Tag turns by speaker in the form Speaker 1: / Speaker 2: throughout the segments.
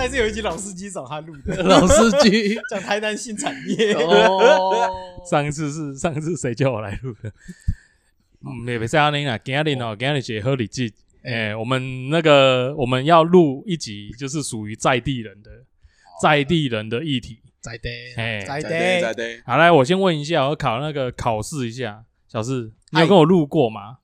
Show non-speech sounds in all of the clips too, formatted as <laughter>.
Speaker 1: 还是有一集老司机找他录
Speaker 2: <laughs>
Speaker 1: 的，
Speaker 3: <laughs> 老司机
Speaker 1: 讲台南性产业。 <laughs>
Speaker 3: 哦，
Speaker 2: 上次是上次谁叫我来录的？嗯，也别这样拎啦，今日哦，今日是好日子。哎、我们那个我们要录一集，就是属于在地人的在地人的议题。
Speaker 3: 在的，
Speaker 2: 哎、
Speaker 1: 在
Speaker 4: 在在
Speaker 1: 地，
Speaker 4: 对，
Speaker 2: 好来，我先问一下，我考那个考试一下，小四，你有
Speaker 1: 哎
Speaker 2: 跟我录过吗？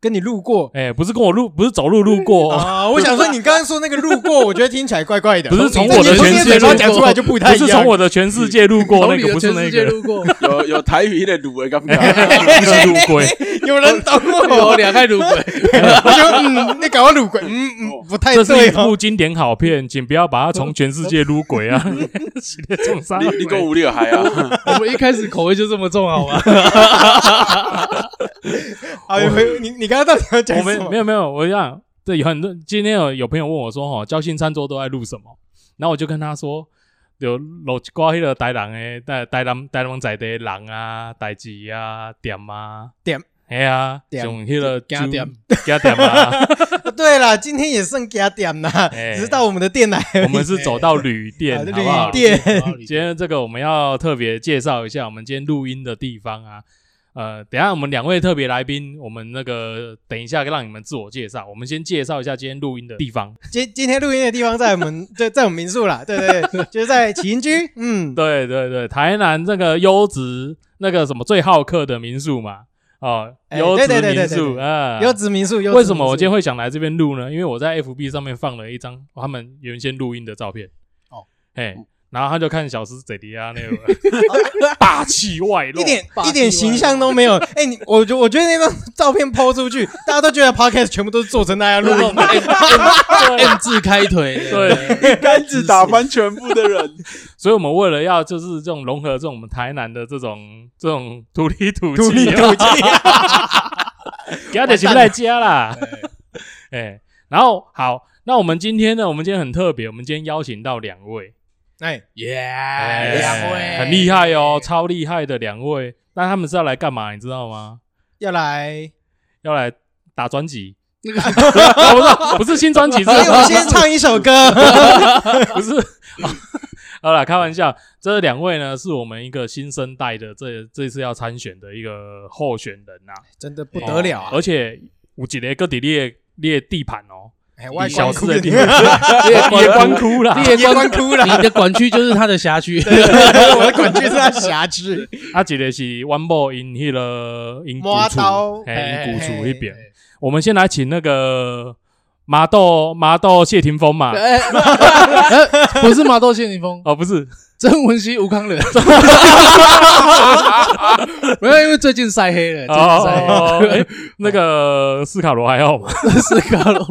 Speaker 1: 跟你路过
Speaker 2: 哎、不是跟我录，不是走路路过、哦，
Speaker 1: 啊！我想说，你刚刚说那个路过，我觉得听起来怪怪的。
Speaker 2: 不是从
Speaker 1: 但
Speaker 2: 我的
Speaker 1: 你
Speaker 2: 全世界
Speaker 1: 嘴巴
Speaker 2: 路
Speaker 1: 讲出来
Speaker 2: 过，
Speaker 1: 就不
Speaker 2: 不
Speaker 1: 太一
Speaker 2: 是
Speaker 1: 样。
Speaker 2: 从我的全世界路过
Speaker 3: 从
Speaker 2: 那
Speaker 3: 你
Speaker 2: 个，啊
Speaker 3: 的
Speaker 2: 不是
Speaker 3: 全
Speaker 2: 那
Speaker 3: 世界
Speaker 2: 个，
Speaker 3: 路
Speaker 2: <laughs>
Speaker 3: 过，
Speaker 4: 有有台语的卤味，敢不 <laughs> 敢？
Speaker 2: 不是路过。
Speaker 1: <laughs> 有人懂我，
Speaker 3: 有哦两个路轨，
Speaker 1: 我就嗯，你搞我路鬼，嗯嗯，不太
Speaker 2: 这是
Speaker 1: 对
Speaker 2: 一
Speaker 1: 哦
Speaker 2: 部。经典好片，请不要把它从全世界撸轨啊！系列重伤，
Speaker 4: 你你够无聊还啊？
Speaker 3: 我们一开始口味就这么重，好
Speaker 2: <laughs>
Speaker 3: 吗？
Speaker 1: 哎呦，你你刚刚到底要讲
Speaker 2: 我
Speaker 1: 什
Speaker 2: 们
Speaker 1: 么
Speaker 2: 没？有没有，我讲对，有很多今天有有朋友问我说，哦，交心餐桌都在录什么？然后我就跟他说，有录一挂迄个台人诶，台台南台南在地的人啊、代志啊、店啊、
Speaker 1: 店，
Speaker 2: 哎呀，
Speaker 1: 店
Speaker 2: 像迄个
Speaker 3: 家
Speaker 2: 酒
Speaker 3: 店、
Speaker 2: 家店啊，
Speaker 1: <laughs> 啊对啦，今天也剩加点啦，
Speaker 2: 哎
Speaker 1: 只是到我们的店来而已。
Speaker 2: 我们是走到旅
Speaker 1: <laughs>
Speaker 2: 店，
Speaker 1: 啊
Speaker 2: 好不好
Speaker 1: 旅？店
Speaker 2: 今天这个我们要特别介绍一下我们今天录音的地方啊。呃，等一下我们两位特别来宾，我们那个等一下让你们自我介绍。我们先介绍一下今天录音的地方。
Speaker 1: 今今天录音的地方在我们在在我们民宿啦，对对对，就是在启英居，嗯，
Speaker 2: 对对对，台南这个优质那个什么最好客的民宿嘛，哦，
Speaker 1: 哎
Speaker 2: 优
Speaker 1: 对
Speaker 2: 质
Speaker 1: 对对对
Speaker 2: 民
Speaker 1: 对
Speaker 2: 宿
Speaker 1: 对
Speaker 2: 啊，
Speaker 1: 优质民宿。优质
Speaker 2: 为什么我今天
Speaker 1: 民宿
Speaker 2: 会想来这边录呢？因为我在 FB 上面放了一张他们原先录音的照片。
Speaker 3: 哦，
Speaker 2: 哎，然后他就看小狮贼迪亚啊那
Speaker 1: <laughs>
Speaker 2: 个霸气外露，
Speaker 1: 一点
Speaker 3: 霸气
Speaker 1: 一点形象都没 <laughs> 有？哎，你我觉我觉得那张照片抛出去，大家都觉得 podcast 全部都是做成那样录音的，
Speaker 2: 对
Speaker 3: 哎
Speaker 2: 啊
Speaker 3: M 字开腿，
Speaker 2: 对，
Speaker 4: 杆子打翻全部的人， <laughs>
Speaker 2: 所以我们为了要就是这种融合这种我们台南的这种这种土里土
Speaker 1: 土里
Speaker 2: 气
Speaker 1: 土啊
Speaker 2: 啊，
Speaker 1: 气。
Speaker 2: <laughs> 给他点钱来加啦。 <laughs> 哎，然后好，那我们今天呢，我们今天很特别，我们今天邀请到两位，
Speaker 1: 哎，
Speaker 3: 耶，
Speaker 2: 哎
Speaker 3: 两位
Speaker 2: 很厉害哦，超厉害的两位。那他们是要来干嘛？你知道吗？
Speaker 1: 要来，
Speaker 2: 要来打
Speaker 3: <laughs>
Speaker 2: 专辑。那个不是不是新专辑，是
Speaker 1: 所
Speaker 3: 哎
Speaker 1: 以哎我先唱一首歌。
Speaker 2: <laughs> 不是，
Speaker 1: 嗯
Speaker 2: 好了，开玩笑。这两位呢，是我们一个新生代的这这次要参选的一个候选人呐、
Speaker 1: <laughs> 真的不得了啊！
Speaker 2: 而且有一个个底列列地盘哦，
Speaker 1: 哎，外
Speaker 2: 小
Speaker 1: 观
Speaker 2: 四
Speaker 1: 哭
Speaker 2: 的
Speaker 1: 的
Speaker 2: 地
Speaker 1: 地
Speaker 2: 盘
Speaker 1: 方，， <laughs>
Speaker 2: <laughs> 列光窟啦。
Speaker 3: 列
Speaker 1: 夜
Speaker 3: 关
Speaker 1: 观哭了。
Speaker 3: 你的管区就是他的辖区，
Speaker 1: 我的管区是他辖制，
Speaker 2: 啊，一个是 One More 因迄个因古
Speaker 1: 麻
Speaker 2: 厝
Speaker 1: 豆，
Speaker 2: 哎，因古厝
Speaker 1: 嘿
Speaker 2: 那边。我们先来请那个麻豆麻豆谢霆锋
Speaker 1: 呃
Speaker 3: <laughs>
Speaker 2: 嘛，
Speaker 3: 哎，不是麻豆谢霆锋，
Speaker 2: 哦，不是，
Speaker 3: 曾文熙、吴
Speaker 2: <laughs>
Speaker 3: 康仁， <laughs> 没有，因为最近晒黑了，最近晒
Speaker 2: 哦，
Speaker 3: 黑
Speaker 2: 哎
Speaker 3: 了，
Speaker 2: 那个斯卡罗还好吗？
Speaker 3: 是高楼。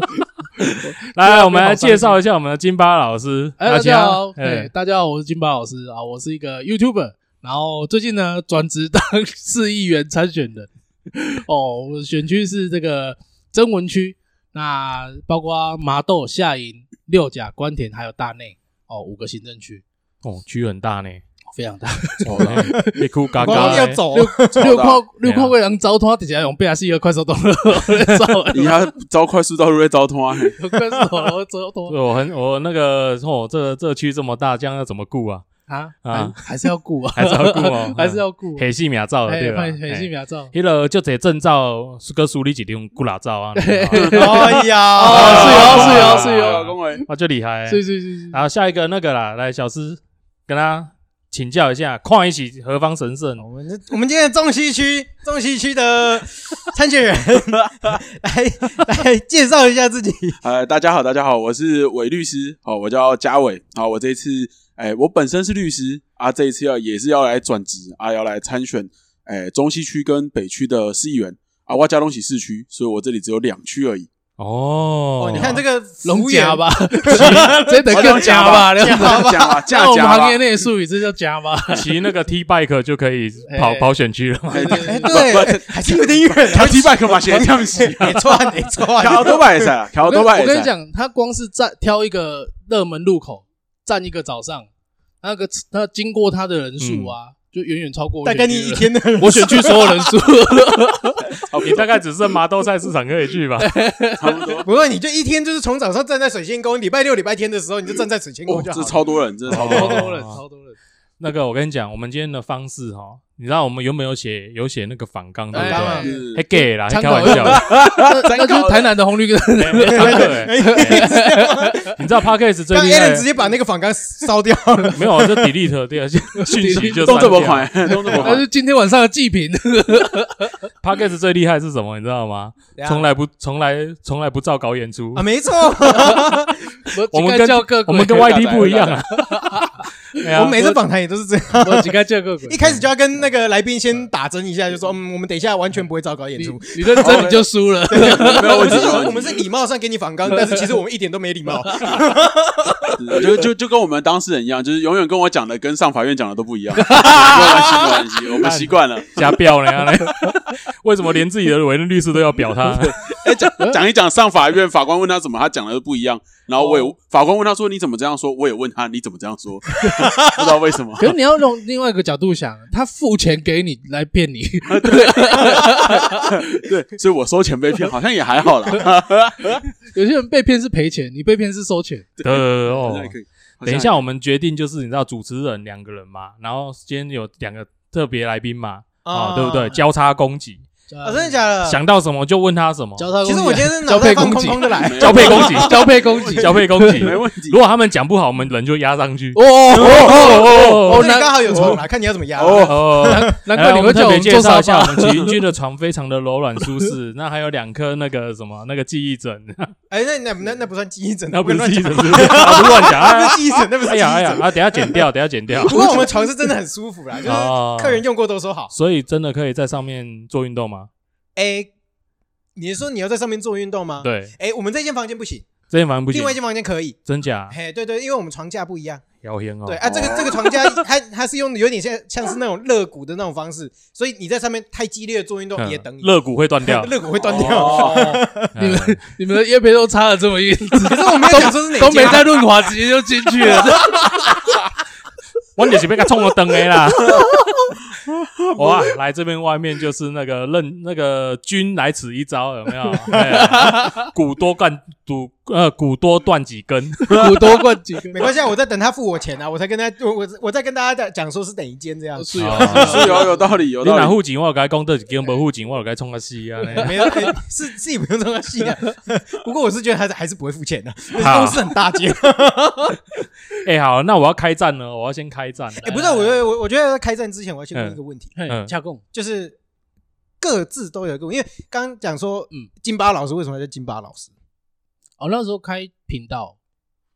Speaker 2: 来，我们来介绍一下我们的金巴老师。
Speaker 3: 哎，
Speaker 2: 啊
Speaker 3: 大
Speaker 2: 请
Speaker 3: 家
Speaker 2: 他
Speaker 3: 好，对，
Speaker 2: 哎
Speaker 3: 大家好，我是金巴老师啊，我是一个 YouTuber，然后最近呢转职当市议员参选人。 <laughs> 哦，我的选区是这个曾文区，那包括麻豆、下营、六甲、关田还有大内哦五个行政区，哦
Speaker 2: 哦，区很大呢，
Speaker 3: 非常大。
Speaker 2: 你哭嘎嘎
Speaker 1: 光
Speaker 2: 的。
Speaker 1: 要走啊
Speaker 3: 六六
Speaker 4: 大
Speaker 3: 块
Speaker 2: 啊
Speaker 3: 六块贵人糟啊蹋，底下用贝亚是一个快手
Speaker 2: <laughs>
Speaker 3: 动了，糟
Speaker 4: 你还招快速道路在招 <laughs> 通啊？
Speaker 2: <laughs>
Speaker 3: 快手糟蹋
Speaker 2: 对我很我那个哦，这这区这么大，这样要怎么顾啊？
Speaker 3: 啊
Speaker 2: 啊
Speaker 3: 啊，还是要顾啊，
Speaker 2: 还是要顾
Speaker 3: <laughs>
Speaker 2: 哦
Speaker 3: 还是要顾。
Speaker 2: <laughs> 黑细秒照的
Speaker 3: 哎
Speaker 2: 对吧？
Speaker 3: 很很细秒照，
Speaker 2: 迄落就这证照，是个梳理几张古老照啊，
Speaker 1: 哎呀，
Speaker 3: 哦是哦
Speaker 2: 哦是
Speaker 3: 是
Speaker 2: 哦
Speaker 3: 哦
Speaker 2: 是
Speaker 3: 是
Speaker 2: 哦
Speaker 3: 哦
Speaker 4: 啊，公维，
Speaker 2: 啊，就厉害。
Speaker 3: 是是是是，
Speaker 2: 然后下一个那个啦，来小诗跟他请教一下，看一起何方神圣？
Speaker 1: 我们这我们今天的中西区中西区的参选人 <laughs> 来来介绍一下自己。
Speaker 4: 呃，大家好，大家好，我是韦律师，好，我叫嘉伟，好，我这一次，哎，我本身是律师啊，这一次要也是要来转职啊，要来参选，哎，中西区跟北区的市议员啊，我家东西市区，所以我这里只有两区而已。
Speaker 2: 哦
Speaker 1: 哦，你看这个
Speaker 3: 龙
Speaker 1: 服务员
Speaker 3: 甲，吧， <laughs> 真的叫夹吧，
Speaker 4: 哦这样
Speaker 3: 吧？
Speaker 4: <laughs> 吧，讲吧，这
Speaker 3: 在
Speaker 4: 样
Speaker 3: 我们
Speaker 4: 讲
Speaker 3: 行业
Speaker 4: 吧，
Speaker 3: 内的术语，这叫夹吧。
Speaker 2: 骑 <laughs> 那个 T bike 就可以跑
Speaker 3: 哎
Speaker 2: 跑选区 <laughs>
Speaker 4: <laughs>
Speaker 2: 了嘛？
Speaker 4: 哎
Speaker 1: 哎，
Speaker 4: 不
Speaker 1: 对，还是有点远。
Speaker 4: 调 T bike 嘛，先这样子，
Speaker 2: 啊
Speaker 1: <laughs> 没错，没错。
Speaker 4: 啊调多摆噻，调
Speaker 3: 我
Speaker 4: 多
Speaker 3: 跟
Speaker 4: 摆
Speaker 3: 我跟你讲，他光是站挑一个热门路口站一个早上，那个他经 <laughs> 过他的人数啊，就远远超过我
Speaker 1: 大概你
Speaker 3: 选区
Speaker 1: 一
Speaker 3: 的
Speaker 1: 天的人
Speaker 3: 我选区所有人数。
Speaker 4: 差不
Speaker 2: 你大
Speaker 4: 多，
Speaker 2: 概只剩麻豆菜市场可以去吧？
Speaker 4: 差不多。
Speaker 1: 不过你就一天就是从早上站在水仙宫，礼拜六、礼拜天的时候你就站在水仙
Speaker 4: 哦，
Speaker 1: 宫就好
Speaker 4: 这
Speaker 1: 了。
Speaker 4: 超多人，真的超多
Speaker 3: 超
Speaker 4: 人。
Speaker 3: 多人，超多人。
Speaker 2: <laughs> 那个我跟你讲，我们今天的方式哈，你知道我们原本有写有写那个反纲对
Speaker 3: 哎
Speaker 2: 不对
Speaker 3: 当？然
Speaker 4: 是
Speaker 2: 还给啦，还
Speaker 3: 参
Speaker 2: 开
Speaker 3: 考
Speaker 2: 玩笑的。
Speaker 3: <laughs> 那那就是台南的红绿灯，
Speaker 2: 哎哎真的哎哎你知道 Podcast 最
Speaker 1: 刚
Speaker 2: 厉
Speaker 1: Alan 直
Speaker 2: 害
Speaker 1: 接把那个仿纲烧掉了，
Speaker 2: 没有，就 delete 掉讯息
Speaker 3: <laughs>
Speaker 2: 就
Speaker 4: 都这么
Speaker 2: 快。
Speaker 4: 快， <laughs> 都这么
Speaker 3: <laughs> 那
Speaker 4: 快，
Speaker 3: 是今天晚上的祭品。
Speaker 2: Podcast 最厉害是什么？你知道吗？ <laughs>
Speaker 3: 啊
Speaker 2: 从
Speaker 1: 来
Speaker 2: 来不从来从来不照稿演出
Speaker 1: 啊，。没错，
Speaker 2: 我们
Speaker 3: 几
Speaker 2: 跟
Speaker 3: 个叫个
Speaker 2: 我
Speaker 3: 鬼，
Speaker 2: 们跟 YT 不一样啊。 <laughs> 哎呀
Speaker 1: 我们每次访谈也都是这样，
Speaker 3: 我几个叫个鬼
Speaker 1: 一。开始就要跟那个来宾先打针一下，就说嗯，我们等一下完全不会糟糕演
Speaker 3: 你 <laughs>
Speaker 1: 出。
Speaker 3: 你认真你就输了， <laughs>
Speaker 4: 没有
Speaker 1: 我
Speaker 4: 问
Speaker 1: 们
Speaker 4: 题，
Speaker 1: 是
Speaker 4: 没有
Speaker 1: 我
Speaker 4: 问
Speaker 1: 们
Speaker 4: 题
Speaker 1: 是礼貌上给你仿纲，但是其实我们一点都没礼貌。
Speaker 4: 是就就就跟我们当事人一样，就是永远跟我讲的跟上法院讲的都不一样，没有关系，没有关系，我们习惯了。
Speaker 2: 加表呢？嘞 <laughs> 为什么连自己的委任律师都要表
Speaker 4: <laughs>
Speaker 2: 他？
Speaker 4: 哎，讲讲一讲上法院，法官问他怎么，他讲的都不一样。然后我也法官问他说你怎么这样说，我也问他你怎么这样说，不知道为什么。
Speaker 3: 可是你要用另外一个角度想，他付钱给你来骗你，
Speaker 4: 对，所以我收钱被骗，好像也还好啦。
Speaker 3: 有些人被骗是赔钱，你被骗是收钱。
Speaker 2: 对对对哦
Speaker 4: 好像也可以
Speaker 2: 等一下，，我们决定就是你知道主持人两个人嘛，然后今天有两个特别来宾嘛，啊，
Speaker 1: 啊
Speaker 2: 对不对？交叉攻击，
Speaker 1: 啊，真的假的？
Speaker 2: 想到什么就问他什么，
Speaker 3: 交叉攻击
Speaker 1: 其
Speaker 3: 啊
Speaker 1: 实我今天
Speaker 3: <laughs>
Speaker 1: 是脑
Speaker 3: 交
Speaker 1: 袋
Speaker 3: 配
Speaker 1: 放
Speaker 3: 攻
Speaker 1: 空
Speaker 3: 击，
Speaker 1: 空的来，
Speaker 4: 交
Speaker 2: 交配
Speaker 4: <laughs>
Speaker 2: 攻击，
Speaker 3: 交配攻击，
Speaker 2: 交配攻击。
Speaker 4: 没问题
Speaker 2: 如。果他们讲不好，我们人就压上去。
Speaker 3: 哦哦哦，
Speaker 1: 哦，
Speaker 2: <laughs> 哦
Speaker 1: 那你刚好有床啦，看你要怎么压。
Speaker 4: 哦，
Speaker 2: 哦，
Speaker 3: 难怪你会叫
Speaker 2: 特
Speaker 3: 我
Speaker 2: 别
Speaker 3: 们
Speaker 2: 介
Speaker 3: 做
Speaker 2: 绍
Speaker 3: 沙
Speaker 2: 一下，我们
Speaker 3: 发。
Speaker 4: <laughs>
Speaker 2: 起云居的床非常的柔软舒适，那还有两颗那个什么那个记忆枕，
Speaker 1: 哎，那那那那不算记忆疹，
Speaker 2: <laughs> 那不是
Speaker 1: 乱
Speaker 2: 记忆
Speaker 1: 讲，
Speaker 2: 枕，是不是啊不是乱讲
Speaker 1: 那不
Speaker 2: 啊
Speaker 1: 是！记忆疹，那不是
Speaker 2: 哎
Speaker 1: 记忆
Speaker 2: 呀哎呀
Speaker 1: 疹。
Speaker 2: 啊！等一下剪掉，等一下剪掉。
Speaker 1: 不过我们床是真的很舒服啦，就是
Speaker 2: 哦
Speaker 1: 客人用过都说好。
Speaker 2: 所以真的可以在上面做运动吗？
Speaker 1: 哎，你是说你要在上面做运动吗？。
Speaker 2: 对，
Speaker 1: 哎，我们这间房间不行，
Speaker 2: 这间房不行
Speaker 1: 另外一，间房间可以。
Speaker 2: 真假
Speaker 1: 嘿，对对，因为我们床架不一样。
Speaker 2: 谣言哦。
Speaker 1: 对啊，这个这个床架它它是用有点像像是那种肋骨的那种方式，所以你在上面太激烈的做运动
Speaker 2: 嗯
Speaker 1: 也等你
Speaker 2: 肋骨会断
Speaker 1: <laughs>
Speaker 2: 掉。嗯
Speaker 1: 肋骨会断掉。
Speaker 2: 哦
Speaker 1: <laughs>
Speaker 3: 你们你们的叶培都插的这么硬，
Speaker 1: 可是我没有讲说是哪
Speaker 3: 都没
Speaker 1: 家
Speaker 3: 在润滑，直接就进去了。
Speaker 2: 我就是被他冲了灯
Speaker 1: <laughs>
Speaker 2: 的啦。哇，来这边外面就是那个任那个君来此一招，有没有？哎骨多干骨呃骨多断几根，
Speaker 3: 股多冠军，
Speaker 1: 没关系，啊，我在等他付我钱啊，我才跟他我我我再跟大家讲说是哪一间这样。
Speaker 3: 是
Speaker 2: 哦
Speaker 3: 啊，
Speaker 4: 是有有道理，有
Speaker 2: 你哪
Speaker 4: 道理。
Speaker 2: 户籍我有该讲这几根，无户籍我有该冲个西啊。
Speaker 1: 没有，哎是自己不用这么细啊。 <laughs> 不过我是觉得还是还是不会付钱的，
Speaker 2: 好
Speaker 1: 公司很大
Speaker 2: <laughs>
Speaker 1: 间。
Speaker 2: 哎，好，那我要开战了，我要先开战。
Speaker 1: 哎，不是，我觉得我我觉得在开战之前，我要先问一个问题，
Speaker 3: 嘿
Speaker 2: 嗯
Speaker 3: 恰共
Speaker 1: 就是各自都有一个问题，因为刚刚讲说，嗯
Speaker 3: 嗯，
Speaker 1: 金巴老师为什么叫金巴老师？
Speaker 3: 哦，那时候开频道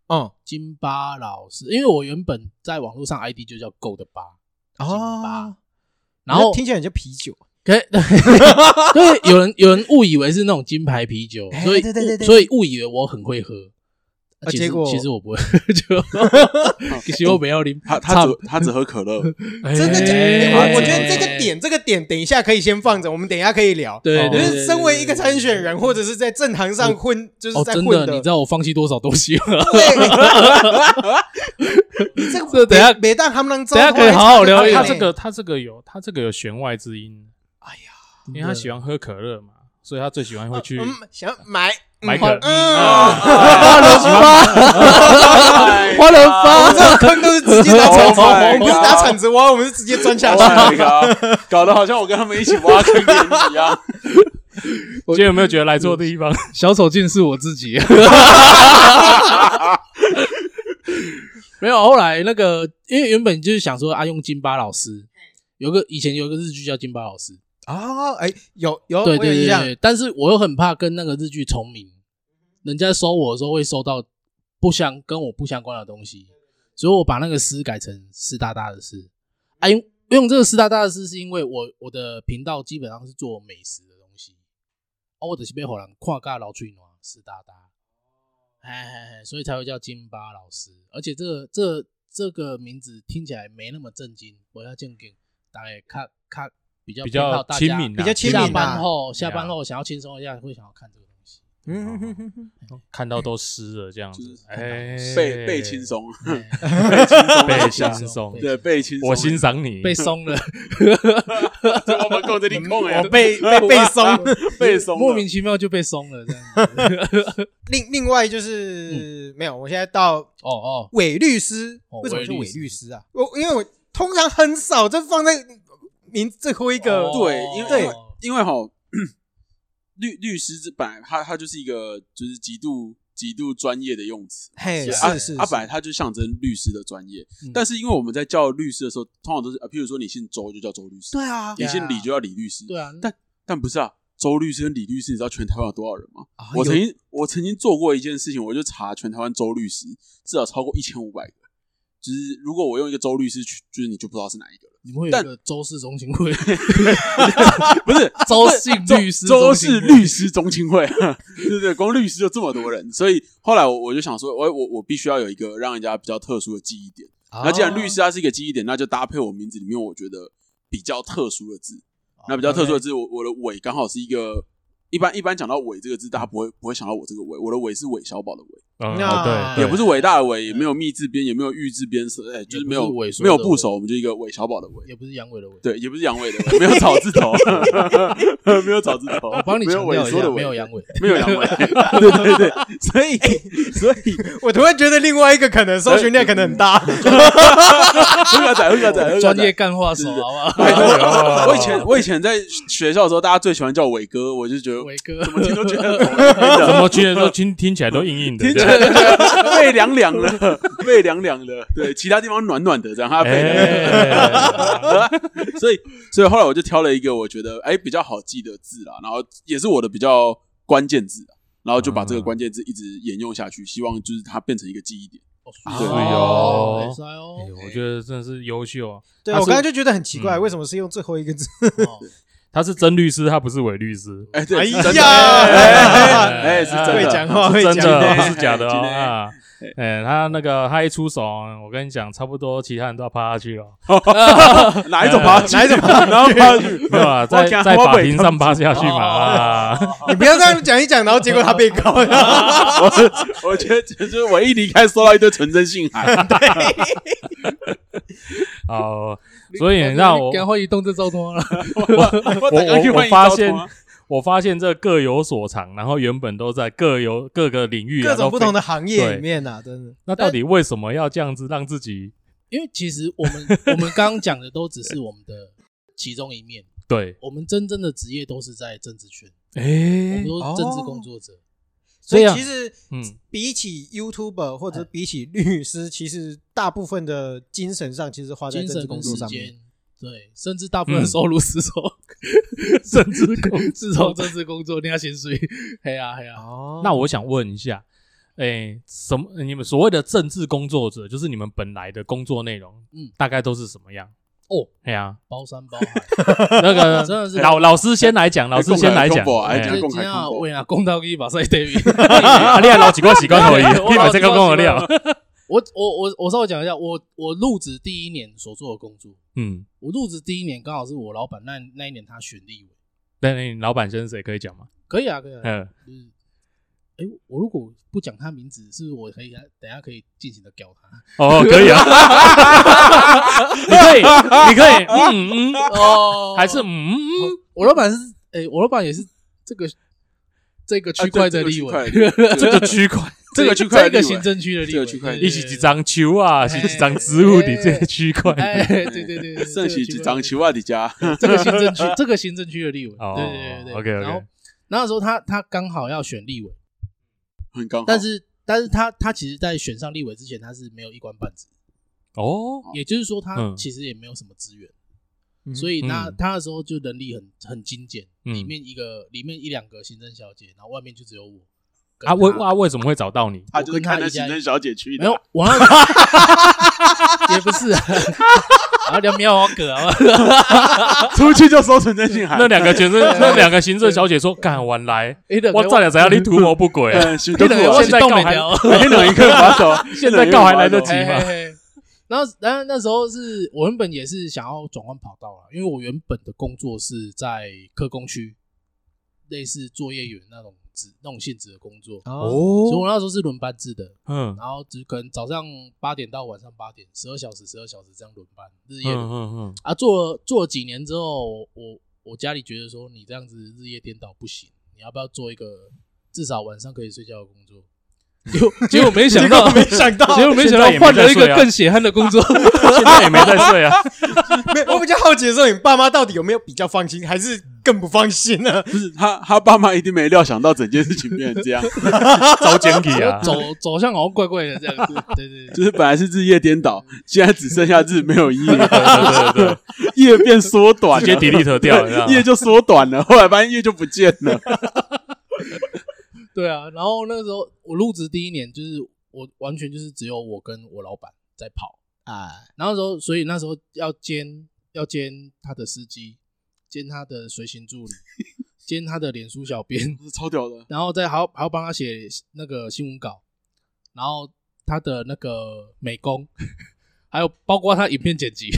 Speaker 1: 嗯，
Speaker 3: 金巴老师，因为我原本在网络上 ID 就叫 Go 的巴，金巴
Speaker 1: 哦，
Speaker 3: 然后
Speaker 1: 听起来很像啤酒，
Speaker 3: 可以， <laughs> 对，有人有人误以为是那种金牌啤酒，
Speaker 1: 哎
Speaker 3: 所以
Speaker 1: 对对对对
Speaker 3: 所以误以为我很会喝，
Speaker 1: 啊
Speaker 3: 其实
Speaker 1: 结果哦
Speaker 3: 其实我
Speaker 1: <laughs>
Speaker 3: 不会，就 <laughs> 其实我没有啉，
Speaker 4: 他他只他只喝可
Speaker 1: <laughs>
Speaker 4: 乐，
Speaker 1: 真的假的？
Speaker 3: 哎
Speaker 1: 我我觉得这个点，这个点，等一下可以先放着，我们等一下可以聊。
Speaker 3: 对，
Speaker 1: 就
Speaker 3: 对
Speaker 1: 是身为一个参选人，或者是在政坛上混，就是
Speaker 3: 哦，
Speaker 1: 在
Speaker 3: 真
Speaker 1: 混
Speaker 3: 的，你知道我放弃多少东西吗？
Speaker 1: 你这
Speaker 3: 这
Speaker 1: 个
Speaker 3: 等下
Speaker 1: 每当他们能糟
Speaker 3: 等下可以好好聊一
Speaker 2: 他
Speaker 3: 下
Speaker 2: 这个他这个有他这个有弦外之音。
Speaker 1: 哎呀，
Speaker 2: 因为他喜欢喝可乐嘛，所以他最喜欢会去
Speaker 1: 嗯，想要买
Speaker 2: 买可。
Speaker 1: 嗯
Speaker 2: 啊
Speaker 1: 花
Speaker 2: 他喜欢
Speaker 3: <laughs> 花人
Speaker 1: 我
Speaker 4: 哎
Speaker 1: 们这
Speaker 3: 发，
Speaker 1: 种坑都是直接拿
Speaker 3: 哦
Speaker 1: 铲子，
Speaker 4: Oh
Speaker 1: 我
Speaker 4: my
Speaker 1: 们不是拿铲子挖，我们是直接钻下去。
Speaker 4: Oh my god，搞得好像我跟他们一起挖坑给你
Speaker 1: <laughs>
Speaker 4: 一样。
Speaker 2: 今天有没有觉得来错地方？
Speaker 3: <laughs> 小丑竟是我
Speaker 1: <laughs>
Speaker 3: 自己。没有，后来那个，因为原本就是想说啊，用金巴老师，有个以前有一个日剧叫金巴老师，
Speaker 1: 啊，哎，有
Speaker 2: 哦
Speaker 1: 有，我
Speaker 3: 对
Speaker 1: 有
Speaker 3: 对
Speaker 1: 印
Speaker 3: 对
Speaker 1: 象。
Speaker 3: 对，但是我又很怕跟那个日剧重名，人家收我的时候会收到不相跟我不相关的东西，所以我把那个“师”改成“师大大的师”。啊，因用这个“师大大的师”是因为我我的频道基本上是做美食的东西，啊，我只是被火狼跨尬老去暖师大大，嘿嘿嘿，所以才会叫金巴老师。而且这个这这个名字听起来没那么震惊，我要正经，大概看看比较
Speaker 2: 比较
Speaker 3: 偏好大家
Speaker 2: 亲民
Speaker 1: 比
Speaker 2: 啊
Speaker 1: 较亲民啊
Speaker 3: 下班后，下班后想要轻松一下，会想要看这个东西。
Speaker 1: 嗯哼哼哼
Speaker 2: 看到都湿了这样
Speaker 4: 就
Speaker 2: 子
Speaker 4: 是，
Speaker 2: 哎，
Speaker 4: 被被轻，松，
Speaker 1: 哎
Speaker 2: 被
Speaker 4: 被
Speaker 2: 轻
Speaker 4: 轻
Speaker 2: 松
Speaker 4: <laughs>
Speaker 3: 哎
Speaker 4: 对，被轻
Speaker 1: <laughs>
Speaker 4: 松。<laughs>
Speaker 2: 我欣赏你，
Speaker 3: 被松了，
Speaker 4: 怎么我控制你控哎
Speaker 1: 我，被被被松。
Speaker 4: 背松
Speaker 3: <laughs>
Speaker 4: 了
Speaker 3: 莫名其妙就被松了这样子。
Speaker 1: 另另外就是没有，我现在到
Speaker 3: 哦哦，
Speaker 1: 伪律师
Speaker 3: 哦，
Speaker 1: 为什么是
Speaker 3: 伪律
Speaker 1: 伪
Speaker 3: 师
Speaker 1: 律师啊？我因为我通常很少就放在名最后一个
Speaker 3: 哦
Speaker 4: 对因为
Speaker 1: 对
Speaker 4: 因为哈，律律师这本来他他就是一个就是极度极度专业的用词，
Speaker 1: 嘿，
Speaker 4: 啊
Speaker 1: 是是，
Speaker 4: 啊，
Speaker 1: 是
Speaker 4: 本来它就象征律师的专业
Speaker 3: 嗯，
Speaker 4: 但是因为我们在叫律师的时候，通常都是呃，譬如说你姓周就叫周律师，
Speaker 1: 对啊，
Speaker 4: 你
Speaker 3: 也
Speaker 4: 姓李就叫李律师，
Speaker 3: 对啊，
Speaker 4: 但但不是啊，周律师跟李律师，你知道全台湾有多少人吗？
Speaker 1: 啊
Speaker 4: 我
Speaker 1: 有
Speaker 4: 曾经我曾经做过一件事情，我就查全台湾周律师，至少超过一千五百个。就是如果我用一个周律师去，就是你就不知道是哪一个了。
Speaker 3: 你们会有
Speaker 4: 但
Speaker 3: 一个周氏中心
Speaker 4: <laughs>
Speaker 3: 会，<laughs>
Speaker 4: 不是
Speaker 3: 周姓律师
Speaker 4: 周
Speaker 3: 中
Speaker 4: 氏
Speaker 3: 心会，
Speaker 4: 律师中青会， <laughs> 对对对，光律师就这么多人，所以后来我我就想说，我我我必须要有一个让人家比较特殊的记忆点。那既然律师
Speaker 3: 哦
Speaker 4: 它是一个记忆点，那就搭配我名字里面我觉得比较特殊的字。那比较特殊的字，我我的尾刚好是一个一般一般讲到尾这个字，大家不会不会想到我这个尾，我的尾是韦小宝的韦，
Speaker 2: 嗯，
Speaker 1: 那
Speaker 2: 哦对，
Speaker 4: 也不是伟大的伟，也没有密字边，也没有玉字边，是哎，就是没有
Speaker 3: 也不是猥琐的
Speaker 4: 没有
Speaker 3: 韦
Speaker 4: 部首，我们就一个韦小宝的韦。
Speaker 3: 也不是阳痿的痿。
Speaker 4: 对，也不是阳痿的，韦，没有草
Speaker 3: <laughs>
Speaker 4: 字头，没有草字头，
Speaker 3: 我帮你
Speaker 4: 没有
Speaker 3: 强
Speaker 4: 猥
Speaker 3: 调一
Speaker 4: 琐
Speaker 3: 下，
Speaker 4: 的
Speaker 3: 没有
Speaker 4: 猥
Speaker 3: 阳
Speaker 4: <laughs>
Speaker 3: 痿，
Speaker 4: 没有
Speaker 3: <laughs>
Speaker 4: 阳痿，对对对，所以所以
Speaker 1: 我突然觉得另外一个可能搜寻量可能很大，
Speaker 4: 喝个仔喝个仔喝个仔
Speaker 3: 专业干话手，好不好？
Speaker 4: 拜托
Speaker 2: 哦
Speaker 4: 我以前我以前在学校的时候，大家最喜欢叫我伟哥，我就觉 <laughs> 得
Speaker 3: 伟哥，
Speaker 4: 怎么
Speaker 3: <laughs>
Speaker 4: 听都觉得口音
Speaker 2: 怎么听着都听听起来都硬硬的
Speaker 4: 听
Speaker 2: 这
Speaker 4: 起
Speaker 2: 样，
Speaker 4: 来就觉得背凉凉
Speaker 2: <laughs>
Speaker 4: 的，背凉凉的，对，其他地方暖暖的，这样他背凉凉的。
Speaker 2: 哎，
Speaker 4: <laughs> 所以，所以后来我就挑了一个我觉得哎比较好记的字啦，然后也是我的比较关键字啦，然后就把这个关键字一直沿用下去，希望就是它变成一个记忆点。
Speaker 2: 是
Speaker 4: 哎
Speaker 3: 哦
Speaker 2: 哦
Speaker 3: 很帅
Speaker 4: <laughs>
Speaker 3: 哦
Speaker 2: 哎我觉得真的是优秀啊！
Speaker 1: 对
Speaker 2: 他
Speaker 1: 我
Speaker 2: 是
Speaker 1: 刚才就觉得很奇怪，
Speaker 2: 嗯
Speaker 1: 为什么是用最后一个字？
Speaker 4: <laughs>
Speaker 3: 哦
Speaker 2: 他是真律师，他不是伪律师，
Speaker 4: 哎，对，
Speaker 1: 哎
Speaker 4: 是真的
Speaker 1: 呀
Speaker 4: 哎哎，哎是
Speaker 1: 会
Speaker 4: 真
Speaker 1: 讲
Speaker 4: 的，
Speaker 1: 话 <laughs>
Speaker 2: 是
Speaker 1: 会
Speaker 2: 真
Speaker 1: 讲
Speaker 2: 的，不
Speaker 1: 话
Speaker 2: 是假的哦
Speaker 4: 今天
Speaker 2: 啊！哎，他那个他一出手，我跟你讲，差不多其他人都要趴下去了，
Speaker 4: 哪一种爬
Speaker 1: 哪一种爬
Speaker 4: <laughs> 然后爬下去
Speaker 2: 没有啊，在
Speaker 4: 我怕
Speaker 2: 在
Speaker 4: 我
Speaker 2: 法
Speaker 4: 被
Speaker 2: 庭
Speaker 4: 他
Speaker 2: 上趴下去嘛啊！
Speaker 1: 你不要这样讲一讲，然后结果他被告。
Speaker 4: 我我觉得就是我一离开，收到一堆纯真信函，
Speaker 2: 哦，
Speaker 4: 哎
Speaker 2: 所以让我
Speaker 3: 赶快移动这招啊多了。
Speaker 4: 我
Speaker 2: 我
Speaker 4: 整个去
Speaker 2: 我
Speaker 4: 换
Speaker 2: 我
Speaker 4: 一
Speaker 2: 发
Speaker 4: 道
Speaker 2: 现
Speaker 4: 通啊，
Speaker 2: 我发现这各有所长，然后原本都在各有各个领域啊，
Speaker 1: 各种不同
Speaker 2: 的。
Speaker 1: 的行业里面呐，真的
Speaker 2: 那到底为什么要这样子让自己
Speaker 3: 因为其实我们我们刚刚讲的都只是我们的其中一面，
Speaker 2: 对？
Speaker 3: 我们真正的职业都是在政治圈，我
Speaker 2: 哎
Speaker 3: 们，都是政治工作者。
Speaker 1: 所
Speaker 2: 对
Speaker 1: 以
Speaker 2: 啊
Speaker 1: 其实
Speaker 2: 嗯，
Speaker 1: 比起 YouTuber 或
Speaker 3: 哎
Speaker 1: 者比起律师，其实大部分的精神上其实哦花在
Speaker 3: 精
Speaker 1: 政治
Speaker 3: 神
Speaker 1: 工
Speaker 3: 跟
Speaker 1: 作
Speaker 3: 时
Speaker 1: 上面。
Speaker 3: 间，对，甚至大部分收入
Speaker 1: <laughs>
Speaker 3: 是从政治工是从政治工作那薪水，嘿呀嘿啊呀，
Speaker 1: 哦
Speaker 2: 那我想问一下，哎，什么？你们所谓的政治工作者，就是你们本来的工作内容，
Speaker 3: 嗯
Speaker 2: 大概都是什么样？
Speaker 3: 哦，
Speaker 2: 哎呀，
Speaker 3: 包山包
Speaker 1: <laughs>
Speaker 3: 海，
Speaker 2: <laughs> 那个
Speaker 3: 真的是
Speaker 2: 老老师先来讲，老师先来讲
Speaker 4: 哎讲，
Speaker 2: 哎
Speaker 4: 哎讲
Speaker 3: 今天啊，我也公道一把
Speaker 1: <laughs>
Speaker 3: 赛 David，
Speaker 2: 啊，你还老几罐洗罐头你把这个跟我聊。
Speaker 3: 我我我我稍微讲一下，我我入职第一年所做的工作，
Speaker 2: 嗯，
Speaker 3: 我入职第一年刚好是我老板那那一年他选立委，
Speaker 2: 那你老板先谁可以讲吗？
Speaker 3: 可以啊可以啊，
Speaker 2: 嗯，
Speaker 3: 就是，哎、我如果不讲他名字，是不是我可以等一下可以尽情的屌他？ <laughs>
Speaker 2: 哦，可以啊，你可以，你可以，嗯嗯，
Speaker 3: 哦
Speaker 2: 还是嗯，
Speaker 3: 我老板是，哎、我老板也是这个这个
Speaker 4: 啊
Speaker 3: 区块的立委，
Speaker 4: 这
Speaker 2: 这个区块
Speaker 4: 这个区块的
Speaker 3: 这
Speaker 4: 立委
Speaker 3: 个行政区的立委，
Speaker 4: 这个区块
Speaker 3: 对
Speaker 2: 你是几？张球啊？是几张植物的这个区块？
Speaker 3: 哎，对对对
Speaker 4: <laughs>
Speaker 3: 对，
Speaker 4: 剩起几张
Speaker 3: 球，
Speaker 4: 球啊，
Speaker 3: <laughs>
Speaker 4: 你家
Speaker 3: 这个行政区，这个行政区的立委，
Speaker 2: 哦
Speaker 3: 对对对对。
Speaker 2: ，OK，OK
Speaker 3: 然后那时候他他刚好要选立委，
Speaker 4: 很刚好，
Speaker 3: 但是但是他他其实在选上立委之前，他是没有一官半职，
Speaker 2: 哦，
Speaker 3: 也就是说他
Speaker 2: 嗯
Speaker 3: 其实也没有什么资源。
Speaker 1: 嗯
Speaker 3: 所以那
Speaker 2: 嗯
Speaker 3: 他那时候就能力很很精简，
Speaker 2: 嗯
Speaker 3: 里面一个里面一两个行政小姐，然后外面就只有我跟
Speaker 2: 啊，为
Speaker 3: 他
Speaker 2: 啊为什么会找到你？
Speaker 4: 他就是看那行政小姐去的，
Speaker 3: 没
Speaker 4: <laughs>
Speaker 3: 有 <laughs> 我那也不是
Speaker 2: <laughs>
Speaker 3: 啊，然后聊喵王哥 <laughs> 啊，
Speaker 4: 出去就收存真信函
Speaker 2: 那两个行政那两个行政小姐说，干完来，
Speaker 3: 哎
Speaker 2: 我再来怎样？你图谋不轨啊？
Speaker 4: 嗯，行
Speaker 3: 你
Speaker 4: 政
Speaker 3: 等
Speaker 2: 我
Speaker 3: 我
Speaker 2: 现在
Speaker 3: 动
Speaker 2: 告
Speaker 3: 没
Speaker 2: 还
Speaker 3: 聊，
Speaker 4: 黑冷一刻把
Speaker 3: <laughs>
Speaker 4: 手，
Speaker 2: 现在告还来得及
Speaker 3: 嘿
Speaker 2: 吗
Speaker 3: 嘿嘿然后，然后那时候是我原本也是想要转换跑道啦，啊因为我原本的工作是在科工区，类似作业员那种职那种性质的工作，所以
Speaker 2: 哦，
Speaker 3: 我那时候是轮班制的。
Speaker 2: 嗯
Speaker 3: 然后只可能早上八点到晚上八点，十二小时、十二小时这样轮班，日
Speaker 2: 嗯
Speaker 3: 夜轮、
Speaker 2: 嗯嗯，
Speaker 3: 啊。做了做了几年之后，我我家里觉得说你这样子日夜颠倒不行，你要不要做一个至少晚上可以睡觉的工作？结果结果没想 <laughs> 到，
Speaker 1: 结果没想到，
Speaker 3: 结果没想到
Speaker 2: 现在也没
Speaker 3: 换了一
Speaker 2: 在睡
Speaker 3: 个
Speaker 2: 啊
Speaker 3: 更血汗的工 <laughs> 作。
Speaker 2: 现在也没在睡啊。
Speaker 1: 没有我比较好奇的时候，你爸妈到底有没有比较放心，还是更不放心呢？
Speaker 3: 嗯
Speaker 4: 不是他，他爸妈一定没料想到整件事情变成这样，
Speaker 2: 遭奸计啊！
Speaker 3: 走走向好像怪怪的这样子，对对对，
Speaker 4: 就是本来是日夜颠倒，现在只剩下日没有夜，
Speaker 3: <laughs>
Speaker 2: 对对对
Speaker 4: 夜变缩
Speaker 2: 对，
Speaker 4: 短
Speaker 2: 直接
Speaker 4: 了，
Speaker 2: delete
Speaker 4: <laughs>
Speaker 2: 掉，你知道吗
Speaker 4: 夜就缩短了，后来发现夜就不见了。
Speaker 3: <laughs> 对啊。然后那个时候我入职第一年，就是我完全就是只有我跟我老板在跑，
Speaker 1: 啊，
Speaker 3: 然后那时候所以那时候要兼要兼他的司机，兼他的随行助理，兼他的脸书小编， <laughs>
Speaker 4: 超屌的，
Speaker 3: 然后再还要还要帮他写那个新闻稿，然后他的那个美工， <laughs> 还有包括他影片剪辑，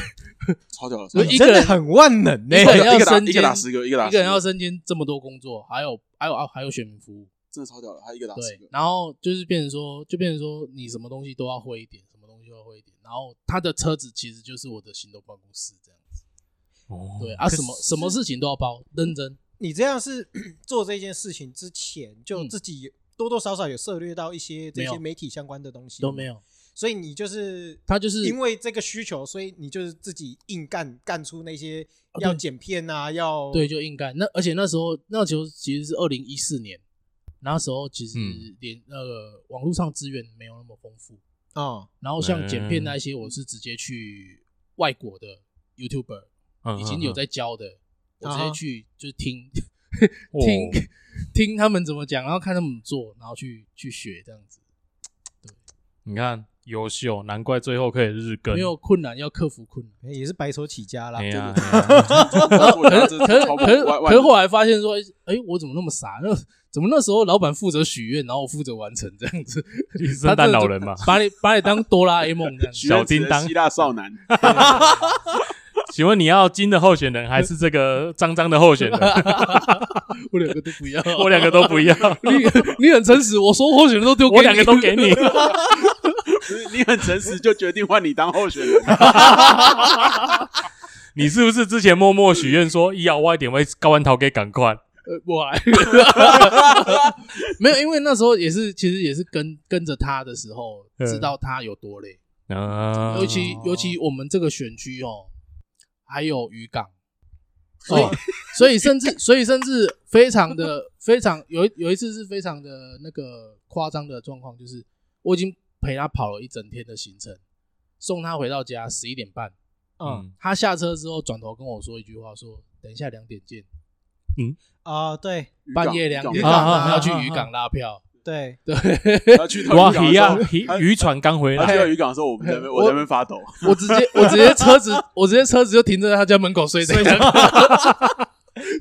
Speaker 4: 超屌的，超
Speaker 3: 所
Speaker 4: 屌
Speaker 3: 以
Speaker 4: 的
Speaker 3: 一个
Speaker 1: 真的
Speaker 3: 人
Speaker 1: 很万能欸呢、
Speaker 3: 一个人要
Speaker 4: 一个打
Speaker 3: 身
Speaker 4: 一个打
Speaker 3: 兼
Speaker 4: 十个，一个打
Speaker 3: 一个人要
Speaker 4: 十
Speaker 3: 身兼这么多工作，还有还有啊还有选民服务。
Speaker 4: 真的超屌的，他一个打十
Speaker 3: 对
Speaker 4: 个，，
Speaker 3: 然后就是变成说，就变成说，你什么东西都要会一点，什么东西都要会一点。然后他的车子其实就是我的行动办公室这样子。
Speaker 2: 哦
Speaker 3: 对啊，什么什么事情都要包，认真。
Speaker 1: 你这样是做这件事情之前就
Speaker 3: 嗯
Speaker 1: 自己多多少少有涉猎到一些这
Speaker 3: 没
Speaker 1: 些
Speaker 3: 有
Speaker 1: 媒体相关的东西
Speaker 3: 都没有，
Speaker 1: 所以你就是
Speaker 3: 他就是
Speaker 1: 因为这个需求，所以你就是自己硬干干出那些
Speaker 3: 啊对
Speaker 1: 要剪片啊，要
Speaker 3: 对，就硬干。那而且那时候，那时候其实是二零一四年，那时候其实
Speaker 2: 嗯
Speaker 3: 连那个网络上资源没有那么丰富。
Speaker 1: 哦，
Speaker 3: 然后像剪片那些，我是直接去外国的 YouTuber
Speaker 2: 嗯
Speaker 3: 已经有在教的，我直
Speaker 1: 啊哈
Speaker 3: 接去就是听
Speaker 2: 哦
Speaker 3: 听 <laughs> 听他们怎么讲，然后看他们怎么做，然后去去学这样子。
Speaker 2: 你看优秀，难怪最后可以日更。
Speaker 3: 没有困难要克服
Speaker 2: <laughs>
Speaker 3: 困难。
Speaker 1: 也是白手起家啦
Speaker 2: 哎。
Speaker 1: 对
Speaker 2: 呀，
Speaker 1: 不对
Speaker 2: 哎呀
Speaker 3: <laughs>
Speaker 4: 我觉得这
Speaker 3: 可是
Speaker 4: 超
Speaker 3: 可是
Speaker 4: 万
Speaker 3: 可
Speaker 4: 万
Speaker 3: 是后来发现说，哎、我怎么那么傻？那怎么那时候老板负责许愿，然后我负责完成这
Speaker 2: <laughs>
Speaker 3: 样子？
Speaker 2: 你是圣诞老人嘛？
Speaker 3: 把你把你当哆啦 A 梦这样子。
Speaker 4: 许愿池的
Speaker 2: 小叮当
Speaker 4: 希腊少男，
Speaker 2: 请问你要金的候选人还是这个脏脏的候选人？
Speaker 3: 我两个都不要，
Speaker 2: 我两个都不要，
Speaker 3: 你你很诚实，我说候选人都丢给你，
Speaker 2: 我两个都给你。
Speaker 4: <laughs> 你很诚实，就决定换你当候选人。
Speaker 2: 你是不是之前默默许愿说要我一点为高安桃给赶快？
Speaker 3: <laughs> 呃，我来。 <laughs> 没有，因为那时候也是，其实也是跟跟着他的时候，
Speaker 2: 嗯
Speaker 3: 知道他有多累。
Speaker 1: 嗯
Speaker 2: 啊，
Speaker 3: 尤其尤其我们这个选区哦，还有渔港，所以、
Speaker 2: 哦
Speaker 3: 所以甚至所以甚至非常的非常有一有一次是非常的那个夸张的状况，就是我已经陪他跑了一整天的行程，送他回到家十一点半，
Speaker 1: 嗯
Speaker 2: 嗯，
Speaker 3: 他下车之后转头跟我说一句话说等一下两点见，
Speaker 1: 啊，对
Speaker 4: 渔港
Speaker 3: 半夜两
Speaker 4: 渔
Speaker 3: 点
Speaker 1: 港啊
Speaker 3: 我们
Speaker 1: 啊
Speaker 3: 要去
Speaker 1: 啊
Speaker 3: 渔港拉票，
Speaker 1: 对，
Speaker 3: 对
Speaker 4: 港他去
Speaker 2: 哇
Speaker 4: 到渔
Speaker 2: 鱼啊
Speaker 4: 港的时
Speaker 2: 渔
Speaker 4: 候，
Speaker 2: 渔船刚回
Speaker 4: 他
Speaker 2: 来
Speaker 4: 他去到渔港的时候，我们在那边我在那边发抖，
Speaker 3: 我直接我直接车子我直接车子就停在他家门口睡着， <laughs>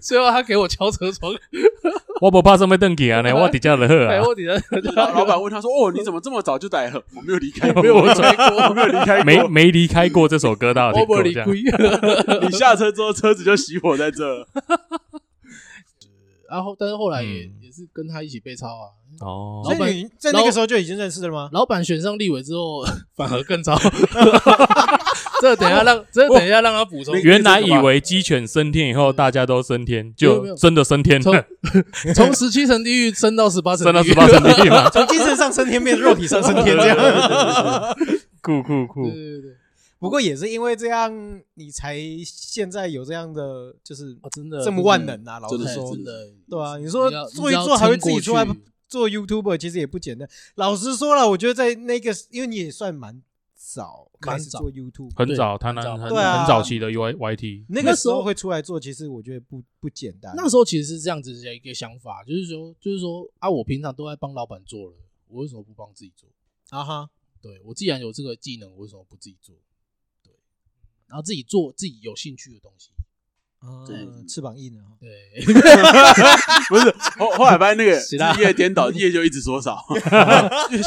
Speaker 3: 最后他给我敲车窗。
Speaker 2: <laughs> 我不怕上面邓给啊呢，我底下的喝
Speaker 3: 哎，
Speaker 2: 啊，
Speaker 3: 我底
Speaker 2: <laughs>
Speaker 3: 下
Speaker 4: 老老板问他说：“哦，你怎么这么早就来了？”我没有离开， <laughs>
Speaker 3: 没有我吹
Speaker 4: 我没有
Speaker 3: 过，
Speaker 4: 离开
Speaker 2: 没
Speaker 4: 过。
Speaker 2: 没离开过这首歌，大家
Speaker 3: <laughs>
Speaker 2: 有
Speaker 3: 我
Speaker 2: 听
Speaker 3: 不
Speaker 2: 过
Speaker 3: 理
Speaker 2: 这样？
Speaker 3: 亏。
Speaker 2: <laughs>
Speaker 4: 你下车之后，车子就熄火在这了。
Speaker 3: 然后，但是后来也
Speaker 2: 嗯
Speaker 3: 也是跟他一起被抄啊。
Speaker 2: 哦
Speaker 1: 所
Speaker 3: 老板
Speaker 1: 以你在那个时候就已经认识了吗？
Speaker 3: <laughs> 老板选上立委之后， <laughs> 反而更
Speaker 2: <laughs>
Speaker 3: 抄。这等一下让，这等一下让他补充。
Speaker 2: 原来以为鸡犬升天以后大家都升天，
Speaker 3: 没有没
Speaker 2: 就
Speaker 3: 有
Speaker 2: 真的升天 <laughs>
Speaker 3: 从
Speaker 2: 了，
Speaker 3: <laughs> 从十七层地狱升到十八层，
Speaker 2: 升到十八。层地狱嘛
Speaker 1: <laughs> 。从精神上升天变肉体上升天这
Speaker 3: <laughs>
Speaker 1: 样。
Speaker 2: 酷酷
Speaker 3: 对
Speaker 2: 酷！
Speaker 3: 对对，
Speaker 1: 不过也是因为这样，你才现在有这样的就是
Speaker 3: 哦，真的
Speaker 1: 这么万能啊！老
Speaker 4: 真
Speaker 1: 实
Speaker 4: 的
Speaker 1: 说
Speaker 3: 真，的
Speaker 1: 对啊你说
Speaker 3: 你要
Speaker 1: 做一
Speaker 3: 你要
Speaker 1: 做还会
Speaker 3: 撑过
Speaker 1: 自己出来
Speaker 3: 去
Speaker 1: 做 YouTuber 其实也不简单。老实说了，我觉得在那个，因为你也算蛮早开
Speaker 3: 蛮
Speaker 1: 始
Speaker 3: 早
Speaker 1: 做 YouTube，
Speaker 2: 很早，台
Speaker 3: 很
Speaker 2: 南
Speaker 3: 早
Speaker 2: 很
Speaker 1: 对啊
Speaker 2: 很早期的 Y Y T，
Speaker 1: 那个时候会出来做，其实我觉得不不简单。
Speaker 3: 那时候其实是这样子的一个想法，就是说，就是说啊，我平常都在帮老板做了，我为什么不帮自己做？
Speaker 1: 啊哈，
Speaker 3: 对我既然有这个技能，我为什么不自己做？对，然后自己做自己有兴趣的东西。
Speaker 1: 啊
Speaker 4: 真的是
Speaker 1: 翅膀硬了
Speaker 3: <laughs>
Speaker 1: 哦。
Speaker 3: 对，
Speaker 4: <laughs> 不是后后来发现那个
Speaker 3: 是啦
Speaker 4: 日夜颠倒，夜就一直缩少，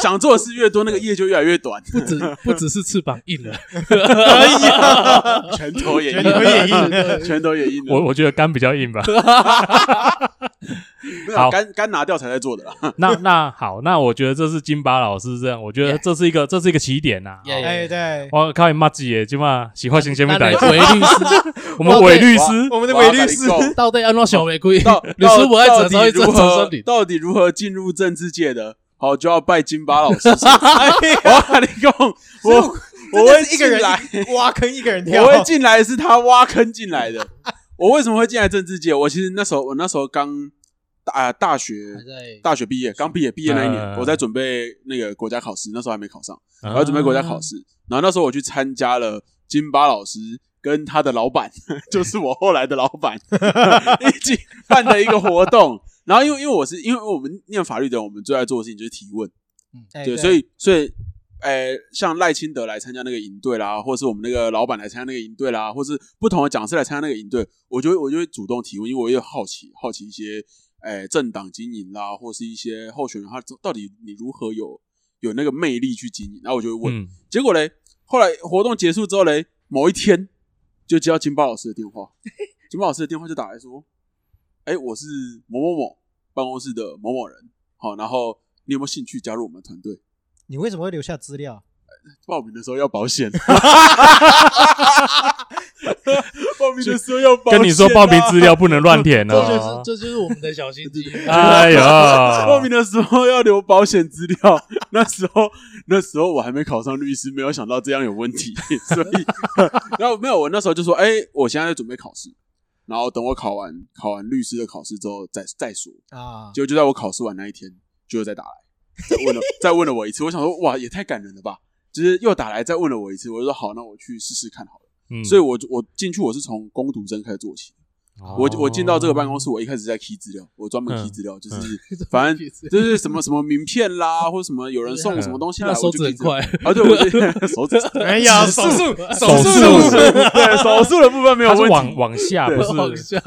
Speaker 4: 想做的事越多，那个夜就越来越短，
Speaker 3: 不只不只是翅膀硬了，
Speaker 1: 可
Speaker 3: 哎
Speaker 1: 以
Speaker 4: <laughs>
Speaker 1: 啊，
Speaker 4: 拳头也硬
Speaker 1: 拳头也
Speaker 4: 了，
Speaker 1: 硬
Speaker 4: <laughs>
Speaker 3: 对
Speaker 4: 拳头也硬了。
Speaker 2: 我我觉得肝比较硬吧。
Speaker 4: 没
Speaker 2: 好
Speaker 4: 有干干拿掉才在做的啦。
Speaker 2: 那那好，那我觉得这是金巴老师这样，我觉得这是一个这是一个起点啊呐。
Speaker 3: <laughs> Yeah, yeah.
Speaker 1: 哎对，
Speaker 2: 我靠你妈鸡耶，今嘛喜欢新节目
Speaker 3: 那
Speaker 2: 代
Speaker 3: 你，为律师，
Speaker 2: 我们
Speaker 3: 哇
Speaker 2: 伪律
Speaker 4: 哇
Speaker 2: 师
Speaker 1: 我们的伪
Speaker 4: <laughs>
Speaker 1: 律师
Speaker 4: 我要跟你讲
Speaker 3: 到底安装小玫瑰？
Speaker 4: <laughs> 到
Speaker 3: 律师我爱
Speaker 4: 到
Speaker 3: 走
Speaker 4: 到
Speaker 3: 到
Speaker 4: 底
Speaker 3: 一走
Speaker 4: 如
Speaker 3: 走森
Speaker 4: 何
Speaker 3: 林，
Speaker 4: 到底如何进入政治界的？好，就要拜金巴老 <laughs> 师。哎我跟你讲，我
Speaker 1: <laughs> 真
Speaker 4: 我
Speaker 1: 的
Speaker 4: 会
Speaker 1: 是一个
Speaker 4: 进来，
Speaker 1: 人挖坑，一个人跳
Speaker 4: 我。会进来是他挖坑进来 <laughs> 的。我为什么会进来政治界？我其实那时候，我那时候刚大大学
Speaker 3: 还在
Speaker 4: 大学毕业，刚毕业毕业那一年，
Speaker 2: 呃
Speaker 4: 我在准备那个国家考试，那时候还没考上，
Speaker 2: 我
Speaker 4: 我要准备国家
Speaker 2: 啊
Speaker 4: 考试。然后那时候我去参加了金巴老师跟他的老板， <laughs> 就是我后来的老板，一起办的一个活动。然后因为因为我是因为我们念法律的人，我们最爱做的事情就是提问，
Speaker 1: 哎
Speaker 4: 对，所以所以，呃，像赖清德来参加那个营队啦，或是我们那个老板来参加那个营队啦，或是不同的讲师来参加那个营队，我就会我就会主动提问，因为我也好奇好奇一些，呃，政党经营啦，或是一些候选人他到底你如何有有那个魅力去经营，然后我就会问。
Speaker 2: 嗯，
Speaker 4: 结果嘞，后来活动结束之后嘞，某一天就接到金包老师的电话， <laughs> 金包老师的电话就打来说：“哎、我是某某某办公室的某某人，好，然后你有没有兴趣加入我们的团队？” <laughs>
Speaker 1: 你为什么会留下资料？
Speaker 4: 报名的时候要保
Speaker 2: <laughs>
Speaker 4: 险，报名的时候要保险、啊
Speaker 2: 跟你说报名资，料不能乱填
Speaker 3: 这就是
Speaker 2: 哦。
Speaker 3: 这就是我们的小心机。
Speaker 2: 哎
Speaker 4: <laughs> 报名
Speaker 2: 呀，
Speaker 4: 的时候要留保险资料。那时候，那时候我还没考上律师，没有想到这样有问题， <laughs> 所以， <laughs> 然后没有，我那时候就说，哎、我现在在准备考试，然后等我考完考完律师的考试之后再再说。
Speaker 1: 啊，
Speaker 4: 结果就在我考试完那一天，就又再打来，再问了 <laughs> 再问了我一次。我想说，哇，也太感人了吧！就是又打来再问了我一次，我就说好，那我去试试看好了。
Speaker 2: 嗯
Speaker 4: 所以我就我进去我是从攻读生开始做起。我我进到这个
Speaker 1: 哦
Speaker 4: 办公室，我一开始在 key 资料，我专门
Speaker 2: 嗯
Speaker 4: key 资料，就是
Speaker 3: <laughs>
Speaker 4: 反正就是什么什么名片啦，或者什么有人送什么东西
Speaker 3: 他
Speaker 4: 来，
Speaker 3: 啊手
Speaker 4: 我就
Speaker 3: 指
Speaker 4: key
Speaker 3: 很
Speaker 4: 资料
Speaker 3: 快，
Speaker 4: 啊，对，我就 <laughs> 手指
Speaker 3: <laughs>
Speaker 1: 哎呀，手术手
Speaker 2: 手
Speaker 1: 术
Speaker 2: 术
Speaker 1: 的部分，
Speaker 4: <laughs> 对手术的部分没有
Speaker 2: 它是
Speaker 4: 问
Speaker 2: 往
Speaker 4: 题，
Speaker 2: 往下，
Speaker 4: 对
Speaker 2: 不
Speaker 3: <laughs> 往
Speaker 2: 是
Speaker 3: 下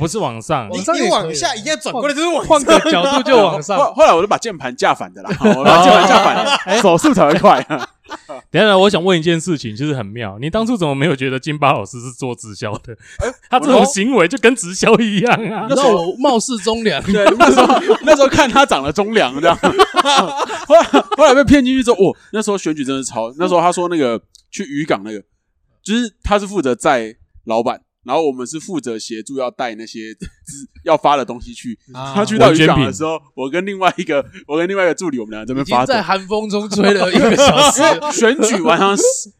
Speaker 2: 不是往上，
Speaker 3: 往上
Speaker 1: 你
Speaker 3: 也可以
Speaker 1: 往下一定要转过来，就是往
Speaker 3: 换个角度就往
Speaker 4: 后
Speaker 3: 上。哦
Speaker 4: 后来我就把键盘架反的啦，我把键盘架反
Speaker 3: 哎
Speaker 4: 了，手术才会快。啊
Speaker 3: <laughs>
Speaker 2: 等一下，我想问一件事情，就是很妙，你当初怎么没有觉得金巴老师是做直销的？
Speaker 4: 哎
Speaker 2: 他这种行为就跟直销一样啊！
Speaker 3: 那我貌似忠良，
Speaker 4: 对，那时候那时候看他长得忠良这样， <laughs> 后来后来被骗进去之后，哦，那时候选举真的超，那时候他说那个去渔港那个，就是他是负责载老板，然后我们是负责协助要带那些资要发的东西去。
Speaker 1: 啊
Speaker 3: 啊
Speaker 4: 他去到渔港的时候，我跟另外一个我跟另外一个助理，我们俩在那
Speaker 3: 已
Speaker 4: 边
Speaker 3: 经
Speaker 4: 发
Speaker 3: 在
Speaker 4: 抖。
Speaker 3: 寒风中吹了一个小时。 <laughs>
Speaker 4: 选举晚上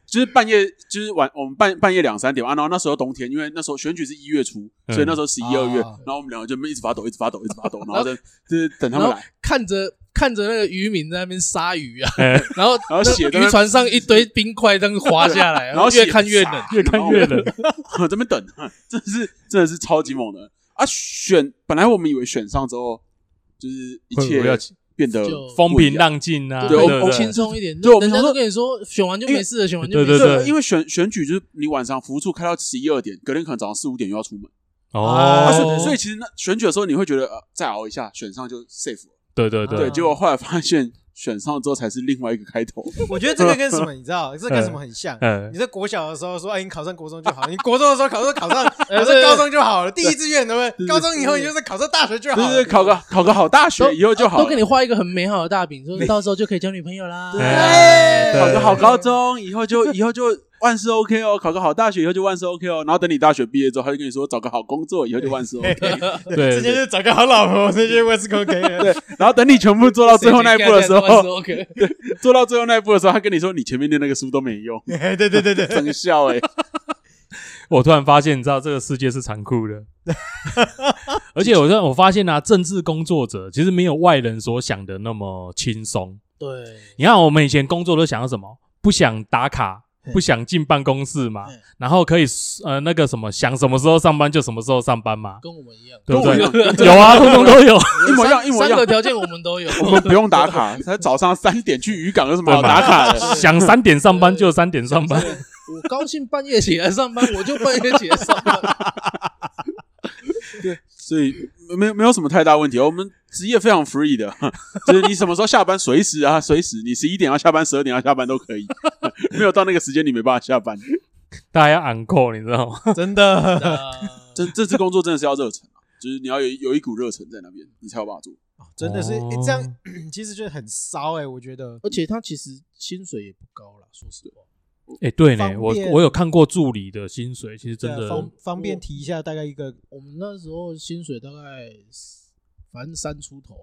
Speaker 4: 就是半夜，就是晚我们半半夜两三点啊，然后那时候冬天，因为那时候选举是一月初，
Speaker 2: 嗯
Speaker 4: 所以那时候十一二月，
Speaker 3: 啊
Speaker 4: 然后我们两个就一直发抖，一直发抖，一直发
Speaker 3: <laughs>
Speaker 4: 抖，然后在就是等他们
Speaker 3: 然
Speaker 4: 来
Speaker 3: 后。看着看着那个渔民在那边杀鱼啊，
Speaker 2: 哎
Speaker 3: <laughs> 然后
Speaker 4: 然后
Speaker 3: 那
Speaker 4: 血在那
Speaker 3: 渔船上一堆冰块这样滑下来，
Speaker 4: 然后
Speaker 3: 越
Speaker 4: 血
Speaker 3: 看越冷
Speaker 4: 傻。
Speaker 2: 越看越冷。
Speaker 4: <laughs> 我这边等， <laughs> 真的是真的是超级猛的啊！选本来我们以为选上之后，就是一切
Speaker 2: 会会要
Speaker 4: 变得
Speaker 3: 就
Speaker 2: 风
Speaker 4: 不一
Speaker 2: 平
Speaker 4: 样，
Speaker 2: 浪静啊，
Speaker 4: 对
Speaker 2: 对
Speaker 4: 我
Speaker 2: 不
Speaker 4: 我
Speaker 3: 轻
Speaker 2: 对？
Speaker 3: 松一点。
Speaker 4: 对我
Speaker 3: 人
Speaker 4: 们
Speaker 3: 家
Speaker 4: 想
Speaker 3: 都
Speaker 4: 说
Speaker 3: 跟你说选完就没事了，选完就
Speaker 2: 对
Speaker 3: 没
Speaker 2: 对
Speaker 3: 事了。
Speaker 2: 对
Speaker 4: 因为选选举就是你晚上服务处开到十一二点，隔天可能早上四五点又要出门，
Speaker 2: 哦
Speaker 4: 啊，所
Speaker 3: 哦
Speaker 4: 以所以其实那选举的时候你会觉得呃再熬一下，选上就 safe 了。
Speaker 2: 对对对
Speaker 4: 对，
Speaker 1: 啊
Speaker 4: 结果后来发现选上之后才是另外一个开头， <laughs>
Speaker 1: 我觉得这个跟什么你知道，这跟什么很像。
Speaker 2: 嗯
Speaker 1: 你，在国小的时候说，哎，你考上国中就
Speaker 4: <laughs>
Speaker 1: 好；你国中的时候考上考上
Speaker 4: 呃
Speaker 1: 考上高中就好了，第一志愿对不对？高中以后你就是考上大学就好
Speaker 4: 就
Speaker 1: 了
Speaker 4: 是。考个考个好大
Speaker 3: 都
Speaker 4: 学以后就好
Speaker 3: 都
Speaker 4: 了
Speaker 3: 给。你画一个很美好的大饼，说到时候就可以交女朋友啦。
Speaker 1: 对
Speaker 2: 哎
Speaker 4: 考个
Speaker 2: 对
Speaker 4: 好高中，以后就以后就万事 OK 哦；考个好大学，以后就万事 OK 哦。然后等你大学毕业之后，他就跟你说找个好工作，以后就万事 OK。
Speaker 1: 直接
Speaker 2: 对对
Speaker 1: 就找个好老婆，这些我是 OK
Speaker 4: <laughs>
Speaker 1: 的。
Speaker 4: 然后等你全部做到最后那一步
Speaker 3: <laughs>
Speaker 4: 的时候，
Speaker 3: ，OK，
Speaker 4: 做到最后那一步的时候，他跟你说你前面念那个书都没用，
Speaker 1: 对对对对对，
Speaker 4: 真笑哎、
Speaker 2: 我突然发现，你知道这个世界是残酷的。 <laughs> 而且我突然我发现啊，政治工作者其实没有外人所想的那么轻松。
Speaker 3: 对，
Speaker 2: 你看我们以前工作都想要什么？不想打卡
Speaker 1: 嗯，
Speaker 2: 不想进办公室嘛
Speaker 1: 嗯，
Speaker 2: 然后可以呃那个什么，想什么时候上班就什么时候上班嘛，
Speaker 3: 跟我们一样，
Speaker 2: 对不
Speaker 4: 跟我一
Speaker 2: 对？ <laughs> 有啊，通通都有。
Speaker 4: 一模一样，一模一
Speaker 3: 三
Speaker 4: 样
Speaker 3: 个。条件我们都有。
Speaker 4: 我们不用打卡，他早上三点去渔港有什么好打卡的？
Speaker 2: 想三点上班就三点上
Speaker 3: <laughs>
Speaker 2: 班，
Speaker 3: 我高兴半夜起来上班，我就半夜起来上班。 <laughs>
Speaker 4: 所以没有没有什么太大问题。我们职业非常 free 的，就是你什么时候下班随时啊，随时你十一点要下班，十二点要下班都可以， <laughs> 没有到那个时间你没办法下班。
Speaker 2: 大家要 uncle，你知道吗？
Speaker 1: 真的。
Speaker 3: 啊
Speaker 4: 这这次工作真的是要热忱啊，就是你要有有一股热忱在那边，你才有办法做。
Speaker 1: 真的是、
Speaker 2: 哦
Speaker 1: 诶这 <clears throat> 样，其实就很骚哎、我觉得。
Speaker 3: 而且他其实薪水也不高啦，说实话。
Speaker 2: 哎、对呢
Speaker 1: 方，
Speaker 2: 我
Speaker 1: 便
Speaker 2: 我有看过助理的薪水，其实真
Speaker 1: 对
Speaker 2: 的
Speaker 1: 啊方方便提一下，大概一个
Speaker 3: 我们那时候薪水大概反正三出头，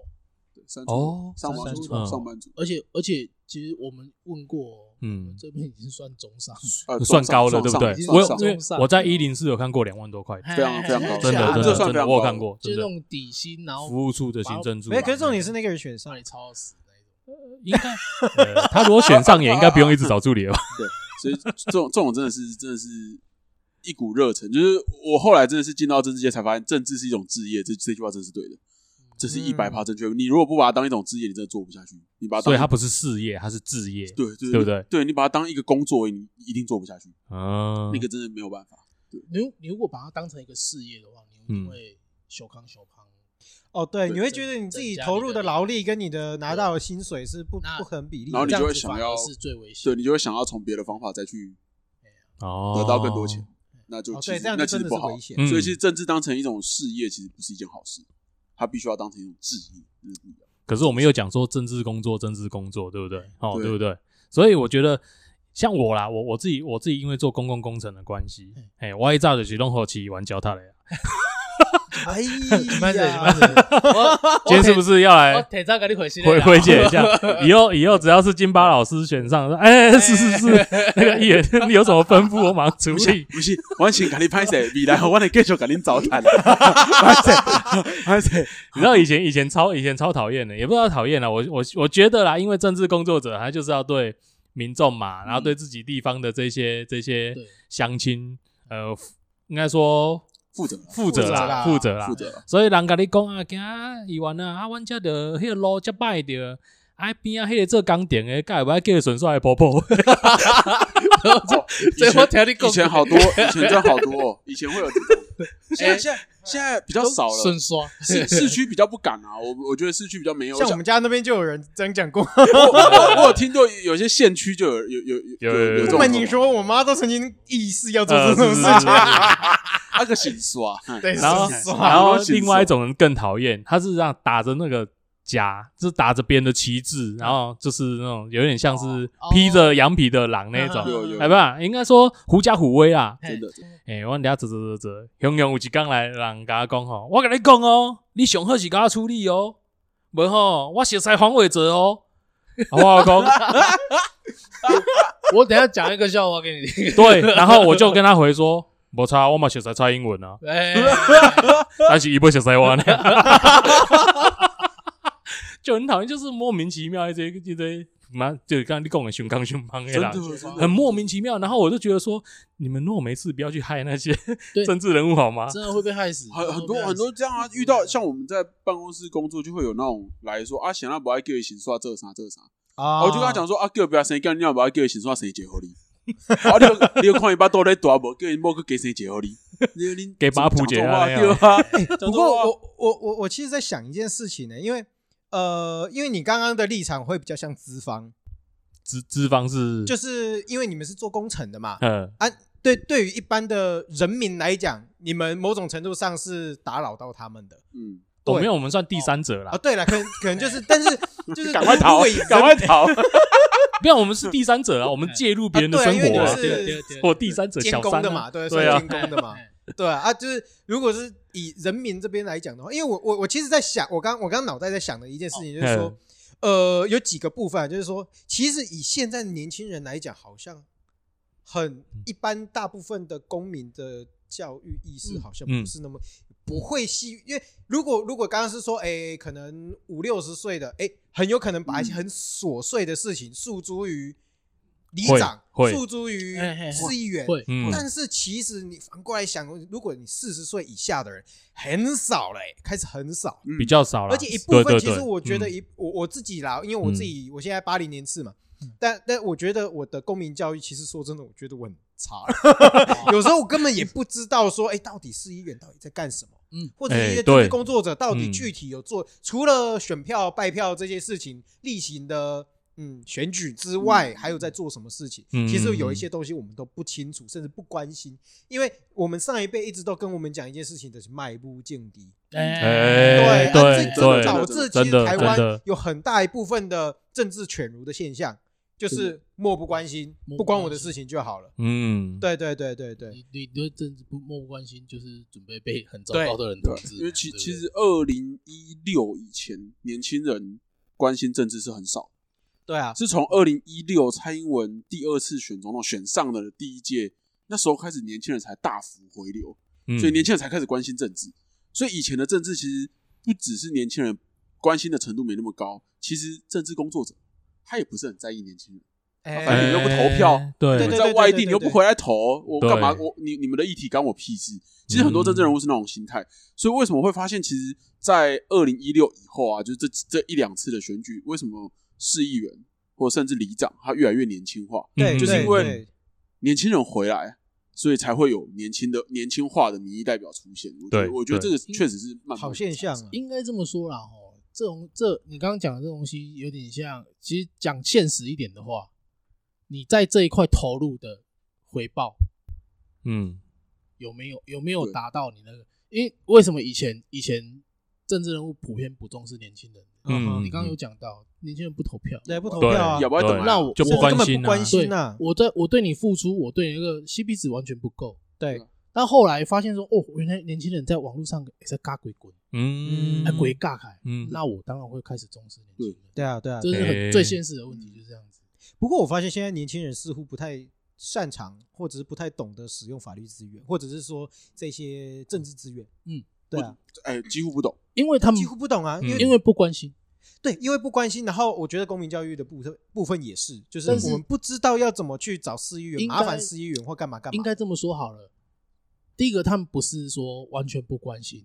Speaker 4: 三
Speaker 2: 哦
Speaker 4: 上班
Speaker 1: 三
Speaker 4: 族
Speaker 2: 嗯
Speaker 4: 上班族，
Speaker 3: 而且而且其实我们问过，
Speaker 2: 嗯
Speaker 3: 这边已经算中上，
Speaker 4: 呃，
Speaker 2: 算高了，对
Speaker 4: 上
Speaker 2: 不
Speaker 4: 上
Speaker 2: 对
Speaker 4: 上？
Speaker 2: 我有
Speaker 4: 上
Speaker 2: 因为
Speaker 3: 上
Speaker 2: 我在一零四有看过两万多块的，
Speaker 4: 非常非常高
Speaker 3: 哎
Speaker 2: 真
Speaker 4: 啊
Speaker 2: 的真
Speaker 4: 这
Speaker 2: 的
Speaker 4: 算
Speaker 2: 真
Speaker 4: 非
Speaker 2: 的，
Speaker 4: 常
Speaker 2: 我有
Speaker 4: 高
Speaker 2: 看过，
Speaker 3: 就
Speaker 2: 真
Speaker 3: 是
Speaker 2: 的
Speaker 3: 那种底薪，然后
Speaker 2: 服务处的行政助
Speaker 1: 没
Speaker 2: 理
Speaker 1: 有，可是重点是那个人选上
Speaker 3: 让，你超死那种。
Speaker 2: 应该，呃他如果选上也应该不用一直找助理了吧？
Speaker 4: 所以这种这种真的是真的是一股热忱，就是我后来真的是进到政治界才发现，政治是一种职业，这这句话真是对的，这是一百趴正确。你如果不把它当一种职业，你真的做不下去。你 <laughs> 把它当
Speaker 2: 所以他不是事业，他是置业，
Speaker 4: 对对
Speaker 2: 对不
Speaker 4: 对
Speaker 2: 对？
Speaker 4: 对你把它当一个工作，你一定做不下去，
Speaker 2: 嗯
Speaker 4: 那个真的没有办法。
Speaker 3: 你如你如果把它当成一个事业的话，你一定
Speaker 2: 嗯
Speaker 3: 会小康小康。
Speaker 1: 哦，对，
Speaker 4: 对
Speaker 1: 你会觉得你自己投入的劳力跟你的拿到的薪水是不
Speaker 3: 那
Speaker 1: 不成比例
Speaker 4: 然
Speaker 1: 的
Speaker 4: 后你。
Speaker 3: 这
Speaker 4: 就
Speaker 3: 样
Speaker 4: 会
Speaker 3: 子
Speaker 4: 想
Speaker 3: 反而
Speaker 4: 要
Speaker 3: 是最危险
Speaker 4: 对
Speaker 3: 的。
Speaker 4: 你就会想要从别的方法再去
Speaker 2: 哦，
Speaker 4: 得到更多钱，那就
Speaker 1: 哦，
Speaker 4: 其
Speaker 1: 对，
Speaker 4: 实
Speaker 1: 这样就
Speaker 4: 那其
Speaker 1: 真
Speaker 4: 实
Speaker 1: 的
Speaker 4: 不
Speaker 1: 是
Speaker 4: 好
Speaker 1: 危。险。
Speaker 2: 嗯
Speaker 4: 所以其实政治当成一种事业，其实不是一件好事，它必须要当成一种职业，嗯真的不一样。
Speaker 2: 可是我们又讲说政治工作，政治工作，对不对？哦，
Speaker 4: 对
Speaker 2: 对不对？所以我觉得像我啦，我我自己我自己因为做公共工程的关系，
Speaker 1: 嗯
Speaker 2: 哎，我一早就启动后期玩脚踏了呀。啊
Speaker 1: 哎呀，
Speaker 3: 你慢点，你慢点。我
Speaker 4: <laughs>
Speaker 2: 今天是不是要
Speaker 3: 我
Speaker 2: 来
Speaker 3: 腿上给你
Speaker 2: <laughs>
Speaker 3: 回信
Speaker 2: 回回
Speaker 3: <laughs>
Speaker 2: 解一下？以后以后只要是金巴老师选上，说哎，是是是，那个议员你有什么吩咐，我马上出去。
Speaker 4: 不是，我先甲你拍摄，未来我来继续甲恁糟蹋。拍摄，拍摄，
Speaker 2: <laughs> 你知道以前以前超以前超讨厌的，也不知道讨厌了。我我我觉得啦，因为政治工作者他就是要对民众嘛，然后对自己地方的这些这些
Speaker 3: 对
Speaker 2: 乡亲，呃，应该说
Speaker 4: 负责，
Speaker 2: 负责啦，负
Speaker 1: 负
Speaker 2: 责啦
Speaker 4: 负。责。
Speaker 2: 所以人甲你讲啊，今伊完啊，啊，阮遮着迄个路遮歹着，啊边啊迄个做工程的，敢会要叫顺续来婆 <laughs> 婆？
Speaker 3: 这
Speaker 4: 以
Speaker 3: 我
Speaker 4: 前
Speaker 3: 听你讲过
Speaker 4: 以前好多，以前真的好多哦，以前会有这种，现在现在现在比较少了
Speaker 3: 顺。
Speaker 4: <laughs>
Speaker 3: 刷，
Speaker 4: 市市区比较不敢啊，我我觉得市区比较没有。
Speaker 1: 像我
Speaker 4: 像
Speaker 1: 们家那边就有人这样讲过。
Speaker 4: 我我我有听到有些县区就有有有
Speaker 2: 有有
Speaker 4: 有
Speaker 2: 有
Speaker 4: 这
Speaker 1: 不
Speaker 4: 种
Speaker 1: 瞒你说，我妈都曾经意识要做
Speaker 2: 呃
Speaker 1: 这种事
Speaker 2: 是是
Speaker 1: <laughs>
Speaker 2: 是
Speaker 1: 情。
Speaker 4: 啊个形 <laughs> 刷，
Speaker 1: 对，
Speaker 2: 然后
Speaker 1: 是
Speaker 2: <laughs>
Speaker 4: 爽
Speaker 2: 然后
Speaker 4: 是爽
Speaker 2: 另外一种人更讨厌，他是让打着那个甲，就是打着别人的旗帜，然后就是那种有点像是
Speaker 3: 哦
Speaker 2: 披着羊皮的狼那
Speaker 3: 嗯
Speaker 2: 种，
Speaker 4: 有有
Speaker 2: 来吧，应该说狐假虎威啦。
Speaker 3: <laughs> 嘿
Speaker 4: 真的
Speaker 2: 诶、我等下走走走走，熊熊有一工来人甲我讲吼，我甲你讲哦，你上好是甲我处理哦，无吼我熟悉黄伟哲 <laughs> 哦。啊我讲
Speaker 3: 我等一下讲一个笑话给你听。 <laughs>
Speaker 2: 对，然后我就跟他回说，无差，我嘛熟悉蔡英文啊， <laughs>
Speaker 3: 哎，
Speaker 1: <laughs>
Speaker 2: 但是伊不熟悉我呢，啊就很讨厌，就是莫名其妙一堆一堆，妈，就是刚刚你讲的熊刚熊帮的
Speaker 4: 真的
Speaker 2: 啦，
Speaker 4: 真的
Speaker 2: 很莫名其妙。然后我就觉得说，你们若没事，不要去害那些
Speaker 1: <laughs>
Speaker 3: 对
Speaker 2: 政治人物好吗？
Speaker 3: 真的会被害死，
Speaker 4: 很很
Speaker 3: 真
Speaker 4: 多
Speaker 3: 的会被害死
Speaker 4: 很多这样啊，遇到像我们在办公室工作，就会有那种来说啊，显然不爱叫伊行刷这个啥这个啥，
Speaker 1: 啊
Speaker 4: 啊我就跟他讲说啊，叫不要生干，你要不要叫伊行刷生结合你。啊，你有你有看伊巴肚咧大无，叫伊某去给生结合你。你你
Speaker 2: 给巴普姐啊
Speaker 4: 讲这种话 <laughs> 对啊。
Speaker 1: 不过我我我我其实在想一件事情呢，因为呃，因为你刚刚的立场会比较像资方，
Speaker 2: 脂脂肪是
Speaker 1: 就是因为你们是做工程的嘛，
Speaker 2: 嗯
Speaker 1: 啊，对，对于一般的人民来讲，你们某种程度上是打扰到他们的
Speaker 4: 嗯，
Speaker 2: 我
Speaker 1: 对
Speaker 2: 没有，我们算第三者啦
Speaker 1: 啊。，对了，可能可能就是，但是就是
Speaker 4: <laughs> 赶快逃
Speaker 1: 如果以人，
Speaker 4: 赶快逃。
Speaker 2: 不要，我们是第
Speaker 1: <laughs>
Speaker 2: 三者啊，我们介入别人的
Speaker 1: 啊对啊
Speaker 2: 生
Speaker 1: 因为
Speaker 2: 活
Speaker 1: 你
Speaker 2: 啊
Speaker 1: 们，是
Speaker 2: <laughs> 我第三者
Speaker 1: 监
Speaker 2: 小
Speaker 1: 工
Speaker 2: 三
Speaker 1: 的
Speaker 2: 啊
Speaker 1: 嘛，对，
Speaker 2: 对
Speaker 1: 算
Speaker 2: 啊
Speaker 1: 监，工的
Speaker 3: 哎
Speaker 1: 嘛， <laughs> 对啊，啊就是如果是以人民这边来讲的话，因为我我我其实在想，我刚我刚脑袋在想的一件事情就是说，
Speaker 2: 哦
Speaker 1: 呃，有几个部分啊，就是说，其实以现在的年轻人来讲，好像很
Speaker 2: 嗯
Speaker 1: 一般，大部分的公民的教育意识好像
Speaker 2: 嗯
Speaker 1: 不是那么、不会吸，因为如果如果刚刚是说，哎，可能五六十岁的，哎，很有可能把一些很琐碎的事情诉诸于里
Speaker 2: 会
Speaker 1: 长，
Speaker 2: 会
Speaker 1: 诉诸于
Speaker 3: 哎哎
Speaker 1: 市议员，
Speaker 3: 会
Speaker 2: 嗯，
Speaker 1: 但是其实你反过来想，如果你四十岁以下的人很少嘞、开始很少，
Speaker 4: 嗯
Speaker 2: 比较少了，
Speaker 1: 而且一部
Speaker 2: 对
Speaker 1: 分
Speaker 2: 对
Speaker 1: 其实
Speaker 2: 对
Speaker 1: 我觉得
Speaker 2: 嗯
Speaker 1: 一我我自己啦，因为我自己我现在八零年次嘛，但但我觉得我的公民教育其实说真的，我觉得我很
Speaker 2: <laughs>
Speaker 1: 差，有时候我根本也不知道说，哎，到底市议员到底在干什么。
Speaker 3: 嗯，
Speaker 1: 或者是一些
Speaker 2: 哎
Speaker 1: 政治
Speaker 2: 对
Speaker 1: 工作者到底
Speaker 2: 嗯
Speaker 1: 具体有做，除了选票、拜票这些事情例行的嗯选举之外，还有在做什么事情？
Speaker 2: 嗯
Speaker 1: 其实有一些东西我们都不清楚，甚至不关心，因为我们上一辈一直都跟我们讲一件事情，就是迈步见敌。
Speaker 2: 哎
Speaker 1: 对，
Speaker 2: 对
Speaker 3: 哎
Speaker 1: 啊这这
Speaker 2: 对
Speaker 1: 导致其
Speaker 2: 真
Speaker 1: 实
Speaker 2: 的
Speaker 1: 台
Speaker 2: 真
Speaker 1: 湾
Speaker 2: 的
Speaker 1: 有很大一部分的政治犬儒的现象，就是漠不关心，不
Speaker 3: 漠不
Speaker 1: 关我
Speaker 3: 关
Speaker 1: 的
Speaker 3: 心
Speaker 1: 事情就好了。
Speaker 2: 嗯，
Speaker 1: 对对对对对，
Speaker 3: 你你对政治不漠不关心，就是准备被很糟
Speaker 1: 对
Speaker 3: 糕的人
Speaker 4: 对
Speaker 3: 统
Speaker 2: 啊
Speaker 4: 吧
Speaker 3: 治。
Speaker 4: 因为其
Speaker 3: 对不对
Speaker 4: 其实二零一六以前，年轻人关心政治是很少，
Speaker 1: 对啊，
Speaker 4: 是从二零一六蔡英文第二次选总统选上的第一届，那时候开始年轻人才大幅回流，
Speaker 2: 嗯
Speaker 4: 所以年轻人才开始关心政治。所以以前的政治其实不只是年轻人关心的程度没那么高，其实政治工作者他也不是很在意年轻人。
Speaker 1: 哎
Speaker 4: 反正你又不投票
Speaker 2: 哎对
Speaker 1: 对
Speaker 4: 你
Speaker 1: 对
Speaker 4: 在外地
Speaker 1: 对
Speaker 4: 你又不回来投，我干嘛？
Speaker 2: 对
Speaker 4: 我你你们的议题干我屁事？其实很多
Speaker 1: 嗯
Speaker 4: 政治人物是那种心态，所以为什么会发现，其实，在二零一六以后啊，就这这一两次的选举，为什么市议员或甚至里长他越来越年轻化？
Speaker 2: 嗯
Speaker 1: 对，
Speaker 4: 就是
Speaker 1: 对
Speaker 4: 因为
Speaker 1: 对
Speaker 4: 年轻人回来，所以才会有年轻的年轻化的民意代表出现。我觉得
Speaker 2: 对
Speaker 4: 我觉得这
Speaker 2: 对
Speaker 4: 个确实是慢慢
Speaker 1: 好现象啊，
Speaker 3: 应该这么说啦，哦，这种这你刚刚讲的这东西有点像，其实讲现实一点的话，你在这一块投入的回报
Speaker 2: 嗯
Speaker 3: 有没有有没有
Speaker 4: 对
Speaker 3: 达到你那个？因为为什么以前以前政治人物普遍不重视年轻人？
Speaker 2: 嗯
Speaker 3: 你刚刚有讲到年轻人不投票，
Speaker 1: 对不投
Speaker 2: 对
Speaker 1: 票啊，
Speaker 4: 要不然
Speaker 2: 对
Speaker 4: 等
Speaker 3: 那我
Speaker 2: 就
Speaker 3: 我
Speaker 2: 不关
Speaker 1: 根本
Speaker 2: 心
Speaker 1: 不
Speaker 2: 啊
Speaker 1: 关心
Speaker 3: 对
Speaker 1: 呐
Speaker 3: 我对我对你付出，我对你那个 CP 值完全不够。
Speaker 1: 对
Speaker 2: 嗯
Speaker 3: 但后来发现说，哦，原来年轻人在网络上也在嘎鬼滚，
Speaker 2: 嗯
Speaker 3: 哎，鬼尬开，
Speaker 2: 嗯
Speaker 3: 那我当然会开始重视年轻人。
Speaker 1: 对啊对啊。
Speaker 3: 这是
Speaker 2: 哎
Speaker 3: 很最现实的问题，就是这样子。
Speaker 1: 不过我发现现在年轻人似乎不太擅长，或者是不太懂得使用法律资源，或者是说这些政治资源。
Speaker 3: 嗯，
Speaker 1: 对啊，
Speaker 4: 哎，几乎不懂。
Speaker 3: 因为他们
Speaker 1: 几乎不懂啊，
Speaker 2: 嗯
Speaker 1: 因为
Speaker 3: 因为不关心，
Speaker 1: 对，因为不关心。然后我觉得公民教育的部分部分也是，就是
Speaker 3: 但是
Speaker 1: 我们不知道要怎么去找市议员，
Speaker 3: 应该
Speaker 1: 麻烦市议员或干嘛干嘛。
Speaker 3: 应该这么说好了。第一个，他们不是说完全不关心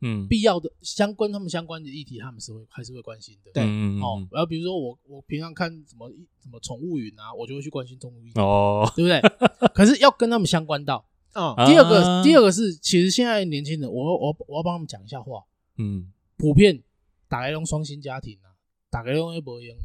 Speaker 2: 嗯
Speaker 3: 必要的相关他们相关的议题，他们是会还是会关心的。
Speaker 1: 对
Speaker 2: 嗯嗯嗯
Speaker 3: 哦，然后比如说我我平常看什么什么宠物云啊，我就会去关心动物议题，
Speaker 2: 哦，
Speaker 3: 对不
Speaker 2: <laughs>
Speaker 3: 对？可是要跟他们相关到。
Speaker 1: 嗯
Speaker 2: 啊
Speaker 3: 第二个，第二个是，其实现在年轻人，我要我要我要帮他们讲一下话，
Speaker 2: 嗯
Speaker 3: 普遍打开用双薪家庭啊，打开用无用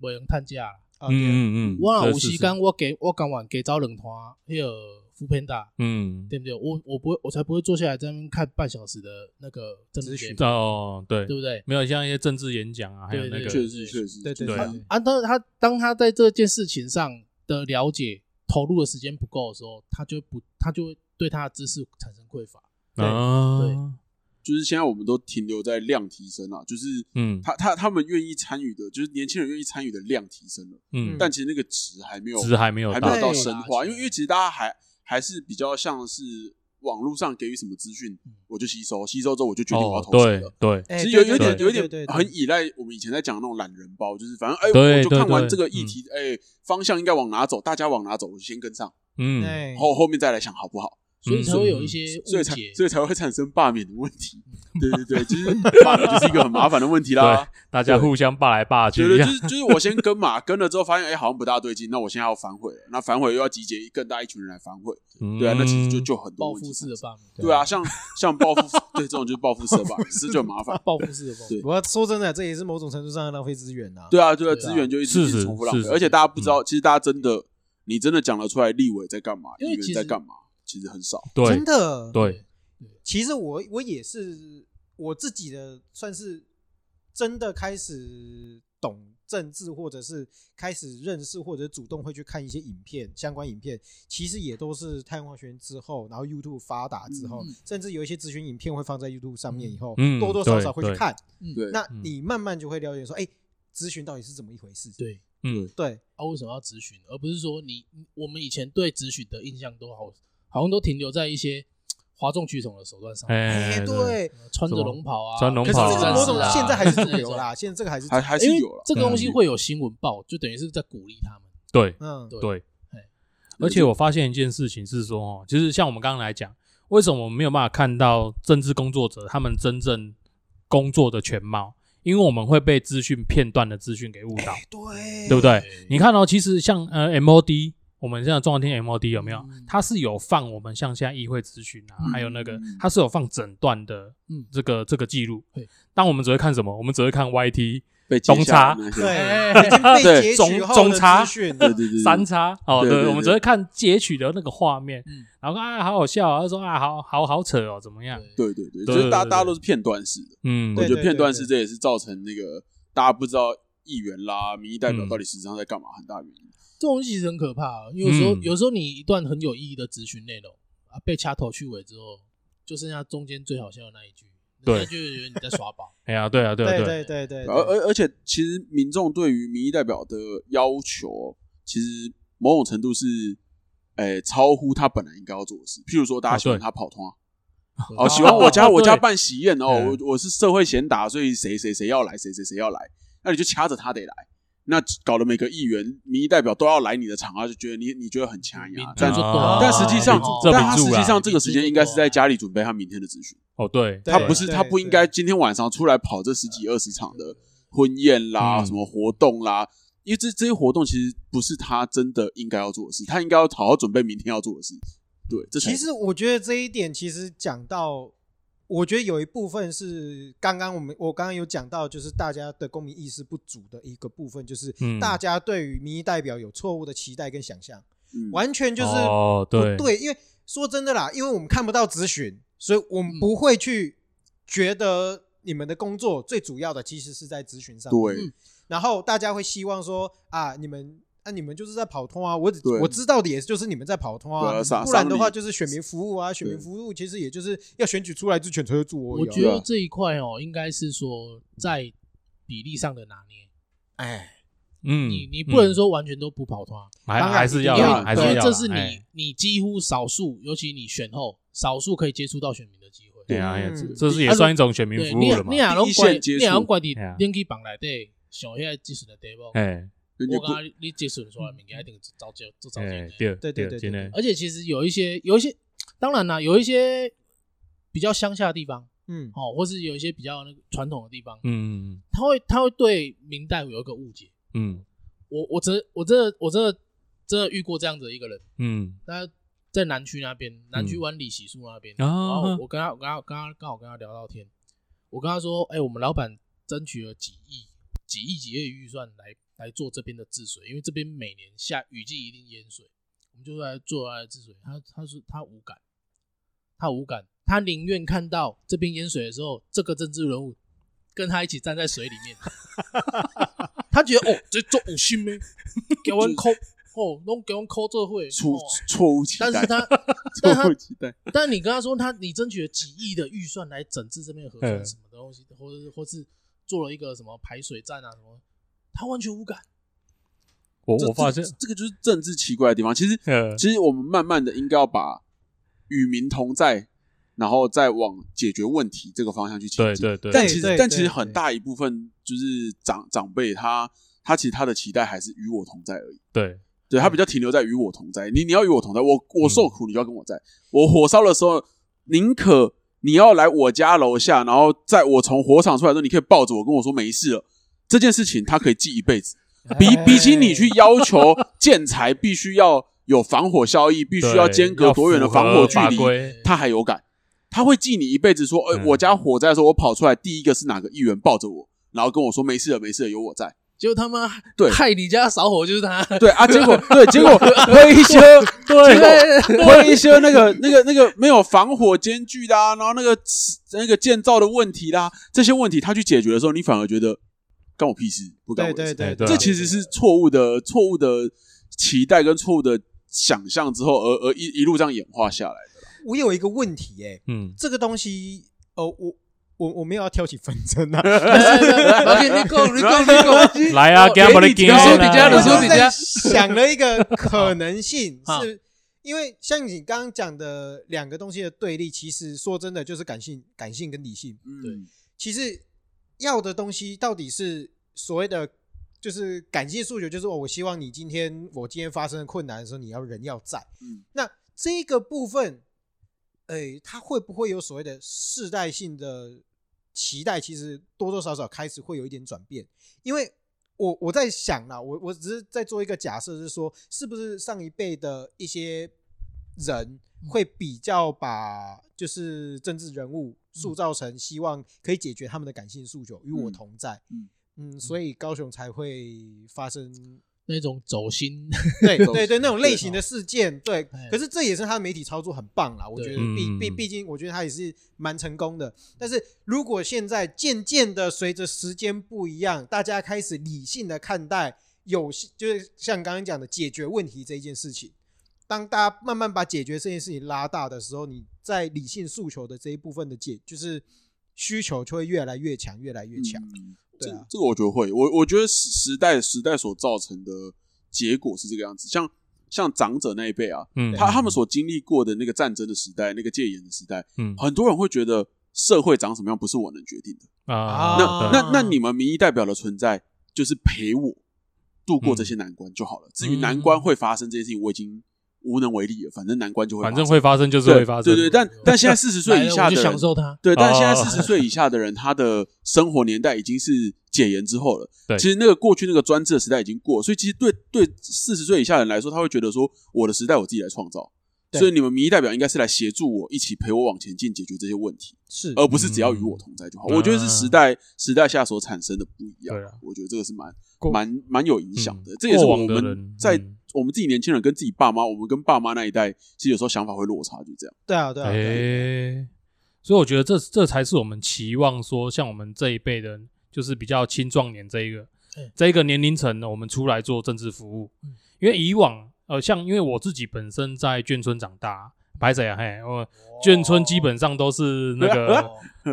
Speaker 3: 无用探价、啊。
Speaker 1: 啊，对
Speaker 2: 嗯嗯嗯，
Speaker 3: 我若
Speaker 2: 这
Speaker 3: 有
Speaker 2: 是
Speaker 3: 时间，我给我敢晚给招两团迄个扶贫打，
Speaker 2: 嗯，
Speaker 3: 对不对？我我不会，我才不会坐下来在那边看半小时的那个政治
Speaker 1: 咨询
Speaker 3: 节目，
Speaker 2: 哦对，
Speaker 3: 对不对？
Speaker 2: 没有像一些政治演讲啊，还有
Speaker 3: 对
Speaker 2: 那
Speaker 3: 对
Speaker 2: 个
Speaker 4: 确实，确实，
Speaker 1: 对对
Speaker 2: 对
Speaker 1: 对
Speaker 2: 啊
Speaker 1: 对
Speaker 3: 啊，当他当他在这件事情上的了解投入的时间不够的时候，他就不他就会对他的知识产生匮乏。
Speaker 2: 啊，
Speaker 4: 就是现在我们都停留在量提升啊，就是
Speaker 2: 嗯
Speaker 4: 他他他们愿意参与的，就是年轻人愿意参与的量提升了，
Speaker 2: 嗯，
Speaker 4: 但其实那个值还没有
Speaker 2: 值还没有
Speaker 4: 还没
Speaker 2: 到
Speaker 4: 有，到
Speaker 3: 对
Speaker 4: 深化，因为因为其实大家还还是比较像是网络上给予什么资讯，我就吸收，吸收之后我就决定我要
Speaker 2: 嗯哦
Speaker 4: 投谁啊
Speaker 2: 对
Speaker 4: 了。
Speaker 2: 对，
Speaker 1: 哎
Speaker 4: 其实有有
Speaker 1: 对
Speaker 4: 点
Speaker 1: 对
Speaker 4: 有
Speaker 1: 对对
Speaker 4: 点
Speaker 1: 对
Speaker 4: 很依赖我们以前在讲的那种懒人包，就是反正哎，
Speaker 2: 对
Speaker 4: 我就看
Speaker 2: 对
Speaker 4: 完
Speaker 2: 对嗯
Speaker 4: 这个议题，哎，方向应该往哪走，大家往哪走，我就先跟上，
Speaker 2: 嗯
Speaker 1: 哎
Speaker 4: 然后后面再来想好不好。
Speaker 3: 所以才会有一些
Speaker 4: 嗯所
Speaker 3: 误
Speaker 4: 以才
Speaker 3: 解，
Speaker 4: 所以才会产生罢免的问
Speaker 1: <laughs>
Speaker 4: 题。对对对，其实罢免就是一个很麻烦的问题啦
Speaker 2: 对。，大家互相霸来霸去
Speaker 4: 对
Speaker 2: 一
Speaker 4: 对，
Speaker 2: 样
Speaker 4: 就，是就是我先跟嘛， <laughs> 跟了之后发现哎、好像不大对劲，那我现在要反悔了，那反悔又要集结更大一群人来反悔，
Speaker 2: 嗯
Speaker 4: 对啊，那其实就就很多
Speaker 3: 报
Speaker 4: 问
Speaker 3: 复
Speaker 4: 题
Speaker 3: 式
Speaker 4: 产
Speaker 3: 的
Speaker 4: 生。
Speaker 3: 霸凌，
Speaker 4: 对啊，像像报复， <laughs> 对这种就是报复社吧，这就很麻烦。
Speaker 3: 报复式的报复
Speaker 4: 对。
Speaker 1: 我要说真的，这也是某种程度上的浪费资源啊。
Speaker 4: 对啊，对啊，
Speaker 3: 对啊
Speaker 4: 资源就一直
Speaker 2: 是
Speaker 4: 一直
Speaker 2: 是
Speaker 4: 重复浪费，
Speaker 2: 是是
Speaker 4: 而且大家不知道，其实大家真的，你真的讲得出来立委在干嘛，
Speaker 3: 因
Speaker 4: 议
Speaker 3: 为其实
Speaker 4: 员在干嘛，其实很少。
Speaker 2: 对
Speaker 1: 真的。
Speaker 2: 对，
Speaker 1: 其实我我也是我自己的，算是真的开始懂政治，或者是开始认识，或者主动会去看一些影片，相关影片，其实也都是太阳花学院之后，然后 YouTube 发达之后，
Speaker 3: 嗯
Speaker 1: 甚至有一些咨询影片会放在 YouTube 上面以后，
Speaker 2: 嗯
Speaker 1: 多多少少会去
Speaker 2: 对嗯
Speaker 1: 看。
Speaker 3: 嗯
Speaker 4: 对，
Speaker 1: 那你慢慢就会了解说，哎、咨询到底是怎么一回事？
Speaker 3: 对
Speaker 2: 嗯
Speaker 1: 对
Speaker 3: 啊，为什么要咨询，而不是说你我们以前对咨询的印象都好，好像都停留在一些哗众取宠的手段上面，
Speaker 2: 哎
Speaker 1: 哎、对。
Speaker 3: 呃穿着
Speaker 2: 什么
Speaker 3: 龙袍啊，
Speaker 2: 穿龙
Speaker 1: 可是
Speaker 2: 袍
Speaker 1: 这个某种
Speaker 2: 啊
Speaker 1: 现在还
Speaker 4: <laughs>
Speaker 1: 是
Speaker 3: <laughs>
Speaker 1: 主
Speaker 3: 这
Speaker 1: 流啦，现在这个还是主
Speaker 4: 还
Speaker 1: 流
Speaker 4: 还是
Speaker 3: 因为
Speaker 4: 有嗯了，
Speaker 3: 这个东西
Speaker 2: 嗯
Speaker 3: 会有新闻报，就等于是在鼓励他们。
Speaker 2: 对
Speaker 1: 嗯，
Speaker 3: 对
Speaker 2: 对
Speaker 3: 哎，
Speaker 2: 而且我发现一件事情是说，哦，其实像我们刚刚来讲，为什么我们没有办法看到政治工作者他们真正工作的全貌？因为我们会被资讯片段的资讯给误
Speaker 3: 哎
Speaker 2: 导。
Speaker 1: 对
Speaker 2: 对不对？你看哦，其实像呃 MOD，我们现在中华天 MOD 有没有？
Speaker 3: 嗯
Speaker 2: 它是有放我们像现在议会咨询啊，还有那个它是有放整段的，
Speaker 3: 嗯
Speaker 2: 这个这个记录
Speaker 3: 对。
Speaker 2: 但我们只会看什么？我们只会看 YT
Speaker 4: 被
Speaker 2: 东
Speaker 4: 截下来
Speaker 2: 差
Speaker 4: 那
Speaker 1: <laughs>
Speaker 4: 些
Speaker 1: 对，已经被截取后
Speaker 2: 中
Speaker 1: 的
Speaker 2: 中差
Speaker 1: 资讯
Speaker 4: 对
Speaker 1: 了
Speaker 4: <laughs> 对对对，
Speaker 2: 三叉哦，
Speaker 4: 对对
Speaker 2: 对，
Speaker 4: 对
Speaker 2: 我们只会看截取的那个画面
Speaker 3: 嗯，
Speaker 2: 然后啊好好笑啊，他说啊好好好扯哦，怎么样？
Speaker 3: 对，
Speaker 4: 对对对，
Speaker 2: 对
Speaker 4: 就是大
Speaker 2: 对对
Speaker 4: 大家都是片段式的。
Speaker 2: 嗯，
Speaker 4: 我
Speaker 1: 对
Speaker 4: 觉得片段式这也是造成那个大家不知道议员啦、民意代表到底实际上在干嘛，很大原因。
Speaker 3: 这种东西其实很可怕、啊，因为有时候、
Speaker 2: 嗯
Speaker 3: 有时候你一段很有意义的咨询内容啊，被掐头去尾之后，就剩下中间最好笑的那一句，
Speaker 2: 对
Speaker 3: 人家就会觉得你在耍
Speaker 2: <laughs>
Speaker 3: 宝。
Speaker 2: 哎呀，对啊，对啊，
Speaker 1: 对
Speaker 2: 对啊，
Speaker 1: 对对对，
Speaker 4: 而而而且，其实民众对于民意代表的要求，其实某种程度是，诶、超乎他本来应该要做的事。譬如说，大家喜欢他跑通啊，哦，喜欢我家、
Speaker 2: 哦
Speaker 4: 我家
Speaker 2: 对
Speaker 4: 办喜宴哦，
Speaker 2: 嗯
Speaker 4: 我我是社会贤达，所以谁谁谁要来，谁谁谁要来，那你就掐着他得来。那搞得每个议员、民意代表都要来你的场啊，就觉得你你觉得很强
Speaker 3: 民
Speaker 4: 呀。
Speaker 3: 主
Speaker 4: 但
Speaker 3: 就
Speaker 2: 啊
Speaker 3: 多了
Speaker 4: 但实际上
Speaker 3: 民主，
Speaker 2: 这
Speaker 4: 但
Speaker 2: 比
Speaker 4: 他
Speaker 2: 住啊
Speaker 4: 实
Speaker 3: 啊
Speaker 4: 际
Speaker 2: 啦
Speaker 4: 上这个时间应该是在
Speaker 3: 家。
Speaker 4: 家里准备他明天的咨询。
Speaker 2: 哦，对，
Speaker 1: 对
Speaker 4: 他不是
Speaker 1: 对
Speaker 4: 他不应该今天晚上出来跑这十几二十场的婚宴啦，
Speaker 2: 嗯
Speaker 4: 什么活动啦，因为这这些活动其实不是他真的应该要做的事，他应该要好好准备明天要做的事。对，这才
Speaker 1: 其实我觉得这一点其实讲到，我觉得有一部分是刚刚我们我刚刚有讲到，就是大家的公民意识不足的一个部分，就是
Speaker 2: 嗯
Speaker 1: 大家对于民意代表有错误的期待跟想象，
Speaker 4: 嗯
Speaker 1: 完全就是
Speaker 2: 哦，
Speaker 1: 不
Speaker 2: 对，
Speaker 1: 对，因为说真的啦，因为我们看不到咨询，所以我们不会去觉得你们的工作最主要的其实是在咨询上面。
Speaker 4: 对
Speaker 3: 嗯
Speaker 1: 然后大家会希望说啊，你们啊你们就是在跑通啊，我只
Speaker 4: 对
Speaker 1: 我知道的也就是你们在跑通
Speaker 4: 对
Speaker 1: 啊
Speaker 4: 啊傻，
Speaker 1: 不然的
Speaker 4: 傻
Speaker 1: 话
Speaker 4: 逼
Speaker 1: 就是选民服务啊，选民
Speaker 4: 对
Speaker 1: 服务其实也就是要选举出来之前才会做而已啊。
Speaker 3: 我觉
Speaker 4: 对
Speaker 3: 得
Speaker 4: 啊
Speaker 3: 这一块哦，应该是说在比例上的拿捏。哎，
Speaker 2: 嗯，
Speaker 3: 你你不能
Speaker 2: 嗯，
Speaker 3: 说完全都不跑团，
Speaker 2: 还
Speaker 1: 当然
Speaker 2: 还是要
Speaker 3: 因
Speaker 2: 啦，
Speaker 4: 要
Speaker 2: 还
Speaker 3: 为
Speaker 2: 是
Speaker 3: 因为
Speaker 2: 要啦，
Speaker 3: 这是
Speaker 2: 哎
Speaker 3: 你你几乎少数，尤其你选后少数可以接触到选民的机会。
Speaker 2: 对啊，哎呀
Speaker 1: 嗯
Speaker 2: 这这是也算一种选民
Speaker 3: 对，
Speaker 2: 服
Speaker 3: 你
Speaker 2: 务
Speaker 3: 也
Speaker 2: 了嘛
Speaker 3: 你，也拢
Speaker 4: 第一
Speaker 3: 管
Speaker 4: 线接
Speaker 3: 你
Speaker 4: 触
Speaker 3: 也拢管伫
Speaker 2: 哎呀
Speaker 3: 电器房内底上遐技术的地步，
Speaker 2: 哎
Speaker 4: 人家
Speaker 3: 我
Speaker 4: 不
Speaker 3: 感觉你接触出来的物件一定造就做造
Speaker 2: 哎
Speaker 3: 件。，
Speaker 2: 对
Speaker 1: 对对对
Speaker 2: 真
Speaker 1: 对
Speaker 2: 的，
Speaker 3: 而且其实有一些有一些，当然啦，有一些比较乡下的地方
Speaker 1: 嗯，
Speaker 3: 哦，或是有一些比较那个传统的地方，
Speaker 2: 嗯
Speaker 3: 他会他会对明代有一个误解。
Speaker 2: 嗯
Speaker 3: 我我真我真的我真的真的遇过这样子的一个人，
Speaker 2: 嗯
Speaker 3: 他在南区那边，南区湾里喜树那边，
Speaker 2: 啊
Speaker 3: 然后我跟他我跟他刚刚刚好跟他聊到天，我跟他说，哎、我们老板争取了几亿几亿几亿的预算来来做这边的治水，因为这边每年下雨季一定淹水，我们就来做来治水。他他说他无感，他无感，他宁愿看到这边淹水的时候，这个政治人物跟他一起站在水里面，他觉得哦，这做五星咩，给我们抠哦，拢给我们抠这会
Speaker 4: 出
Speaker 3: 哦
Speaker 4: 错误期待，
Speaker 3: 但是
Speaker 4: <laughs>
Speaker 3: 他，但
Speaker 4: 错误
Speaker 3: 他，
Speaker 4: 期待，
Speaker 3: 但你跟他说他，你争取了几亿的预算来整治这边的河川
Speaker 2: 嗯
Speaker 3: 什么的东西，或者是或是做了一个什么排水站啊什么，他完全无感。
Speaker 2: 我
Speaker 4: 这
Speaker 2: 我发现
Speaker 4: 这，这个就是政治奇怪的地
Speaker 2: <laughs>
Speaker 4: 方。其实
Speaker 2: 呃，
Speaker 4: 其实我们慢慢的应该要把与民同在，然后再往解决问题这个方向去前
Speaker 2: 对
Speaker 4: 进。
Speaker 2: 对对，
Speaker 4: 但其
Speaker 1: 对
Speaker 4: 实，但其
Speaker 1: 对
Speaker 4: 实很大一部分就是长长辈他他其实他的期待还是与我同在而已。
Speaker 2: 对
Speaker 4: 对他比较停留在与我同在，你你要与我同在，我
Speaker 2: 嗯
Speaker 4: 我受苦你就要跟我在，我火烧的时候，宁可你要来我家楼下，然后在我从火场出来的时候，你可以抱着我跟我说没事了，这件事情他可以记一辈
Speaker 2: <laughs>
Speaker 4: 子。比
Speaker 2: 哎
Speaker 4: 比起你去要求建材必须要有防火效益，必须
Speaker 2: 对
Speaker 4: 要间隔多远的
Speaker 2: 要符合
Speaker 4: 防火距
Speaker 2: 法
Speaker 4: 离，
Speaker 2: 规
Speaker 4: 他还有感，他会记你一辈子说，哎、
Speaker 2: 嗯
Speaker 4: 我家火灾的时候，我跑出来，第一个是哪个议员抱着我，然后跟我说没事了，没事了，有我在。
Speaker 3: 结果他妈
Speaker 4: 对
Speaker 3: 害你家着火就是他，
Speaker 4: <laughs> 对啊，结 <laughs> 果对，结果灰修，结果灰修那个那个那个没有防火间距的、啊，然后那个那个建造的问题啦、这些问题他去解决的时候，你反而觉得干我屁事，不干我
Speaker 1: 对
Speaker 4: 的事
Speaker 1: 对
Speaker 2: 哎
Speaker 1: 对，
Speaker 2: 对啊
Speaker 4: 这其实是错误的、错误的期待跟错误的想象之后，而而一一路这样演化下来的。
Speaker 1: 我有一个问题哎、
Speaker 2: 嗯，
Speaker 1: 这个东西呃，我我我没有要挑起纷争
Speaker 4: <laughs>
Speaker 1: 啊，
Speaker 3: 而且你够你够你够，
Speaker 2: 来啊，给他们的给
Speaker 3: 有时候你家
Speaker 1: 我
Speaker 3: 有时候
Speaker 1: 就
Speaker 3: 你
Speaker 1: 在
Speaker 3: 家
Speaker 1: 想了一个可能性
Speaker 4: <laughs>
Speaker 3: 啊，
Speaker 1: 是因为像你刚刚讲的两个东西的对立，其实说真的就是感性、感性跟理性。
Speaker 4: 嗯，
Speaker 1: 其实要的东西到底是所谓的就是感性诉求，就是哦我希望你今天我今天发生的困难的时候，你要人要在。
Speaker 4: 嗯
Speaker 1: 那这个部分，诶、它会不会有所谓的世代性的期待？其实多多少少开始会有一点转变，因为我我在想啦，我我只是在做一个假设，是说是不是上一辈的一些人
Speaker 4: 嗯
Speaker 1: 会比较把就是政治人
Speaker 4: 嗯
Speaker 1: 物塑造成希望可以解决他们的感性诉求，与我
Speaker 4: 嗯
Speaker 1: 同在。
Speaker 4: 嗯
Speaker 1: 嗯，所以高雄才会发生
Speaker 3: 那种走心，
Speaker 1: 对
Speaker 4: 走
Speaker 1: 对对，那种
Speaker 4: 对
Speaker 1: 类型的事件，对
Speaker 3: 哎。
Speaker 1: 可是这也是他的媒体操作很棒啦，我觉得
Speaker 2: 对
Speaker 1: 毕
Speaker 2: 嗯
Speaker 1: 毕毕竟，我觉得他也是蛮成功的。但是如果现在渐渐的随着时间不一样，大家开始理性的看待有就是像刚刚讲的解决问题这一件事情，当大家慢慢把解决这件事情拉大的时候，你在理性诉求的这一部分的解就是需求就会越来越强，越来越强。
Speaker 4: 嗯
Speaker 1: 对啊
Speaker 4: 这这个我觉得会，我我觉得时时代时代所造成的结果是这个样子，像像长者那一辈啊，
Speaker 2: 嗯，
Speaker 4: 他他们所经历过的那个战争的时代，那个戒严的时代，
Speaker 2: 嗯
Speaker 4: 很多人会觉得社会长什么样不是我能决定的。
Speaker 2: 啊，
Speaker 1: 啊
Speaker 2: 对
Speaker 4: 那那你们民意代表的存在，就是陪我度过
Speaker 2: 嗯
Speaker 4: 这些难关就好了。至于难关会发生这件事情，我已经无能为力了，反正难关就会发
Speaker 2: 反
Speaker 4: 生，
Speaker 2: 正会发生就是
Speaker 4: 对
Speaker 2: 会发生，啊
Speaker 4: 对对，但但现在四十岁以
Speaker 3: 来了
Speaker 4: 下
Speaker 3: 我就
Speaker 4: 的人
Speaker 3: 享。受它。
Speaker 4: 对，但现在
Speaker 2: 哦
Speaker 4: 四十岁以下的人，他的生活年代已经是解严之后了。
Speaker 2: 对
Speaker 4: 其实那个过去那个专制的时代已经过，所以其实对对四十岁以下的人来说，他会觉得说，我的时代我自己来创造，
Speaker 1: 对
Speaker 4: 所以你们民意代表应该是来协助我，一起陪我往前进，解决这些问题，
Speaker 1: 是，
Speaker 4: 而不是只要与我同在就好。
Speaker 2: 嗯
Speaker 4: 我觉得是时代时代下所产生的不一样
Speaker 2: 对啊，
Speaker 4: 我觉得这个是蛮
Speaker 2: 过
Speaker 4: 蛮蛮有影响的
Speaker 2: 嗯。
Speaker 4: 这也是
Speaker 2: 过
Speaker 4: 我
Speaker 2: 往的人
Speaker 4: 们在
Speaker 2: 嗯
Speaker 4: 我们自己年轻人跟自己爸妈，我们跟爸妈那一代，其实有时候想法会落差，就这样。
Speaker 1: 对啊，对啊，对啊
Speaker 2: 诶、所以我觉得这这才是我们期望说，像我们这一辈的，就是比较青壮年这一个、
Speaker 3: 嗯
Speaker 2: 这一个年龄层呢，我们出来做政治服务，
Speaker 3: 嗯
Speaker 2: 因为以往呃，像因为我自己本身在眷村长大，白谁啊嘿，我眷村基本上都是那个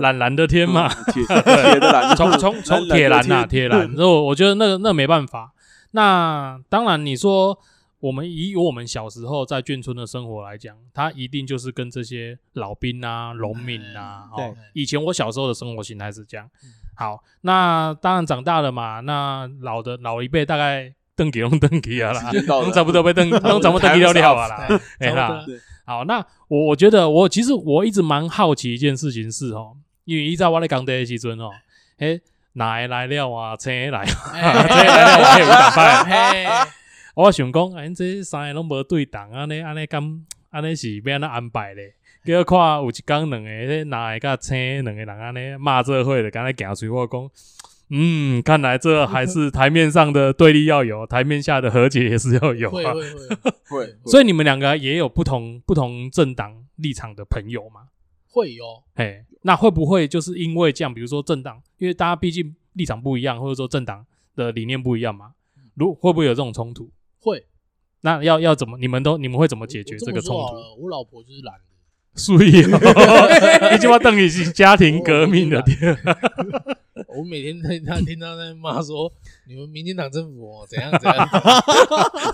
Speaker 2: 懒蓝的天 <laughs> 嘛，
Speaker 4: <laughs> 铁铁的
Speaker 3: <laughs>
Speaker 4: 啦，
Speaker 2: 从从从铁栏啊呐、铁
Speaker 3: 嗯
Speaker 2: 栏，然后我觉得那个那没办法。那当然，你说我们以我们小时候在眷村的生活来讲，它一定就是跟这些老兵啊、农民啊，
Speaker 3: 嗯
Speaker 1: 对
Speaker 2: 哦，以前我小时候的生活形态是这样。好，那当然长大了嘛，那老的老一辈大概邓给用邓给啊
Speaker 3: <laughs>
Speaker 2: 啦
Speaker 4: 时间到，了
Speaker 2: 都差不多被邓，都差不多邓给了了啊啦。哎
Speaker 3: 差不多
Speaker 2: 啦
Speaker 3: 啦，
Speaker 2: 好，那我我觉得我其实我一直蛮好奇一件事情是哦，因为一在我咧讲的时阵哦，诶，哪会来了啊？ <laughs> 车来，车来了，我也有打败。
Speaker 3: 哎，
Speaker 2: 我想讲，哎，这三个拢无对档，安尼安尼咁，安尼是要安怎安排咧？结果看有一工两个，迄哪会甲车两个人安尼骂这会的，刚才行出我讲。嗯，看来这还是台面上的对立要有，台面下的和解也是要有、啊。
Speaker 3: 会会会
Speaker 4: 会，会
Speaker 2: 所以你们两个也有不同不同政党立场的朋友嘛？
Speaker 3: 会有，
Speaker 2: 哎，那会不会就是因为这样，比如说政党，因为大家毕竟立场不一样，或者说政党的理念不一样嘛，如会不会有这种冲突？
Speaker 3: 会
Speaker 2: 那要要怎么？你们都你们会怎么解决
Speaker 3: 我
Speaker 2: 这个冲
Speaker 3: 我这么说好
Speaker 2: 突？
Speaker 3: 了我老婆就是懒的，
Speaker 2: 所以， <laughs> 一句话等于是家庭革命的
Speaker 3: <laughs> 我每天在他听到在骂说你们民进党政府哦怎样
Speaker 2: <laughs>
Speaker 3: 怎样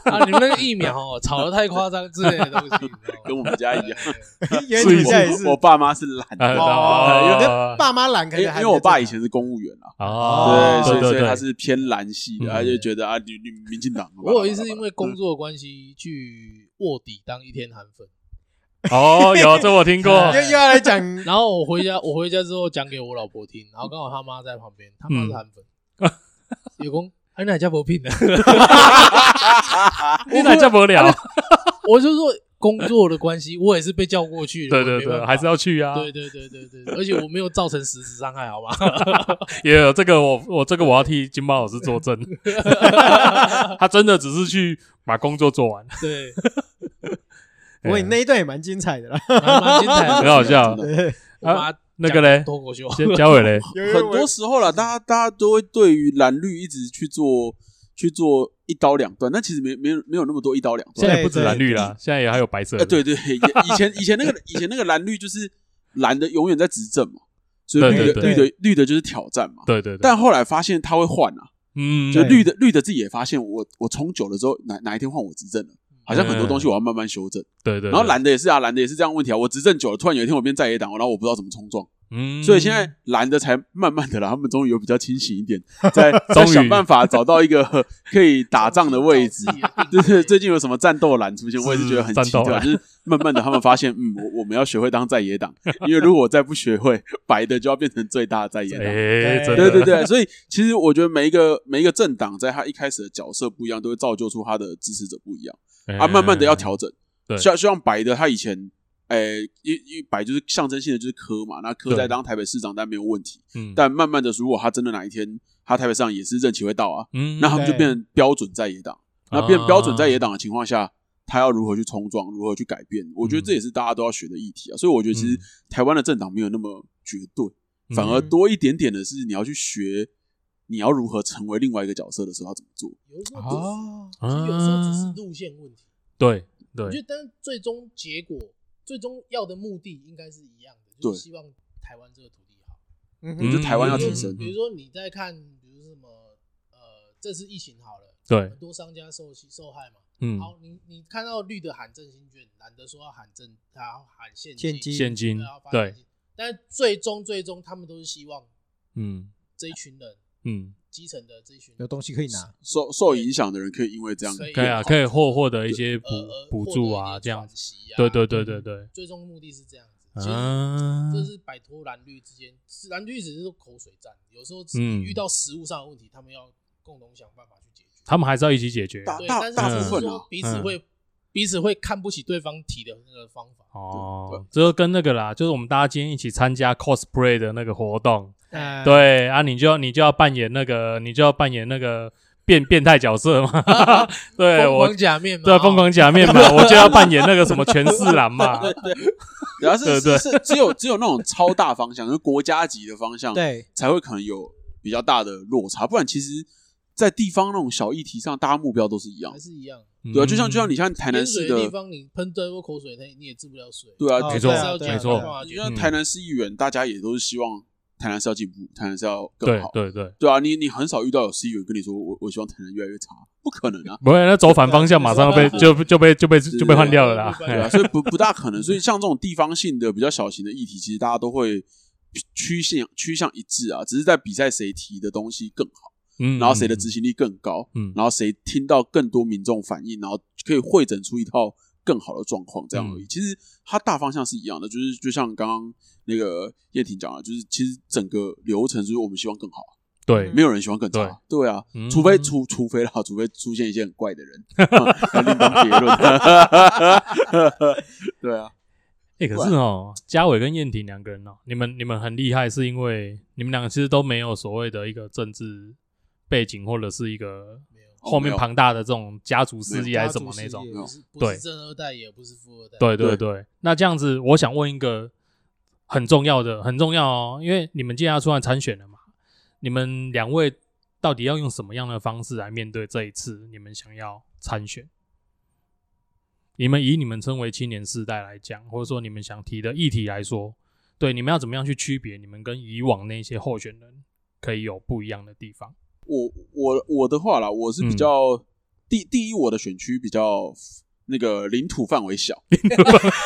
Speaker 3: 啊，你们那个疫苗哦炒的太夸张之类的东西，你知道吗
Speaker 4: 跟我们家
Speaker 3: <laughs>
Speaker 4: 一样。
Speaker 1: <laughs> 原
Speaker 2: 所以
Speaker 1: 理现在也是
Speaker 4: 我我爸妈是懒
Speaker 2: 呃
Speaker 4: 的，
Speaker 1: 哦，
Speaker 2: 哦
Speaker 1: 跟爸妈懒可
Speaker 4: 因为
Speaker 1: 能
Speaker 4: 因
Speaker 1: 还
Speaker 4: 为我爸以
Speaker 1: 比较
Speaker 4: 前是公务员啊，
Speaker 2: 哦
Speaker 4: 对，所
Speaker 2: 对
Speaker 4: 以所
Speaker 2: 对
Speaker 4: 以他
Speaker 2: 对，
Speaker 4: 是偏蓝系
Speaker 2: 嗯
Speaker 4: 的，他就觉得啊，你你民进党。
Speaker 3: 我有一次因为工作的关系去卧底当一天韩粉，
Speaker 2: 哦，有这我听过
Speaker 1: 正常又，又要来讲
Speaker 2: <laughs>
Speaker 3: 然后我回家，我回家之后讲给我老婆听，然后刚好他妈在旁边，他妈是韩粉，
Speaker 2: 嗯
Speaker 3: 有公哎哪家不聘的，
Speaker 2: 你哪叫不了？
Speaker 3: <laughs> 我就说工作的关系，我也是被叫过去的，
Speaker 2: 对
Speaker 3: 我
Speaker 2: 对
Speaker 3: 没办
Speaker 2: 对，
Speaker 3: 法
Speaker 2: 还是要去啊。
Speaker 3: 对对对对对，而且我没有造成实质伤害，好吗？
Speaker 2: <laughs> 也有这个我，我这个我要替金猫老师作证，他真的只是去把工作做完，
Speaker 3: 对，
Speaker 1: 我跟你那一段也蛮精彩的
Speaker 2: <laughs>
Speaker 1: 啦。
Speaker 3: 蛮蛮精彩
Speaker 2: 很
Speaker 3: 的。
Speaker 2: 好笑
Speaker 4: <laughs> 真。的
Speaker 1: 对
Speaker 3: 我把它
Speaker 2: 那个嘞，
Speaker 3: 脱口秀，
Speaker 2: 先
Speaker 3: <laughs>
Speaker 2: 交尾嘞，
Speaker 1: 有
Speaker 4: 很多时候了，大家大家都会对于蓝绿一直去做去做一刀两断，但其实没没有没有那么多一刀两
Speaker 2: 现
Speaker 4: 断。
Speaker 2: 在也不止蓝绿啦，现在也还有白色
Speaker 4: 呃，
Speaker 2: 的。
Speaker 4: 对对，也以前以前那个以前那个蓝绿就是蓝的永远在执政嘛，所以绿
Speaker 2: 对
Speaker 4: 的
Speaker 2: 对
Speaker 4: 绿
Speaker 1: 对
Speaker 4: 的绿的就是挑战嘛。
Speaker 2: 对对对，
Speaker 4: 但后来发现他会换啊，
Speaker 2: 嗯，
Speaker 4: 就
Speaker 1: 对
Speaker 4: 绿的绿的自己也发现我我冲久了之后，哪哪一天换我执政了，好像很多东西我要慢慢修正。
Speaker 2: 对嗯对，
Speaker 4: 然后蓝的也是啊，蓝的也是这样的问题啊。我执政久了，突然有一天我变在野党，然后我不知道怎么冲撞，
Speaker 2: 嗯，
Speaker 4: 所以现在蓝的才慢慢的啦，他们终于有比较清醒
Speaker 2: <laughs>
Speaker 4: 一点，在
Speaker 2: 终
Speaker 4: 在
Speaker 2: 于
Speaker 4: 想办法找到一个 <laughs> 呵可以打仗的
Speaker 2: <laughs>
Speaker 4: 位置。就
Speaker 3: 对
Speaker 4: 是最近有什么战斗蓝出现，
Speaker 2: 是
Speaker 4: 我也是觉得很奇
Speaker 2: 战斗
Speaker 4: 怪，
Speaker 2: 蓝
Speaker 4: 就是慢慢的他们发现，嗯，我我们要学会当在野党，因为如果我再不学会，白的就要变成最大的在野党。
Speaker 2: 哎， <laughs> 真的
Speaker 4: 对对，对，所以其实我觉得每一个每一个政党在他一开始的角色不一样，都会造就出他的支持者不一样。啊，慢慢的要调整。
Speaker 2: 哎对
Speaker 4: 像像白的他以前，呃，一一白就是象征性的就是柯嘛，那柯
Speaker 2: 对
Speaker 4: 在当台北市长，但没有问题。
Speaker 2: 嗯，
Speaker 4: 但慢慢的，如果他真的哪一天他台北市长也是任期会到啊，
Speaker 2: 嗯，啊
Speaker 4: 那他们就
Speaker 1: 对
Speaker 4: 变成标准在野党，那变标准在野党的情况下，他要如何去冲撞，如何去改变？我觉得这也是大家都要学的议题啊。所以我觉得其实
Speaker 2: 嗯
Speaker 4: 台湾的政党没有那么绝对，
Speaker 2: 嗯
Speaker 4: 反而多一点点的是你要去学，你要如何成为另外一个角色的时候要怎么做。
Speaker 3: 有时候
Speaker 1: 哦，
Speaker 3: 只是有时候只是路线问题。
Speaker 2: 啊对
Speaker 3: 我觉
Speaker 2: 对，
Speaker 3: 得，但是最终结果，最终要的目的应该是一样的，
Speaker 4: 对
Speaker 3: 就是希望台湾这个土地好。
Speaker 1: 嗯
Speaker 4: 我觉
Speaker 1: 哼
Speaker 4: 得台湾要
Speaker 3: 比如
Speaker 4: 提
Speaker 3: 说
Speaker 4: 升
Speaker 3: 比如说你在看，比如说什么，呃，这次疫情好了，
Speaker 2: 对
Speaker 3: 很，多商家受其受害嘛。
Speaker 2: 嗯，
Speaker 3: 好，你你看到绿的喊振兴券，蓝的说要喊振，他要喊现
Speaker 1: 现金
Speaker 2: 现金
Speaker 3: 要发
Speaker 2: 对，
Speaker 3: 但最终最终他们都是希望
Speaker 2: 嗯
Speaker 3: 这一群人，
Speaker 2: 嗯，
Speaker 3: 基层的这一群人
Speaker 1: 有东西可以拿，
Speaker 4: 受受影响的人可以因为这样
Speaker 3: 可以
Speaker 2: 可以啊，可以获获得一些补
Speaker 3: 呃呃
Speaker 2: 补
Speaker 3: 获
Speaker 2: 助
Speaker 3: 得一
Speaker 2: 啊，
Speaker 3: 点
Speaker 2: 这样
Speaker 3: 喘，息啊
Speaker 2: 对对对对对，
Speaker 3: 最终目的是这样子。其实
Speaker 2: 嗯，
Speaker 3: 这是摆脱蓝绿之间，是蓝绿只是口水战，有时候只
Speaker 2: 嗯
Speaker 3: 遇到实物上的问题，他们要共同想办法去解决。
Speaker 2: 他们还是要一起解决，
Speaker 4: 大
Speaker 3: 对，
Speaker 4: 大
Speaker 3: 但是
Speaker 4: 大
Speaker 3: 只
Speaker 4: 部
Speaker 3: 是
Speaker 4: 分
Speaker 3: 说
Speaker 4: 啊，
Speaker 2: 嗯
Speaker 3: 彼此会彼此会看不起对方提的那个方法。
Speaker 4: 对
Speaker 2: 哦
Speaker 4: 对，
Speaker 2: 这就跟那个啦，就是我们大家今天一起参加 cosplay 的那个活动，
Speaker 1: 哎，
Speaker 2: 对啊，你就要你就要扮演那个，你就要扮演那个变变态角色
Speaker 4: 啊
Speaker 2: 嘛， <laughs> 对
Speaker 3: 疯
Speaker 2: 我
Speaker 3: 狂。假面嘛，
Speaker 2: 对，啊疯狂假面嘛，我就要扮演那个什么全四郎嘛，
Speaker 4: 然后啊是
Speaker 2: 对对
Speaker 4: 是是只有只有那种超大方向，就是国家级的方向，
Speaker 1: 对，
Speaker 4: 才会可能有比较大的落差。不然其实，在地方那种小议题上，大家目标都是一样
Speaker 3: 还，是一样。
Speaker 2: 嗯
Speaker 4: 对啊，就像就像
Speaker 2: 你，
Speaker 4: 你像台南
Speaker 3: 淹
Speaker 4: 市
Speaker 3: 水的地
Speaker 4: 的，
Speaker 3: 方，你喷多口水，它你也治不了水。
Speaker 4: 对啊，嗯
Speaker 1: 哦
Speaker 2: 没错
Speaker 1: 对啊对啊
Speaker 2: 没
Speaker 1: 对
Speaker 2: 错
Speaker 1: 啊对啊
Speaker 4: 就
Speaker 2: 嗯
Speaker 4: 像台南市议员，大家也都是希望台南市要进步，台南市要更
Speaker 2: 对
Speaker 4: 好。
Speaker 2: 对对，
Speaker 4: 对啊，你你很少遇到有市议员跟你说，我我希望台南越来越差，不可能
Speaker 2: <laughs>
Speaker 4: 啊，
Speaker 2: 不会，那走反方向，马上就被就就被就被就被换掉了啦，
Speaker 3: 对
Speaker 4: 对啊，所以不不大可能。所以像这种地方性的比较小型的议题，其实大家都会趋向趋向一致啊，只是在比赛谁提的东西更好，
Speaker 2: 嗯，
Speaker 4: 然后谁的执行力更高，
Speaker 2: 嗯，
Speaker 4: 然后谁听到更多民众反应，然后可以汇整出一套更好的状况，这样
Speaker 2: 嗯
Speaker 4: 而已。其实它大方向是一样的，就是就像刚刚那个叶婷讲的，就是其实整个流程就是我们希望更好，
Speaker 2: 对，
Speaker 4: 没有人喜欢更差，对啊，
Speaker 2: 嗯
Speaker 4: 除非除除非啦， <laughs> 除非出现一些很怪的人， <laughs> 嗯另当结论。 <laughs> 对啊，
Speaker 2: 哎、可是哦，嘉伟跟燕婷两个人哦，你们你们很厉害，是因为你们两个其实都没有所谓的一个政治背景，或者是一个后面庞大的这种家族势力还是什么那种。
Speaker 1: 家族
Speaker 4: 嗯
Speaker 3: 不
Speaker 1: 事
Speaker 3: 是不
Speaker 2: 对
Speaker 3: 是正二代，也不是富二代。
Speaker 2: 对对
Speaker 4: 对
Speaker 2: 对，那这样子，我想问一个很重要的、很重要哦，因为你们既然要出来参选了嘛，你们两位到底要用什么样的方式来面对这一次你们想要参选？你们以你们称为青年世代来讲，或者说你们想提的议题来说，对你们要怎么样去区别你们跟以往那些候选人可以有不一样的地方？
Speaker 4: 我我我的话啦，我是比较、
Speaker 1: 嗯
Speaker 4: 第第一，我的选区比较那个领土范围小，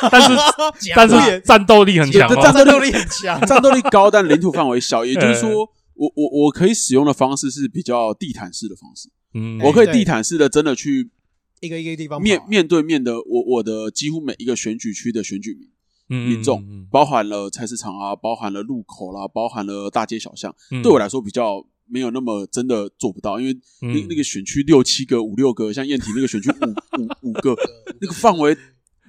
Speaker 2: 但
Speaker 1: <laughs>
Speaker 2: 是
Speaker 3: 假
Speaker 2: 但
Speaker 3: 的，
Speaker 2: 是战斗力很强
Speaker 4: 对
Speaker 2: 哦，
Speaker 1: 战斗力很强，
Speaker 4: 战斗力高，但领土范
Speaker 1: <laughs>
Speaker 4: 围小，也就是说，我我我可以使用的方式是比较地毯式的方式，
Speaker 2: 嗯，
Speaker 4: 我可以
Speaker 1: 对
Speaker 4: 地毯式的真的去
Speaker 1: 一个一个地方跑啊
Speaker 4: 面面对面的我我的几乎每一个选举区的选举民。
Speaker 2: 嗯
Speaker 4: 民众，
Speaker 2: 嗯
Speaker 4: 包含了菜市场啊，包含了路口啦、包含了大街小巷，
Speaker 2: 嗯
Speaker 4: 对我来说比较没有那么真的做不到，因为那
Speaker 2: 嗯
Speaker 4: 那个选区六七个、五六个，像燕婷那个选
Speaker 2: <laughs>
Speaker 4: 区五五五个， <laughs> 那个范围，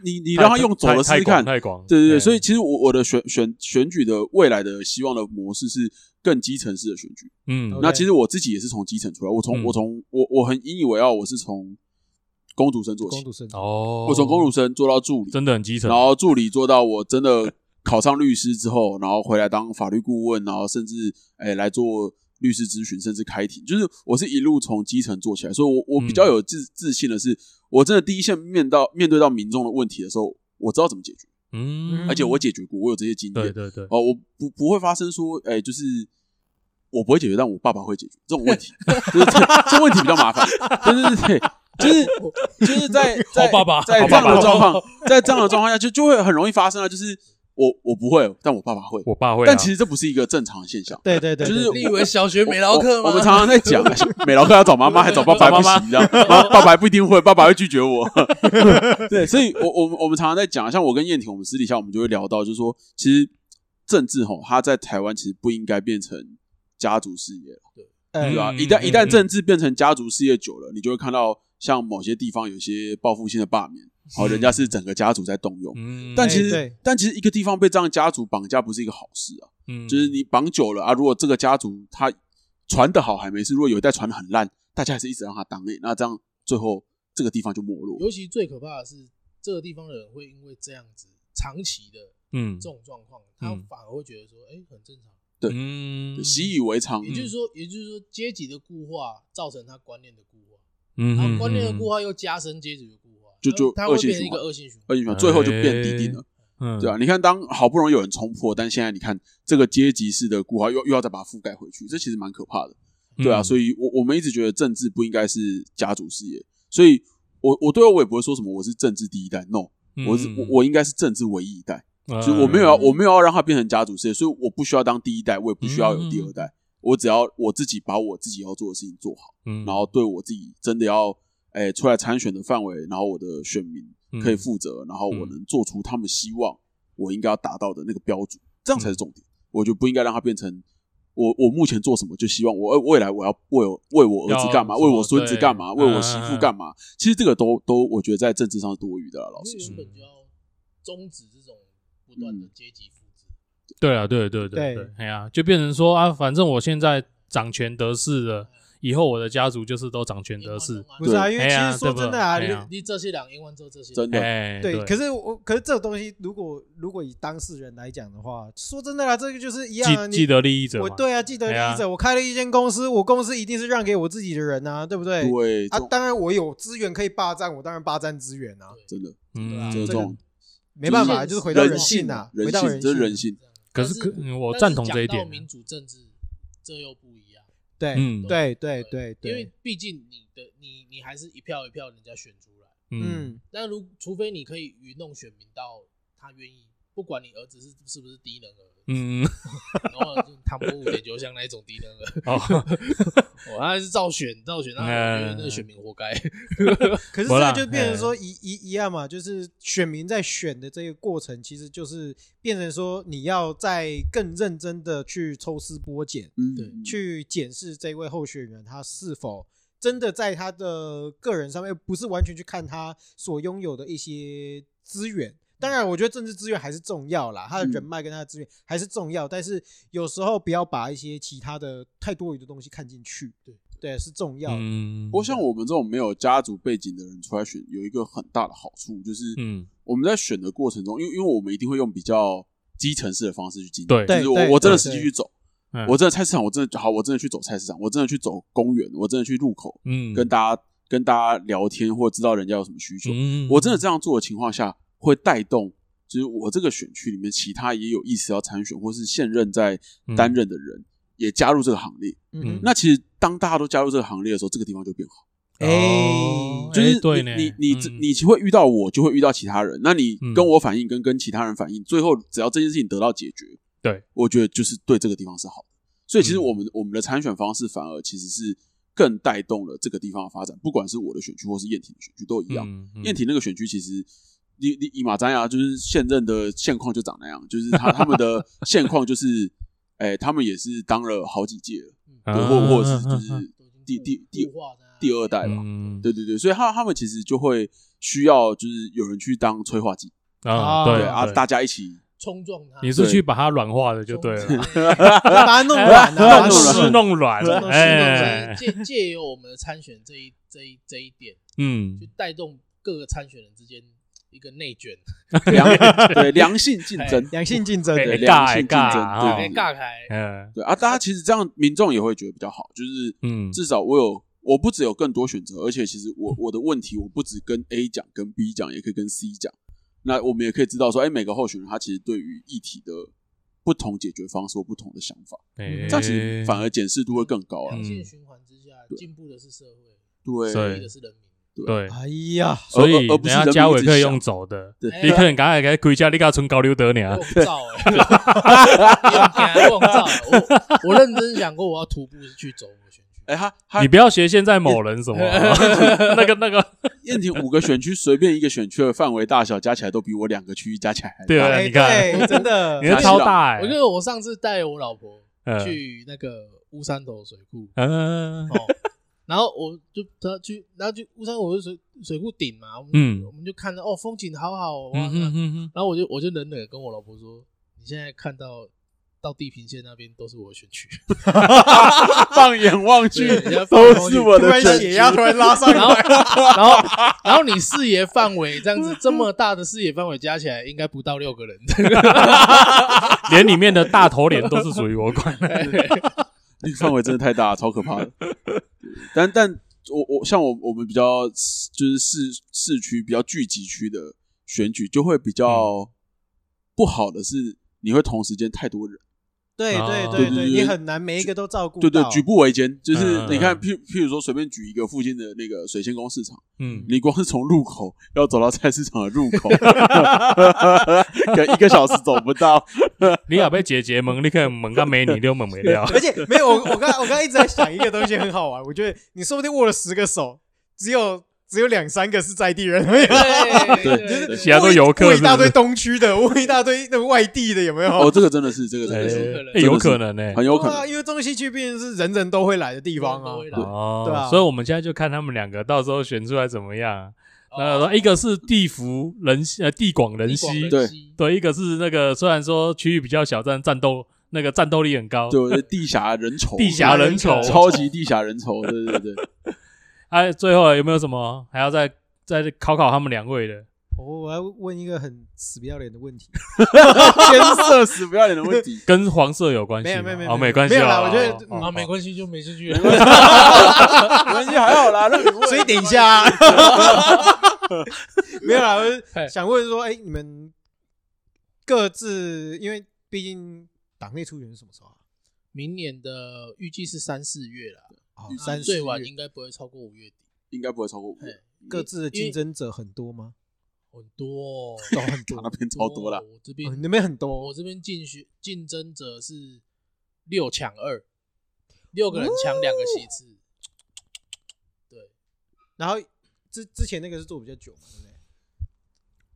Speaker 4: 你你让他用走了试试看，
Speaker 2: 太广，
Speaker 4: 对对对，所以其实我我的选选选举的未来的希望的模式是更基层式的选举。
Speaker 2: 嗯
Speaker 1: OK
Speaker 4: 那其实我自己也是从基层出来，我从
Speaker 2: 嗯
Speaker 4: 我从我我很引以为傲，我是从公读生做
Speaker 1: 公
Speaker 4: 起，
Speaker 1: 主生
Speaker 2: 哦，
Speaker 4: 我从公读生做到助理，
Speaker 2: 真的很基层，
Speaker 4: 然后助理做到我真的考上律师之后，然后回来当法律顾问，然后甚至哎来做律师咨询，甚至开庭，就是我是一路从基层做起来，所以我我比较有自、自信的是，我真的第一线面到面对到民众的问题的时候，我知道怎么解决，
Speaker 2: 嗯，
Speaker 4: 而且我解决过，我有这些经验，
Speaker 2: 对对对，
Speaker 4: 哦，我不不会发生说，哎、就是我不会解决，但我爸爸会解决这种问题，就是这这问题比较麻烦，对对对对，就是就是在在
Speaker 3: 好爸
Speaker 2: 啊
Speaker 3: 爸
Speaker 4: 在
Speaker 2: 哦
Speaker 3: 好
Speaker 4: 这样
Speaker 3: 爸爸
Speaker 4: 的状况，在这样的状况下，就就会很容易发生啊，就是我我不会，但我爸爸会，
Speaker 2: 我爸会啊，
Speaker 4: 但其实这不是一个正常的现象。
Speaker 1: 对对对，
Speaker 4: 就是
Speaker 1: 对
Speaker 3: 你以为小学美劳课吗？
Speaker 4: 我我们常常在讲，啊美劳课要找妈妈，还找爸爸不行，这样，爸爸爸不一定会，爸爸会拒绝我。 <laughs> 对，所以我我们我们常常在讲，啊像我跟燕婷，我们私底下我们就会聊到，就是说，其实政治吼，它在台湾其实不应该变成家族事业，
Speaker 1: 呃
Speaker 4: 对吧、
Speaker 2: 嗯
Speaker 4: 啊一旦一旦
Speaker 2: 嗯
Speaker 4: 政治变成家族事业久了，你就会看到像某些地方有些报复性的罢免，好，人家是整个家族在动用。
Speaker 2: 嗯，
Speaker 4: 但其
Speaker 1: 哎
Speaker 4: 实
Speaker 1: 对，
Speaker 4: 但其实一个地方被这样家族绑架不是一个好事啊。
Speaker 2: 嗯
Speaker 4: 就是你绑久了啊，如果这个家族他传的好还没事，如果有一代传的很烂，大家还是一直让他当欸那这样最后这个地方就没落。
Speaker 3: 尤其最可怕的是，这个地方的人会因为这样子长期的
Speaker 2: 嗯
Speaker 3: 这种状况，他
Speaker 2: 嗯
Speaker 3: 反而会觉得说，哎、很正常。
Speaker 4: 对
Speaker 2: 嗯
Speaker 4: 对习以为常，
Speaker 3: 也就是说，也就是说，阶级的固化造成他观念的固化，
Speaker 2: 嗯
Speaker 3: 然后观念的固
Speaker 2: 过，
Speaker 3: 化又加深阶级的固化，
Speaker 4: 就就
Speaker 3: 他会
Speaker 4: 恶性
Speaker 3: 变成
Speaker 4: 循
Speaker 3: 一个
Speaker 4: 环
Speaker 3: 恶性循环。
Speaker 4: 而且最后就变低定了。
Speaker 2: 嗯，
Speaker 4: 对啊，你看，当好不容易有人冲破，但现在你看这个阶级式的固化又又要再把它覆盖回去，这其实蛮可怕的。
Speaker 2: 嗯，
Speaker 4: 对啊，所以我我们一直觉得政治不应该是家族事业，所以我我对我也不会说什么我是政治第一代，no，
Speaker 2: 以
Speaker 4: 我是我我应该是政治唯一一代，
Speaker 2: 我
Speaker 4: 所以我没有要我没有要让它变成家族事业，所以我不需要当第一代，我也不需要有第二代，我只要我自己把我自己要做的事情做好，
Speaker 2: 嗯，
Speaker 4: 然后对我自己真的要哎、出来参选的范围，然后我的选民
Speaker 2: 嗯
Speaker 4: 可以负责，然后我能做出他们希望我应该要达到的那个标准，这样才是重
Speaker 2: 嗯
Speaker 4: 点。我就不应该让它变成我我目前做什么，就希望我呃未来我要为我为我儿子干嘛，
Speaker 2: 要什
Speaker 4: 为
Speaker 2: 么
Speaker 4: 我孙子干嘛，
Speaker 2: 对嗯
Speaker 4: 为我媳妇干嘛。其实这个都都我觉得在政治上是多余的啦，老
Speaker 3: 因
Speaker 4: 实
Speaker 3: 为
Speaker 4: 说
Speaker 3: 原。本就要终止这种不断
Speaker 4: 嗯
Speaker 3: 的阶级复制。
Speaker 2: 对啊，对对
Speaker 1: 对
Speaker 2: 对对，哎呀，就变成说啊，反正我现在掌权得势了，以后我的家族就是都掌权得势，
Speaker 1: 不是啊，
Speaker 3: 对
Speaker 1: 因为
Speaker 2: 哎
Speaker 1: 其
Speaker 2: 呀
Speaker 1: 实说
Speaker 2: 对不
Speaker 1: 真的啊，
Speaker 2: 哎呀
Speaker 3: 你这些两英文之后这些人
Speaker 4: 真的
Speaker 2: 哎，
Speaker 1: 对，可
Speaker 2: 是
Speaker 1: 是我可是这种东西，如果如果以当事人来讲的话，说真的啦，这个就是一样啊。
Speaker 2: 既既
Speaker 1: 你
Speaker 2: 得利益者嘛，
Speaker 1: 我对啊，既得
Speaker 2: 哎呀
Speaker 1: 利益者，我开了一间公司，我公司一定是让给我自己的人啊，对不对？
Speaker 4: 对，这
Speaker 1: 啊，
Speaker 4: 种
Speaker 1: 当然我有资源可以霸占，我当然霸占资源啊，
Speaker 4: 真的
Speaker 2: 嗯，
Speaker 3: 对啊
Speaker 4: 这
Speaker 1: 这
Speaker 4: 种
Speaker 1: 没办法，
Speaker 3: 就是
Speaker 1: 就是回到
Speaker 4: 人
Speaker 1: 性
Speaker 4: 性
Speaker 1: 啊，回
Speaker 4: 人
Speaker 1: 到
Speaker 4: 性，这是人
Speaker 1: 人性，
Speaker 4: 性。
Speaker 2: 哎可
Speaker 3: 但
Speaker 2: 是
Speaker 3: 是
Speaker 2: 可嗯我
Speaker 3: 但是
Speaker 2: 赞同这一
Speaker 3: 讲到
Speaker 2: 点，
Speaker 3: 民主政治，这又不一样，
Speaker 1: 对，
Speaker 2: 嗯
Speaker 1: 对
Speaker 4: 哎
Speaker 1: 对对
Speaker 3: 因为
Speaker 1: 对，
Speaker 3: 毕竟你的你你还是一票一票人家选出来，
Speaker 2: 嗯，
Speaker 1: 嗯，
Speaker 3: 那如除非你可以愚弄选民到他愿意，不管你儿子是是不是低能儿，
Speaker 2: 嗯，
Speaker 3: 然后就唐伯虎点秋香那一种低能儿， <laughs>
Speaker 2: 哦，
Speaker 3: 哦，他是照选照选，那我觉得那
Speaker 2: 嗯
Speaker 3: 个选民活该，
Speaker 1: 可是
Speaker 2: 不
Speaker 1: 这
Speaker 2: 啦
Speaker 1: 个就变成
Speaker 2: 哎
Speaker 1: 说一一一样嘛，就是选民在选的这个过程，其实就是变成说你要再更认真的去抽丝剥茧，
Speaker 4: 嗯，
Speaker 3: 对
Speaker 1: 去检视这位候选人他是否真的在他的个人上面，不是完全去看他所拥有的一些资源。当然，我觉得政治资源还是重要啦，他的
Speaker 4: 嗯
Speaker 1: 人脉跟他的资源还是重要，但是有时候不要把一些其他的太多余的东西看进去。
Speaker 3: 对
Speaker 1: 对，是重要的。
Speaker 2: 嗯，
Speaker 4: 不过像我们这种没有家族背景的人出来选，有一个很大的好处就是，
Speaker 2: 嗯，
Speaker 4: 我们在选的过程中，因为因为我们一定会用比较基层式的方式去经营，
Speaker 2: 对
Speaker 4: 就是
Speaker 1: 对
Speaker 4: 我
Speaker 1: 对
Speaker 4: 我真的实
Speaker 1: 对
Speaker 4: 际去走
Speaker 2: 嗯，
Speaker 4: 我真的菜市场，我真的好，我真的去走菜市场，我真的去走公园，我真的去入口，
Speaker 2: 嗯，
Speaker 4: 跟大家跟大家聊天，或知道人家有什么需求。
Speaker 2: 嗯，
Speaker 4: 我真的这样做的情况下，会带动就是我这个选区里面其他也有意思要参选或是现任在担任的人。也加入这个行列，
Speaker 1: 嗯
Speaker 2: 嗯
Speaker 1: 哼，
Speaker 4: 那其实当大家都加入这个行列的时候，这个地方就变好。
Speaker 2: 哦
Speaker 1: 哎
Speaker 4: 就是
Speaker 2: 哎
Speaker 4: 你、
Speaker 2: 对呢，
Speaker 4: 你你
Speaker 2: 嗯
Speaker 4: 你会遇到我，就会遇到其他人。那你
Speaker 2: 嗯
Speaker 4: 跟我反应，跟跟其他人反应，最后只要这件事情得到解决，
Speaker 2: 对，
Speaker 4: 我觉得就是对这个地方是好的。所以其实
Speaker 2: 嗯
Speaker 4: 我们、我们的参选方式反而其实是更带动了这个地方的发展，不管是我的选区或是燕婷的选区都一样。
Speaker 2: 嗯嗯
Speaker 4: 燕婷那个选区其实。你你以马扎亚就是现任的现况就长那样，就是他他们的现况就是，哎、他们也是当了好几届了，
Speaker 2: <laughs> 啊
Speaker 4: 对，或或者是就
Speaker 2: 啊啊
Speaker 4: 是
Speaker 3: 嗯都已经
Speaker 4: 第第第
Speaker 3: 固化在那
Speaker 4: 第二代吧，
Speaker 2: 嗯，
Speaker 4: 对对对，所以他他们其实就会需要就是有人去当催化剂，
Speaker 2: 啊，对
Speaker 4: 对啊，大家一起
Speaker 3: 冲撞他，
Speaker 2: 你是去把它软化的就对
Speaker 4: <laughs>
Speaker 2: 了。
Speaker 3: 了。
Speaker 1: 把它
Speaker 2: <laughs>
Speaker 1: 弄软
Speaker 4: 哎
Speaker 1: 了，把它
Speaker 2: 弄湿
Speaker 1: 软了。
Speaker 2: 弄软，
Speaker 4: 啊
Speaker 2: 哎，
Speaker 3: 借借由我们的参选这一这一这一点，
Speaker 2: 嗯
Speaker 3: 去，带动各个参选人之间一个内卷，
Speaker 2: <laughs>
Speaker 4: 良对良性竞争，
Speaker 1: 良性竞争，
Speaker 4: 对
Speaker 2: 哎
Speaker 4: 良性竞
Speaker 2: 尬
Speaker 4: 争，
Speaker 2: 哎
Speaker 4: 对
Speaker 3: 给
Speaker 4: 对对
Speaker 3: 尬开。
Speaker 2: 嗯
Speaker 4: 对啊，大家其实这样民众也会觉得比较好，就是
Speaker 2: 嗯
Speaker 4: 至少我有我不只有更多选择，而且其实我我的问题我不只跟 A 讲，跟 B 讲，也可以跟 C 讲。那我们也可以知道说，哎，每个候选人他其实对于议题的不同解决方式或不同的想法，
Speaker 2: 哎
Speaker 4: 这样其实反而检视度会更高了
Speaker 3: 良。性
Speaker 2: 嗯
Speaker 3: 循环之下，
Speaker 4: 对
Speaker 3: 进步的是社会，
Speaker 2: 对
Speaker 4: 对，
Speaker 3: 退的是人民。
Speaker 2: 对，
Speaker 1: 哎呀，
Speaker 2: 所以
Speaker 4: 啊而而
Speaker 2: 人
Speaker 4: 不是
Speaker 2: 家
Speaker 4: 人民
Speaker 2: 嘉
Speaker 4: 一
Speaker 2: 伟
Speaker 4: 直
Speaker 2: 可以
Speaker 4: 想
Speaker 2: 用走的，
Speaker 4: 对啊
Speaker 3: 哎
Speaker 2: 你可能刚才给他开价，你给他存高溜得你啊
Speaker 3: 我，不照
Speaker 2: <laughs>
Speaker 3: 哎，你有怕我不照，我我认真想过我要徒步去走我选区，
Speaker 4: 哎，他他
Speaker 2: 你不要学现在某人什么啊，那个那个，
Speaker 4: 燕婷五个选区随便一个选区的范围大小加起来都比我两个区域加起来还大。
Speaker 2: 对啊
Speaker 1: 哎
Speaker 2: 你看
Speaker 1: 对真的
Speaker 2: <laughs> 你，
Speaker 4: 啊
Speaker 2: 的超大哎
Speaker 3: 我，觉得我上次带我老婆
Speaker 2: 嗯
Speaker 3: 去那个乌山头水库，
Speaker 2: 嗯
Speaker 3: 哦，然后我就他去，然后去乌山我就水水库顶嘛，我们
Speaker 2: 嗯
Speaker 3: 我们就看到哦风景好好哦，哇
Speaker 2: 嗯嗯嗯
Speaker 3: 然后我就我就冷冷地跟我老婆说，你现在看到到地平线那边都是我的选 <laughs> 区，
Speaker 4: 放眼望去
Speaker 3: 对人家
Speaker 4: 都是我
Speaker 1: 突
Speaker 4: 的
Speaker 1: 然
Speaker 4: 选
Speaker 1: 血
Speaker 4: 区。
Speaker 1: 压突然拉上
Speaker 3: 然
Speaker 1: 来， <laughs>
Speaker 3: 后 <laughs> 然后然后你视野范围这样子这么大的视野范围加起来应该不到六个 <laughs> 人，
Speaker 2: 连里面的大头脸都是属于我管的。
Speaker 4: 那个范围真的太大，超可怕的。但但我我像我我们比较就是市市区比较聚集区的选举，就会比
Speaker 2: 嗯
Speaker 4: 较不好的是，你会同时间太多人，
Speaker 1: 对对
Speaker 2: 啊
Speaker 1: 对
Speaker 4: 对对
Speaker 1: 对，
Speaker 4: 对
Speaker 1: 你很难每一个都照顾
Speaker 4: 对对，
Speaker 1: 到
Speaker 4: 举步维艰。就是
Speaker 2: 嗯
Speaker 4: 你看
Speaker 2: 嗯，
Speaker 4: 譬譬如说，随便举一个附近的那个水仙宫市场，
Speaker 2: 嗯，
Speaker 4: 你光是从入口要走到菜市场的入
Speaker 2: <laughs>
Speaker 4: 口，可能一个小时走不
Speaker 2: <laughs>
Speaker 4: 到。
Speaker 2: 你也被姐姐蒙，你可能蒙个美女都蒙不
Speaker 1: <laughs>
Speaker 2: 了。
Speaker 1: 而且没有，我我刚我刚一直在想一个东西很好玩，我觉得你说不定握了十个手，只有只有两三个是在地人而已。
Speaker 3: 对
Speaker 4: 对
Speaker 1: 就是
Speaker 2: 其他都游客
Speaker 1: 问一
Speaker 2: 是不是
Speaker 1: 大堆东区的，问一大堆那个外地的有没有？
Speaker 4: 哦，这个真的是，这个真
Speaker 2: 哎
Speaker 4: 的
Speaker 3: 对
Speaker 4: 是
Speaker 3: 对
Speaker 2: 哎有可能呢、
Speaker 4: 很有可
Speaker 1: 对啊，
Speaker 4: 能。
Speaker 1: 因为中西区毕竟是人人都会来的地方啊。
Speaker 4: 哎
Speaker 3: 对
Speaker 2: 哦，
Speaker 1: 对啊
Speaker 2: 所以我们现在就看他们两个到时候选出来怎么样。
Speaker 3: 哦
Speaker 2: 那一个是地福人稀呃地广人稀，
Speaker 4: 对
Speaker 2: 对，一个是那个虽然说区域比较小，但战斗那个战斗力很高。
Speaker 4: 对，地狭人稠，
Speaker 2: 地狭人稠
Speaker 4: 超级地狭人稠，对对对对。
Speaker 2: 哎，最后有没有什么还要再再考考他们两位的？。
Speaker 1: 哦我我要问一个很死不要脸的问 <laughs> 题，
Speaker 4: 天色死不要脸的问题 <laughs>
Speaker 2: 跟黄色有关系
Speaker 1: 没
Speaker 2: 吗？
Speaker 1: 有没有没
Speaker 2: 哦
Speaker 1: 有
Speaker 2: 没关系
Speaker 1: 没有
Speaker 2: 哦
Speaker 1: 啦，
Speaker 2: 哦
Speaker 1: 我觉得
Speaker 2: 哦
Speaker 1: 嗯
Speaker 3: 啊，没关系就没兴趣，
Speaker 4: 没关系，还好啦，让你问
Speaker 1: <laughs> 所以等一下 <laughs> 啊，没有啦，我是想问说，哎，你们各自因为毕竟党内初选是什么时候啊？
Speaker 3: 明年的预计是三四月啦，
Speaker 1: 哦
Speaker 4: 嗯，
Speaker 1: 三四
Speaker 3: 啊最晚
Speaker 1: 月
Speaker 3: 应该不会超过五月底，
Speaker 4: 应该不会超过五个，
Speaker 1: 各自的竞争者很多吗？
Speaker 3: 很多哦
Speaker 1: 都很多， <laughs>
Speaker 4: 那边超多啦
Speaker 3: 哦。我这
Speaker 1: 哦
Speaker 3: 边
Speaker 1: 你们很
Speaker 3: 我
Speaker 1: 多，
Speaker 3: 这边竞选竞争者是六抢二，六个人抢两个席次，对
Speaker 1: 然后之之前那个是做比较久嘛，对不对？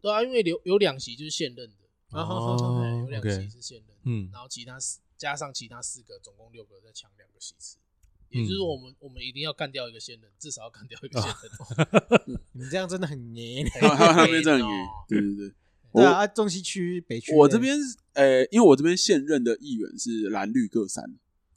Speaker 3: 对啊，因为有有两席就是现任的，
Speaker 1: 然后
Speaker 2: 哦
Speaker 3: 哎有两
Speaker 2: OK
Speaker 3: 席是现任的，
Speaker 2: 嗯
Speaker 3: 然后其他四加上其他四个，总共六个再抢两个席次。也就是说我们、我们一定要干掉一个现任，至少要干掉一个现任。哦
Speaker 1: 你们这样真的很黏。
Speaker 4: 他他
Speaker 3: <laughs>
Speaker 4: 那边真的很严，
Speaker 3: 哦
Speaker 4: 对对对。
Speaker 1: 对
Speaker 4: 我
Speaker 1: 啊，中西区、北区，
Speaker 4: 我这边呃，因为我这边现任的议员是蓝绿各三，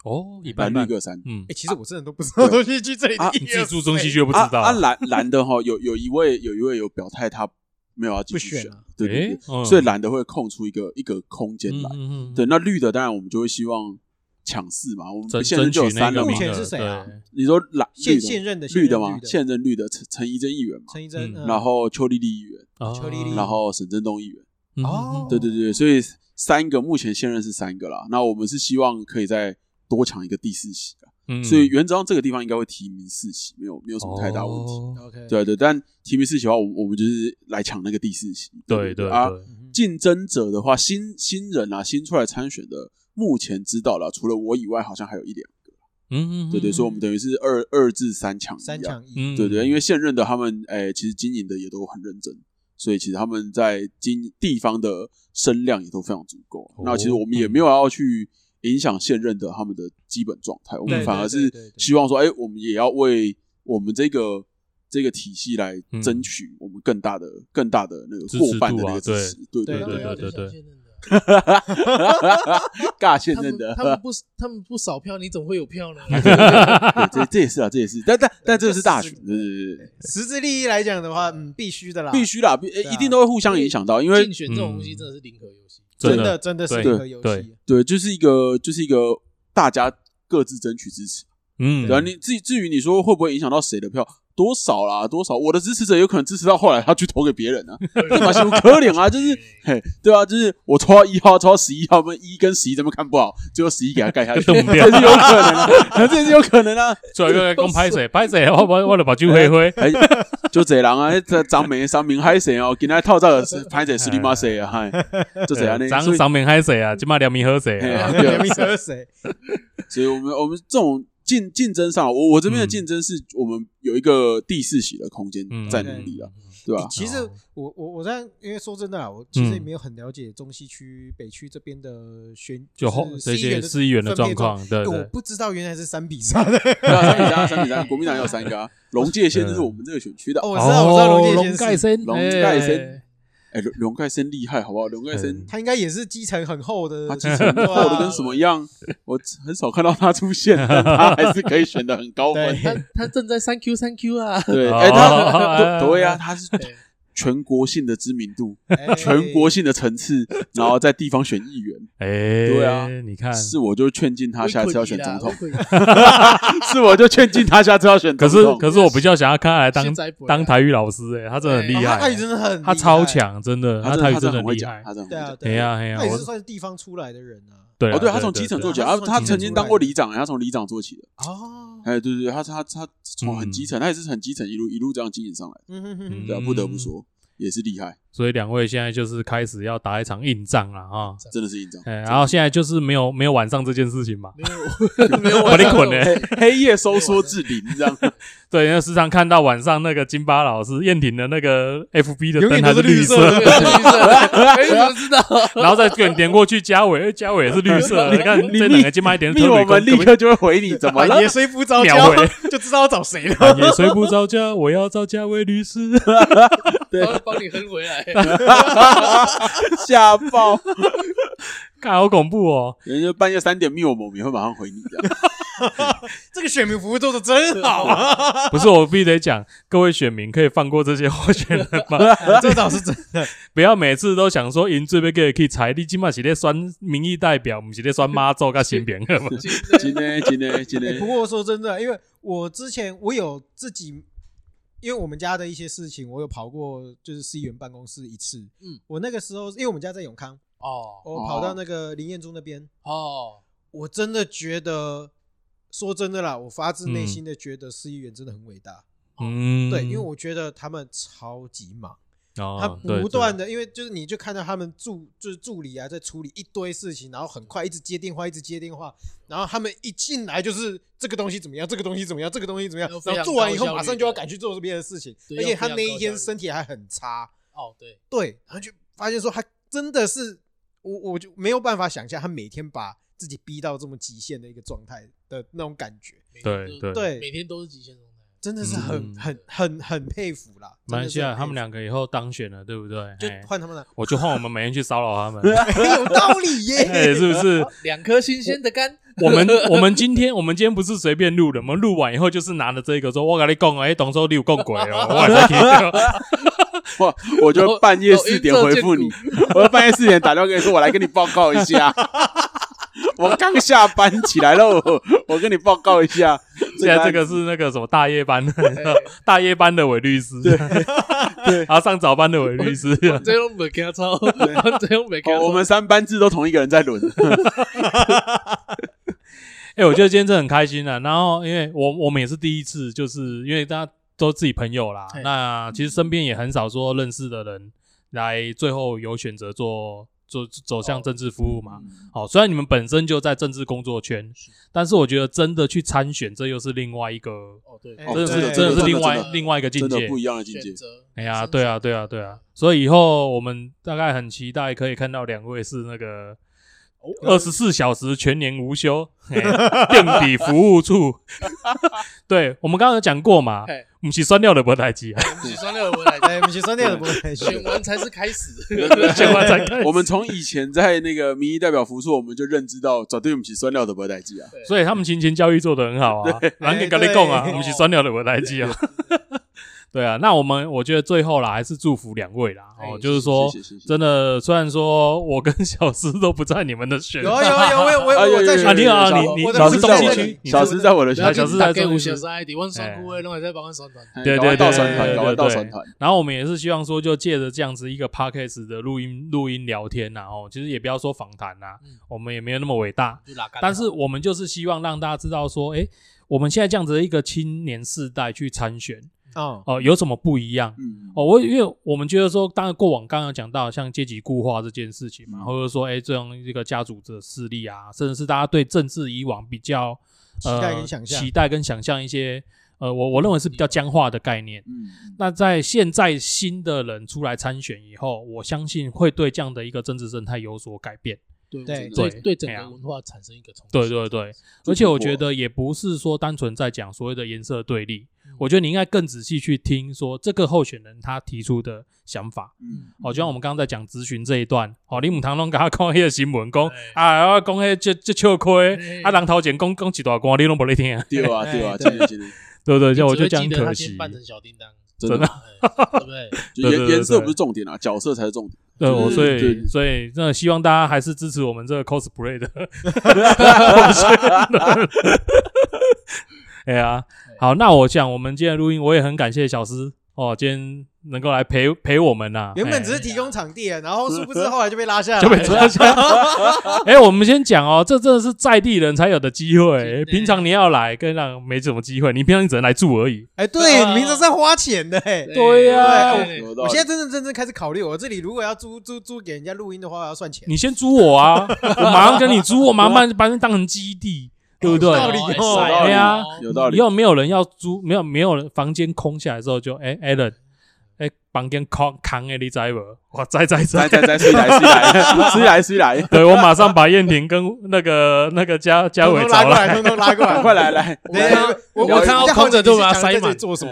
Speaker 2: 哦一般
Speaker 4: 蓝
Speaker 2: 般
Speaker 4: 绿，各三。
Speaker 2: 嗯
Speaker 1: 哎、，其实我真的都不知道
Speaker 4: 对
Speaker 1: 东西区这里
Speaker 4: 啊
Speaker 1: 第
Speaker 2: 你
Speaker 1: 一
Speaker 2: 自
Speaker 1: 二
Speaker 2: 己住中西
Speaker 1: 谁
Speaker 2: 区又哦不知
Speaker 4: 啊
Speaker 2: 道
Speaker 4: 啊，蓝蓝的哈，有有一位有一位有表态，他没有要继
Speaker 1: 不
Speaker 4: 续
Speaker 1: 选
Speaker 4: 选
Speaker 1: 啊，
Speaker 4: 对对
Speaker 2: 诶嗯
Speaker 4: 对，所以蓝的会空出一个一个空间
Speaker 2: 嗯
Speaker 4: 来。
Speaker 2: 嗯嗯
Speaker 4: 对，那绿的当然我们就会希望抢四嘛，我
Speaker 2: 争
Speaker 4: 们现
Speaker 2: 争
Speaker 4: 任就有
Speaker 2: 取那
Speaker 4: 三
Speaker 2: 个
Speaker 4: 了
Speaker 1: 目
Speaker 4: 嘛
Speaker 2: 名。
Speaker 1: 前
Speaker 2: 额
Speaker 1: 是谁啊
Speaker 2: 对
Speaker 4: 你说蓝
Speaker 1: 现
Speaker 4: 绿
Speaker 1: 现任的
Speaker 4: 绿
Speaker 1: 的
Speaker 4: 的吗？现任绿的陈陈怡贞议员嘛，
Speaker 1: 陈一真，
Speaker 2: 嗯
Speaker 1: 嗯
Speaker 4: 然后邱丽丽议员，
Speaker 2: 哦
Speaker 1: 邱丽丽
Speaker 4: 然后沈振东议员。
Speaker 2: 嗯嗯嗯
Speaker 1: 哦
Speaker 4: 对对对，所以三个目前现任是三个啦。那我们是希望可以再多抢一个第四席啦。
Speaker 2: 嗯
Speaker 4: 所以原则上这个地方应该会提名四席，没有没有什么太大问题。
Speaker 2: 哦
Speaker 1: OK，
Speaker 4: 对对，但提名四席的话，我我们就是来抢那个第四席。
Speaker 2: 对对
Speaker 4: 对啊，
Speaker 2: 对
Speaker 1: 嗯哼
Speaker 4: 竞争者的话，新新人啊，新出来参选的，目前知道了，除了我以外，好像还有一两。
Speaker 2: 嗯嗯，
Speaker 4: 对对，所以我们等于是二二至三强一样。
Speaker 1: 三强一，
Speaker 2: 嗯
Speaker 4: 对对，因为现任的他们，哎、其实经营的也都很认真，所以其实他们在经地方的声量也都非常足够。
Speaker 2: 哦
Speaker 4: 那其实我们也没有要去影响现任的他们的基本状态，我
Speaker 1: 对
Speaker 4: 们反而
Speaker 1: 对
Speaker 4: 是
Speaker 1: 对对对
Speaker 4: 希望说，哎、我们也要为我们这个这个体系来争取我们更大的、更大的那个
Speaker 2: 支持
Speaker 4: 过半的
Speaker 2: 度啊
Speaker 4: 那个支持。对对
Speaker 2: 对
Speaker 4: 对
Speaker 2: 对对
Speaker 4: 对，
Speaker 2: 对
Speaker 3: 现任的。
Speaker 4: <laughs> 尬现
Speaker 3: 他
Speaker 4: 任
Speaker 3: 们
Speaker 4: 的
Speaker 3: 他。们不他们不少票，你怎么会有票呢？
Speaker 4: <laughs> 对，这这也是啊，这也是，但但但这个是大选，对对对，
Speaker 1: 实质利益来讲的话，嗯，必须的啦，
Speaker 4: 必须啦，必、哎
Speaker 1: 对啊
Speaker 4: 一定都会互相影响到，因为
Speaker 3: 竞选这种东西真的是零和游戏，
Speaker 1: 真
Speaker 2: 真的
Speaker 1: 真的是
Speaker 2: 对
Speaker 1: 一个游
Speaker 2: 对
Speaker 1: 戏，
Speaker 4: 对，就是一个就是一个大家各自争取支持。
Speaker 2: 嗯，
Speaker 4: 然啊后你至于至于你说会不会影响到谁的票，多少啦，多少，我的支持者有可能支持到后来他去投给别人啊，这蛮辛苦可怜啊，就是嘿，对啊，就是我抽到一号，抽到十一号，我们一跟十一怎么看不好，最后十一给他盖下去， <laughs> 这
Speaker 2: 动
Speaker 4: 也
Speaker 2: 不了
Speaker 4: 是有可能啊，这 <laughs> 也是有可能啊，
Speaker 2: 所以
Speaker 4: <laughs>
Speaker 2: 个讲拍谁拍谁，我我我就把酒挥挥，
Speaker 4: 哎，就这人啊，这张梅张明海谁哦，给他套这是拍谁是你妈谁啊，嗨， <laughs> 就这样呢，
Speaker 2: 张
Speaker 4: 所以
Speaker 2: 张明海谁啊？今麦两米喝谁
Speaker 4: 嘿
Speaker 2: 啊？
Speaker 4: 啊
Speaker 1: 你
Speaker 4: 对
Speaker 1: 们
Speaker 4: 啊
Speaker 1: <laughs> 没说
Speaker 2: <laughs>
Speaker 1: 谁，
Speaker 4: 所以我们我们这种竞竞争上，我我这边的
Speaker 2: 嗯
Speaker 4: 竞争是我们有一个第四席的空间
Speaker 2: 嗯
Speaker 4: 在努力啊，
Speaker 2: <laughs>
Speaker 4: 对吧？
Speaker 1: 其实
Speaker 2: 哦
Speaker 1: 我我我在，因为说真的啦，啊我其实也
Speaker 2: 嗯
Speaker 1: 没有很了解中西区、北区这边的选，
Speaker 2: 就是后这
Speaker 1: 市议
Speaker 2: 些
Speaker 1: 员
Speaker 2: 市议员的
Speaker 1: 分
Speaker 2: 状
Speaker 1: 配
Speaker 2: 况，对
Speaker 1: 哎我
Speaker 2: 对，
Speaker 1: 不知道原来是三比三 <laughs> 的。
Speaker 4: 对啊，三比三，三比三，国民党也
Speaker 2: <laughs>
Speaker 4: 有
Speaker 2: 嗯
Speaker 4: 三个啊，龙界县就是我们这个选区的。
Speaker 1: 哦，我知道，我知道龙界先
Speaker 2: 盖
Speaker 1: 生，
Speaker 2: 森，
Speaker 4: 龙介先
Speaker 2: 哎
Speaker 4: 哎，哎，刘刘盖生厉害，好不好？刘盖生
Speaker 2: 嗯
Speaker 1: 他应该也是基层很厚的，啊
Speaker 4: 他其实厚的跟什么
Speaker 2: <laughs>
Speaker 4: 一样，我很少看到他出现，但他还是可以选的很高分。
Speaker 3: 他他正在三 Q 三 Q 啊，
Speaker 4: 对，
Speaker 2: 哦 <laughs>
Speaker 4: 哎，他对啊，他是全国性的知名度，
Speaker 1: 哎
Speaker 4: 全国性的层 <laughs> 次，然后在地方选议员。
Speaker 2: 哎，
Speaker 4: 对啊
Speaker 2: 你看，
Speaker 4: 是我就劝进他下次要选总 <laughs> 统，
Speaker 3: 威
Speaker 4: 是我就劝进他下次要选
Speaker 2: 可
Speaker 4: 总
Speaker 2: 是
Speaker 4: 统。
Speaker 2: 可是我比较想要看他来当
Speaker 3: 现在不会啊
Speaker 2: 当台语老师，哎，他真的很厉
Speaker 1: 哦他
Speaker 2: 害
Speaker 1: 台语，真的很厉害，
Speaker 2: 他超强，真的，
Speaker 4: 他真
Speaker 2: 台
Speaker 4: 的
Speaker 2: 语
Speaker 4: 他真
Speaker 2: 真
Speaker 4: 的
Speaker 2: 的
Speaker 4: 很会
Speaker 2: 厉
Speaker 4: 讲
Speaker 2: 害，，
Speaker 4: 他真的
Speaker 1: 对
Speaker 4: 很
Speaker 1: 啊，
Speaker 4: 会讲。
Speaker 1: 对啊，
Speaker 2: 哎呀哎呀
Speaker 1: 他也
Speaker 2: 我
Speaker 1: 是算地方出来的人啊。
Speaker 2: 对啊
Speaker 4: 哦，对，他从基层做起，啊他
Speaker 1: 对对
Speaker 4: 他
Speaker 1: 对
Speaker 4: 曾经当过里长，他从里长做起的。
Speaker 1: 哦，
Speaker 4: 哎，对对对，他他他从很
Speaker 2: 嗯
Speaker 4: 基层，他也是很基层一路一路这样经营上来的。
Speaker 1: 嗯哼哼哼，
Speaker 4: 对啊，不得不
Speaker 2: 嗯
Speaker 4: 说也是厉害，
Speaker 2: 所以两位现在就是开始要打一场硬仗了啊。
Speaker 4: 真的是印章。
Speaker 2: 哎，然后现在就是没有没有晚上这件事情嘛，
Speaker 3: 没有
Speaker 2: 我的滚呢！
Speaker 4: 黑夜收缩至零，
Speaker 2: <laughs>
Speaker 4: 这样
Speaker 2: 对，因为时常看到晚上那个金巴老师燕婷的那个 FB 的
Speaker 1: 永
Speaker 2: 灯
Speaker 1: 远
Speaker 2: 还
Speaker 1: 都
Speaker 2: 是
Speaker 1: 是
Speaker 2: 绿
Speaker 1: 绿
Speaker 2: 色
Speaker 1: 色
Speaker 2: 的，
Speaker 1: 的
Speaker 3: 哎，怎么知道？
Speaker 2: 然后再点点过去嘉伟，哎嘉伟也是绿
Speaker 4: <laughs>
Speaker 2: 色的，你看这两个金巴一点
Speaker 4: 密
Speaker 2: 特
Speaker 4: 我
Speaker 2: 别
Speaker 4: 们立刻就会回你，怎么了
Speaker 1: 满？爷虽不着
Speaker 2: 秒
Speaker 1: 家
Speaker 2: 回，
Speaker 1: <laughs> 就知道要找谁了。
Speaker 2: 哎也睡不着觉，我要找嘉伟律师。 <laughs>
Speaker 3: 帮帮你哼回来。
Speaker 4: 吓爆！
Speaker 2: 看好恐怖哦！
Speaker 4: 人家半夜三点密我们，我们也会马上回你的。
Speaker 1: 这个选民服务做的真好啊，
Speaker 2: 不是，我必须得讲，各位选民可以放过这些候选人吗？
Speaker 1: <laughs>
Speaker 4: 啊
Speaker 1: 这倒是真
Speaker 4: <laughs>
Speaker 1: 的。
Speaker 2: 不要每次都想说赢最被给可以裁，你起码是在选民意代表，不是在选妈祖跟
Speaker 1: <laughs>
Speaker 2: 新兵。
Speaker 4: 今天今天今
Speaker 1: 欸不
Speaker 4: 天，
Speaker 1: 过说真的，因为我之前我有自己，因为我们家的一些事情，我有跑过就是市议员办公室一次。
Speaker 3: 嗯，
Speaker 1: 我那个时候因为我们家在永康，
Speaker 3: 哦
Speaker 1: 我跑到那个林彦宗那边，
Speaker 3: 哦，
Speaker 1: 我真的觉得，说真的啦，我发自内
Speaker 3: 嗯
Speaker 1: 心的觉得市议员真的很伟大。
Speaker 2: 嗯，
Speaker 1: 对，因为我觉得他们超级忙，
Speaker 2: 哦
Speaker 1: 他
Speaker 2: 对
Speaker 1: 不断的，因为就是你就看到他们助就是助理啊在处理一堆事情，然后很快一直接电话，一直接电话，然后他们一进来就是这个东西怎么样，这个东西怎么样，这个东西怎么样
Speaker 3: 都，非常
Speaker 1: 然后做完以后
Speaker 3: 高效率
Speaker 1: 马上就要赶去做别的事情，
Speaker 3: 对
Speaker 1: 而且他
Speaker 3: 要非常
Speaker 1: 那一天
Speaker 3: 高效率
Speaker 1: 身体还很差，
Speaker 3: 哦对，
Speaker 1: 对，然后就发现说他真的是我我就没有办法想象他每天把自己逼到这么极限的一个状态的那种感觉，
Speaker 3: 每天
Speaker 2: 对
Speaker 3: 都
Speaker 2: 对
Speaker 1: 对
Speaker 3: 每天都是极限状态。
Speaker 1: 真的是很、
Speaker 2: 嗯
Speaker 1: 很很很佩服啦，
Speaker 2: 马来西啊亚他们
Speaker 1: 俩
Speaker 2: 两个以后当选了，对不对？
Speaker 1: 就
Speaker 2: 哎
Speaker 1: 换他们了，
Speaker 2: 我就换我们每天去骚扰他
Speaker 1: <laughs>
Speaker 2: 们，
Speaker 1: 很有道理
Speaker 2: 哎，
Speaker 1: 耶，
Speaker 2: 是不是？
Speaker 3: 两颗新鲜的肝，
Speaker 2: 我们我们今天我们今天不是随便录的，我们录完以后就是拿着这个说，我跟你讲，哎，董州你有讲鬼
Speaker 1: <laughs>
Speaker 2: 哦，我也在听到。
Speaker 4: 哇！我就半夜四点回复你
Speaker 3: 抖，
Speaker 4: 我就半夜四点打电话跟你说，我来跟你报告一下。我刚下班起来喽，我跟你报告一下。
Speaker 2: 现在这个是那个什么大夜班，大夜班的伪律师， <laughs>
Speaker 4: 对
Speaker 2: 然后上早班的伪律师，
Speaker 3: 这种没给他抄，这种没给他
Speaker 4: 哦，我们三班制都同一个人在轮。
Speaker 2: <laughs> 哎、我觉得今天真的很开心啊。然后，因为我我们也是第一次，就是因为大家都自己朋友啦
Speaker 3: 嘿，
Speaker 2: 那其实身边也很少说认识的人来最后有选择做做走向政治服务嘛。
Speaker 4: 嗯
Speaker 2: 好、虽然你们本身就在政治工作圈，但是我觉得真的去参选，这又是另外一个，
Speaker 3: 哦对，
Speaker 1: 哎
Speaker 4: 哦
Speaker 2: 真的是
Speaker 1: 对
Speaker 2: 真的
Speaker 4: 真
Speaker 2: 是
Speaker 4: 的
Speaker 2: 另外
Speaker 4: 真的
Speaker 2: 另外一个境
Speaker 4: 真的
Speaker 2: 界。
Speaker 4: 不一样的境界
Speaker 3: 选。择。
Speaker 2: 哎呀，对啊，对啊，对啊，所以以后我们大概很期待可以看到两位是那个二十四小时全年无休、嘿定底服务处。 <laughs> 对，我们刚刚有讲过嘛
Speaker 3: 嘿，
Speaker 2: 我们是酸掉的不太急啊，
Speaker 3: 我们只算六文来
Speaker 1: 哎，我们去商店的不会
Speaker 3: <laughs> 选完才是开始。
Speaker 2: 讲完才开始
Speaker 4: 我们从以前在那个民意代表服处，我们就认知到，绝对我们是酸料的不代际啊。
Speaker 2: 所以他们勤前教育做得很好啊，难给跟你
Speaker 1: 哎对
Speaker 2: 讲啊，我们是酸掉的不太急啊。对啊，那我们我觉得最后啦，还是祝福两位啦。哦，
Speaker 3: 哎
Speaker 2: 就是说
Speaker 4: 谢谢谢，谢
Speaker 2: 真的，虽然说我跟小诗都不在你们的选
Speaker 1: 有啊有啊有啊，我有我有
Speaker 4: 啊
Speaker 1: 我
Speaker 4: 有
Speaker 1: 有在
Speaker 4: 有
Speaker 1: 选
Speaker 2: 啊，你啊，
Speaker 4: 小
Speaker 2: 你你
Speaker 1: 我的
Speaker 2: 你
Speaker 4: 小
Speaker 2: 是
Speaker 1: 不
Speaker 4: 诗
Speaker 2: 中
Speaker 4: 在
Speaker 1: 在
Speaker 2: 西
Speaker 4: 我
Speaker 1: 这
Speaker 2: 区
Speaker 1: 里，
Speaker 2: 你
Speaker 4: 小
Speaker 2: 是哎
Speaker 4: 诗在我的
Speaker 3: 不
Speaker 4: 学
Speaker 3: 要
Speaker 4: 校
Speaker 3: 去
Speaker 2: 小，诗在
Speaker 3: 打给
Speaker 2: 中
Speaker 3: 五
Speaker 2: 午
Speaker 3: 小
Speaker 2: 休
Speaker 3: 时爱迪，阮酸苦诶，拢会使帮阮宣传。
Speaker 4: 哎
Speaker 2: 对
Speaker 4: 赶快
Speaker 2: 对
Speaker 4: 到
Speaker 2: 对
Speaker 4: 神团，
Speaker 2: 对
Speaker 4: 赶快
Speaker 2: 对
Speaker 4: 到
Speaker 2: 对
Speaker 4: 神团。
Speaker 2: 然后我们也是希望说，就借着这样子一个 podcast 的录音录音聊天呐、啊，哦，其实也不要说访谈呐、
Speaker 3: 嗯
Speaker 2: 我们也没有那么伟大，
Speaker 3: 就拉杆
Speaker 2: 但是我们就是希望让大家知道说，诶，我们现在这样子的一个青年世代去参选，
Speaker 1: 哦，
Speaker 2: 哦、有什么不一样？
Speaker 4: 嗯，
Speaker 2: 哦，我因为我们觉得说，当然过往刚刚有讲到像阶级固化这件事情嘛，
Speaker 4: 嗯
Speaker 2: 或者说，诶，这样一个家族的势力啊，甚至是大家对政治以往比较呃
Speaker 1: 期待跟想象
Speaker 2: 期待跟想象一些呃，我我认为是比较僵化的概念。
Speaker 4: 嗯，
Speaker 2: 那在现在新的人出来参选以后，我相信会对这样的一个政治生态有所改变。
Speaker 1: 对
Speaker 3: 对对对
Speaker 2: 对
Speaker 3: 整
Speaker 2: 哎呀
Speaker 3: 个文化产生一个冲击。
Speaker 2: 对对对，
Speaker 4: 这
Speaker 2: 而且我觉
Speaker 4: 不错
Speaker 2: 得也不是说单纯在讲所谓的颜色对立，我觉得你应该更仔细去听，说这个候选人他提出的想法。
Speaker 4: 嗯，
Speaker 2: 哦，就像我们刚刚在讲咨询这一段，哦，你母堂拢甲我看迄个新闻，讲啊，我讲迄这这笑亏，啊，人头前讲讲一大官，你拢无咧听，
Speaker 4: 对啊，对啊，今年今年
Speaker 2: 对不对？
Speaker 3: 你只
Speaker 2: 就我就
Speaker 3: 会
Speaker 2: 讲
Speaker 3: 记得
Speaker 2: 可
Speaker 3: 他今
Speaker 2: 惜
Speaker 3: 天，扮成小叮当，
Speaker 4: 真的
Speaker 3: 哎对不对？
Speaker 4: 就
Speaker 2: 对对
Speaker 4: 颜
Speaker 2: 对
Speaker 4: 颜色
Speaker 2: 对
Speaker 4: 不是重点啊，角色才是重点。
Speaker 2: 对，我所
Speaker 4: 对
Speaker 2: 以
Speaker 4: 对
Speaker 2: 所以那希望大家还是支持我们这个 cosplay 的 <laughs> 哎呀，好，那我想我们今天的录音，我也很感谢小诗哦，今天能够来陪陪我们呐、
Speaker 1: 原本
Speaker 2: 哎
Speaker 1: 只是提供场地，然后殊不知后来就被拉下来，
Speaker 2: 就被抓起来。哎、我们先讲哦，这真的是在地人才有的机会，
Speaker 3: 是的
Speaker 2: 平常你要来，跟让没什么机会，你平常你只能来住而已。
Speaker 1: 哎，对，
Speaker 3: 啊
Speaker 1: 你平常是要花钱的，哎。
Speaker 2: 对呀
Speaker 3: 对对对
Speaker 4: 有道
Speaker 1: 我
Speaker 4: 理
Speaker 1: 现在真正真正开始考虑，我这里如果要租租租给人家录音的话，我要算钱。
Speaker 2: 你先租我啊，
Speaker 1: <laughs>
Speaker 2: 我马上跟你租，我马上把你把你当成基地，对不对？
Speaker 1: 道理
Speaker 3: 哎
Speaker 1: 哦
Speaker 3: 塞
Speaker 2: 对啊
Speaker 4: 有道理
Speaker 2: 以，后没有人要租，没有没有人房间空下来之后就，哎 a l a n 哎，房间空空的，你知无？ <laughs> 我知知知
Speaker 4: 来。来来，谁来谁来谁来谁来，
Speaker 2: <laughs> 对，我马上把燕婷跟那个那个嘉嘉
Speaker 1: 通
Speaker 2: 伟
Speaker 1: 通拉
Speaker 2: 找
Speaker 1: 过来，
Speaker 2: 来。
Speaker 1: 通通拉过来，
Speaker 4: <laughs> 快来来，
Speaker 1: <laughs> 对！啊
Speaker 3: 我看到
Speaker 1: 我
Speaker 3: 我看到
Speaker 1: 比较好
Speaker 3: 空着
Speaker 1: 奇
Speaker 3: 都
Speaker 1: 是
Speaker 3: 把它
Speaker 1: 想
Speaker 3: 塞
Speaker 1: 在这里
Speaker 3: 满
Speaker 1: 做什么？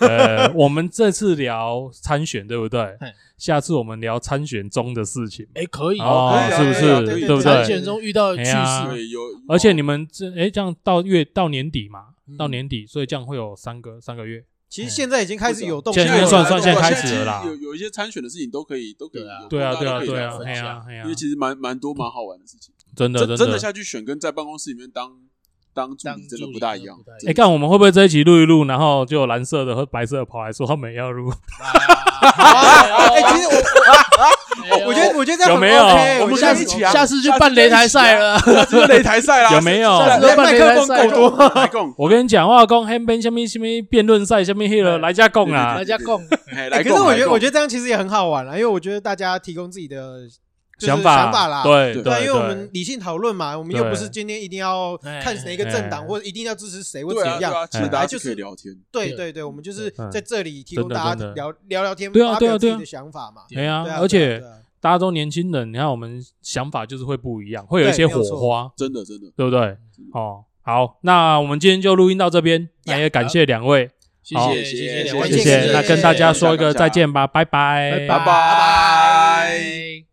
Speaker 2: 呃，我们这次聊参选，对不对
Speaker 3: 嘿？
Speaker 2: 下次我们聊参选中的事情。
Speaker 3: 哎，可以
Speaker 2: 哦
Speaker 1: 可以啊
Speaker 2: 是不
Speaker 1: 可以啊
Speaker 2: 是
Speaker 1: 对
Speaker 2: 对不对
Speaker 3: 参选中遇到的趣
Speaker 2: 哎呀
Speaker 3: 事，
Speaker 4: 对有，
Speaker 2: 而且你们这哎，这样到月到年底嘛，
Speaker 3: 嗯
Speaker 2: 到年底，所以这样会有三个三个月。
Speaker 1: <laughs> 其实现在已经开始有动
Speaker 2: 现
Speaker 1: 静
Speaker 2: 在
Speaker 1: 了，啊
Speaker 2: 算算现在开
Speaker 4: 其
Speaker 2: 始
Speaker 4: 实
Speaker 2: 了啦
Speaker 4: 有有一些参选的事情都可以，都可以
Speaker 3: 对啊，
Speaker 4: 有
Speaker 2: 对啊，
Speaker 4: 空
Speaker 2: 对啊，
Speaker 4: 大家都可以
Speaker 2: 对
Speaker 4: 聊
Speaker 2: 啊，
Speaker 3: 分
Speaker 2: 哎呀
Speaker 3: 享，
Speaker 2: 哎呀
Speaker 4: 因为，其实蛮蛮多蛮好玩的事情，
Speaker 2: 真的
Speaker 4: 真真
Speaker 2: 的
Speaker 4: 的。下去选跟在办公室里面当当助理真的不大一样
Speaker 3: 当助理真的不大一样，
Speaker 2: 哎，干，我们会不会这一集录一录，然后就有蓝色的和白色的跑来说他们也要录？ <laughs>
Speaker 1: 啊哎，其实我
Speaker 3: 哎 <laughs> 呦
Speaker 1: 我觉得我觉得这样
Speaker 2: 有
Speaker 1: 很
Speaker 2: 没有
Speaker 1: OK，
Speaker 4: 我们
Speaker 1: 下
Speaker 4: 就
Speaker 1: 次
Speaker 4: 一起啊
Speaker 3: 下次去办擂台赛了，
Speaker 4: 这是擂台赛啦，
Speaker 2: 有没有
Speaker 4: 下次
Speaker 3: 下次
Speaker 1: 麦克风够
Speaker 2: 哦
Speaker 1: 多，
Speaker 4: 多，来共，
Speaker 2: 我跟你讲，我讲黑边什么什么辩论赛，什么迄
Speaker 3: 哎
Speaker 2: 个来啊加共啦
Speaker 3: 大，家共
Speaker 4: 哎
Speaker 1: 哎
Speaker 4: 来
Speaker 1: 可
Speaker 4: 共，
Speaker 1: 是我觉得我
Speaker 4: 得
Speaker 1: 觉得这样其实也很好玩啦，啊因为我觉得大家提供自己的就是
Speaker 2: 想
Speaker 1: 法
Speaker 2: 法啊
Speaker 1: 啦，
Speaker 2: 对
Speaker 4: 对
Speaker 1: 对，啊
Speaker 2: 对，
Speaker 1: 因为我们理性讨论嘛，我们又不是今天一定要看哪一个政党，
Speaker 2: 哎
Speaker 1: 或者一定要支持谁或
Speaker 4: 对
Speaker 1: 怎
Speaker 4: 啊对
Speaker 1: 样。
Speaker 4: 啊，其实
Speaker 2: 哎
Speaker 4: 大
Speaker 1: 哎
Speaker 4: 家
Speaker 1: 就是
Speaker 4: 可以聊天，
Speaker 1: 对
Speaker 3: 对
Speaker 1: 对对，我们就是
Speaker 2: 对
Speaker 1: 在这里提供
Speaker 2: 真的
Speaker 1: 大家
Speaker 2: 真的
Speaker 1: 聊聊聊天，
Speaker 2: 对啊
Speaker 1: 发
Speaker 2: 对啊
Speaker 1: 表自
Speaker 2: 对啊
Speaker 1: 己的想法嘛。
Speaker 2: 对啊
Speaker 1: 对，啊
Speaker 2: 而且
Speaker 1: 对啊
Speaker 2: 大家都年轻人，你看我们想法就是会不一样，会有一
Speaker 1: 对
Speaker 2: 些
Speaker 1: 没有
Speaker 2: 火
Speaker 1: 错
Speaker 2: 花，
Speaker 4: 真的真的，
Speaker 2: 对不对？哦，好，那我们今天就录音到这边，那也感谢两位，
Speaker 3: 谢
Speaker 2: 好
Speaker 3: 谢谢谢两
Speaker 4: 好
Speaker 3: 位
Speaker 2: 谢
Speaker 1: 谢
Speaker 3: 先
Speaker 2: 谢。
Speaker 3: 生
Speaker 2: 那跟大家说一
Speaker 4: 谢
Speaker 2: 个
Speaker 4: 谢
Speaker 2: 再见吧，拜
Speaker 3: 拜
Speaker 2: 拜
Speaker 3: 拜
Speaker 4: 拜拜。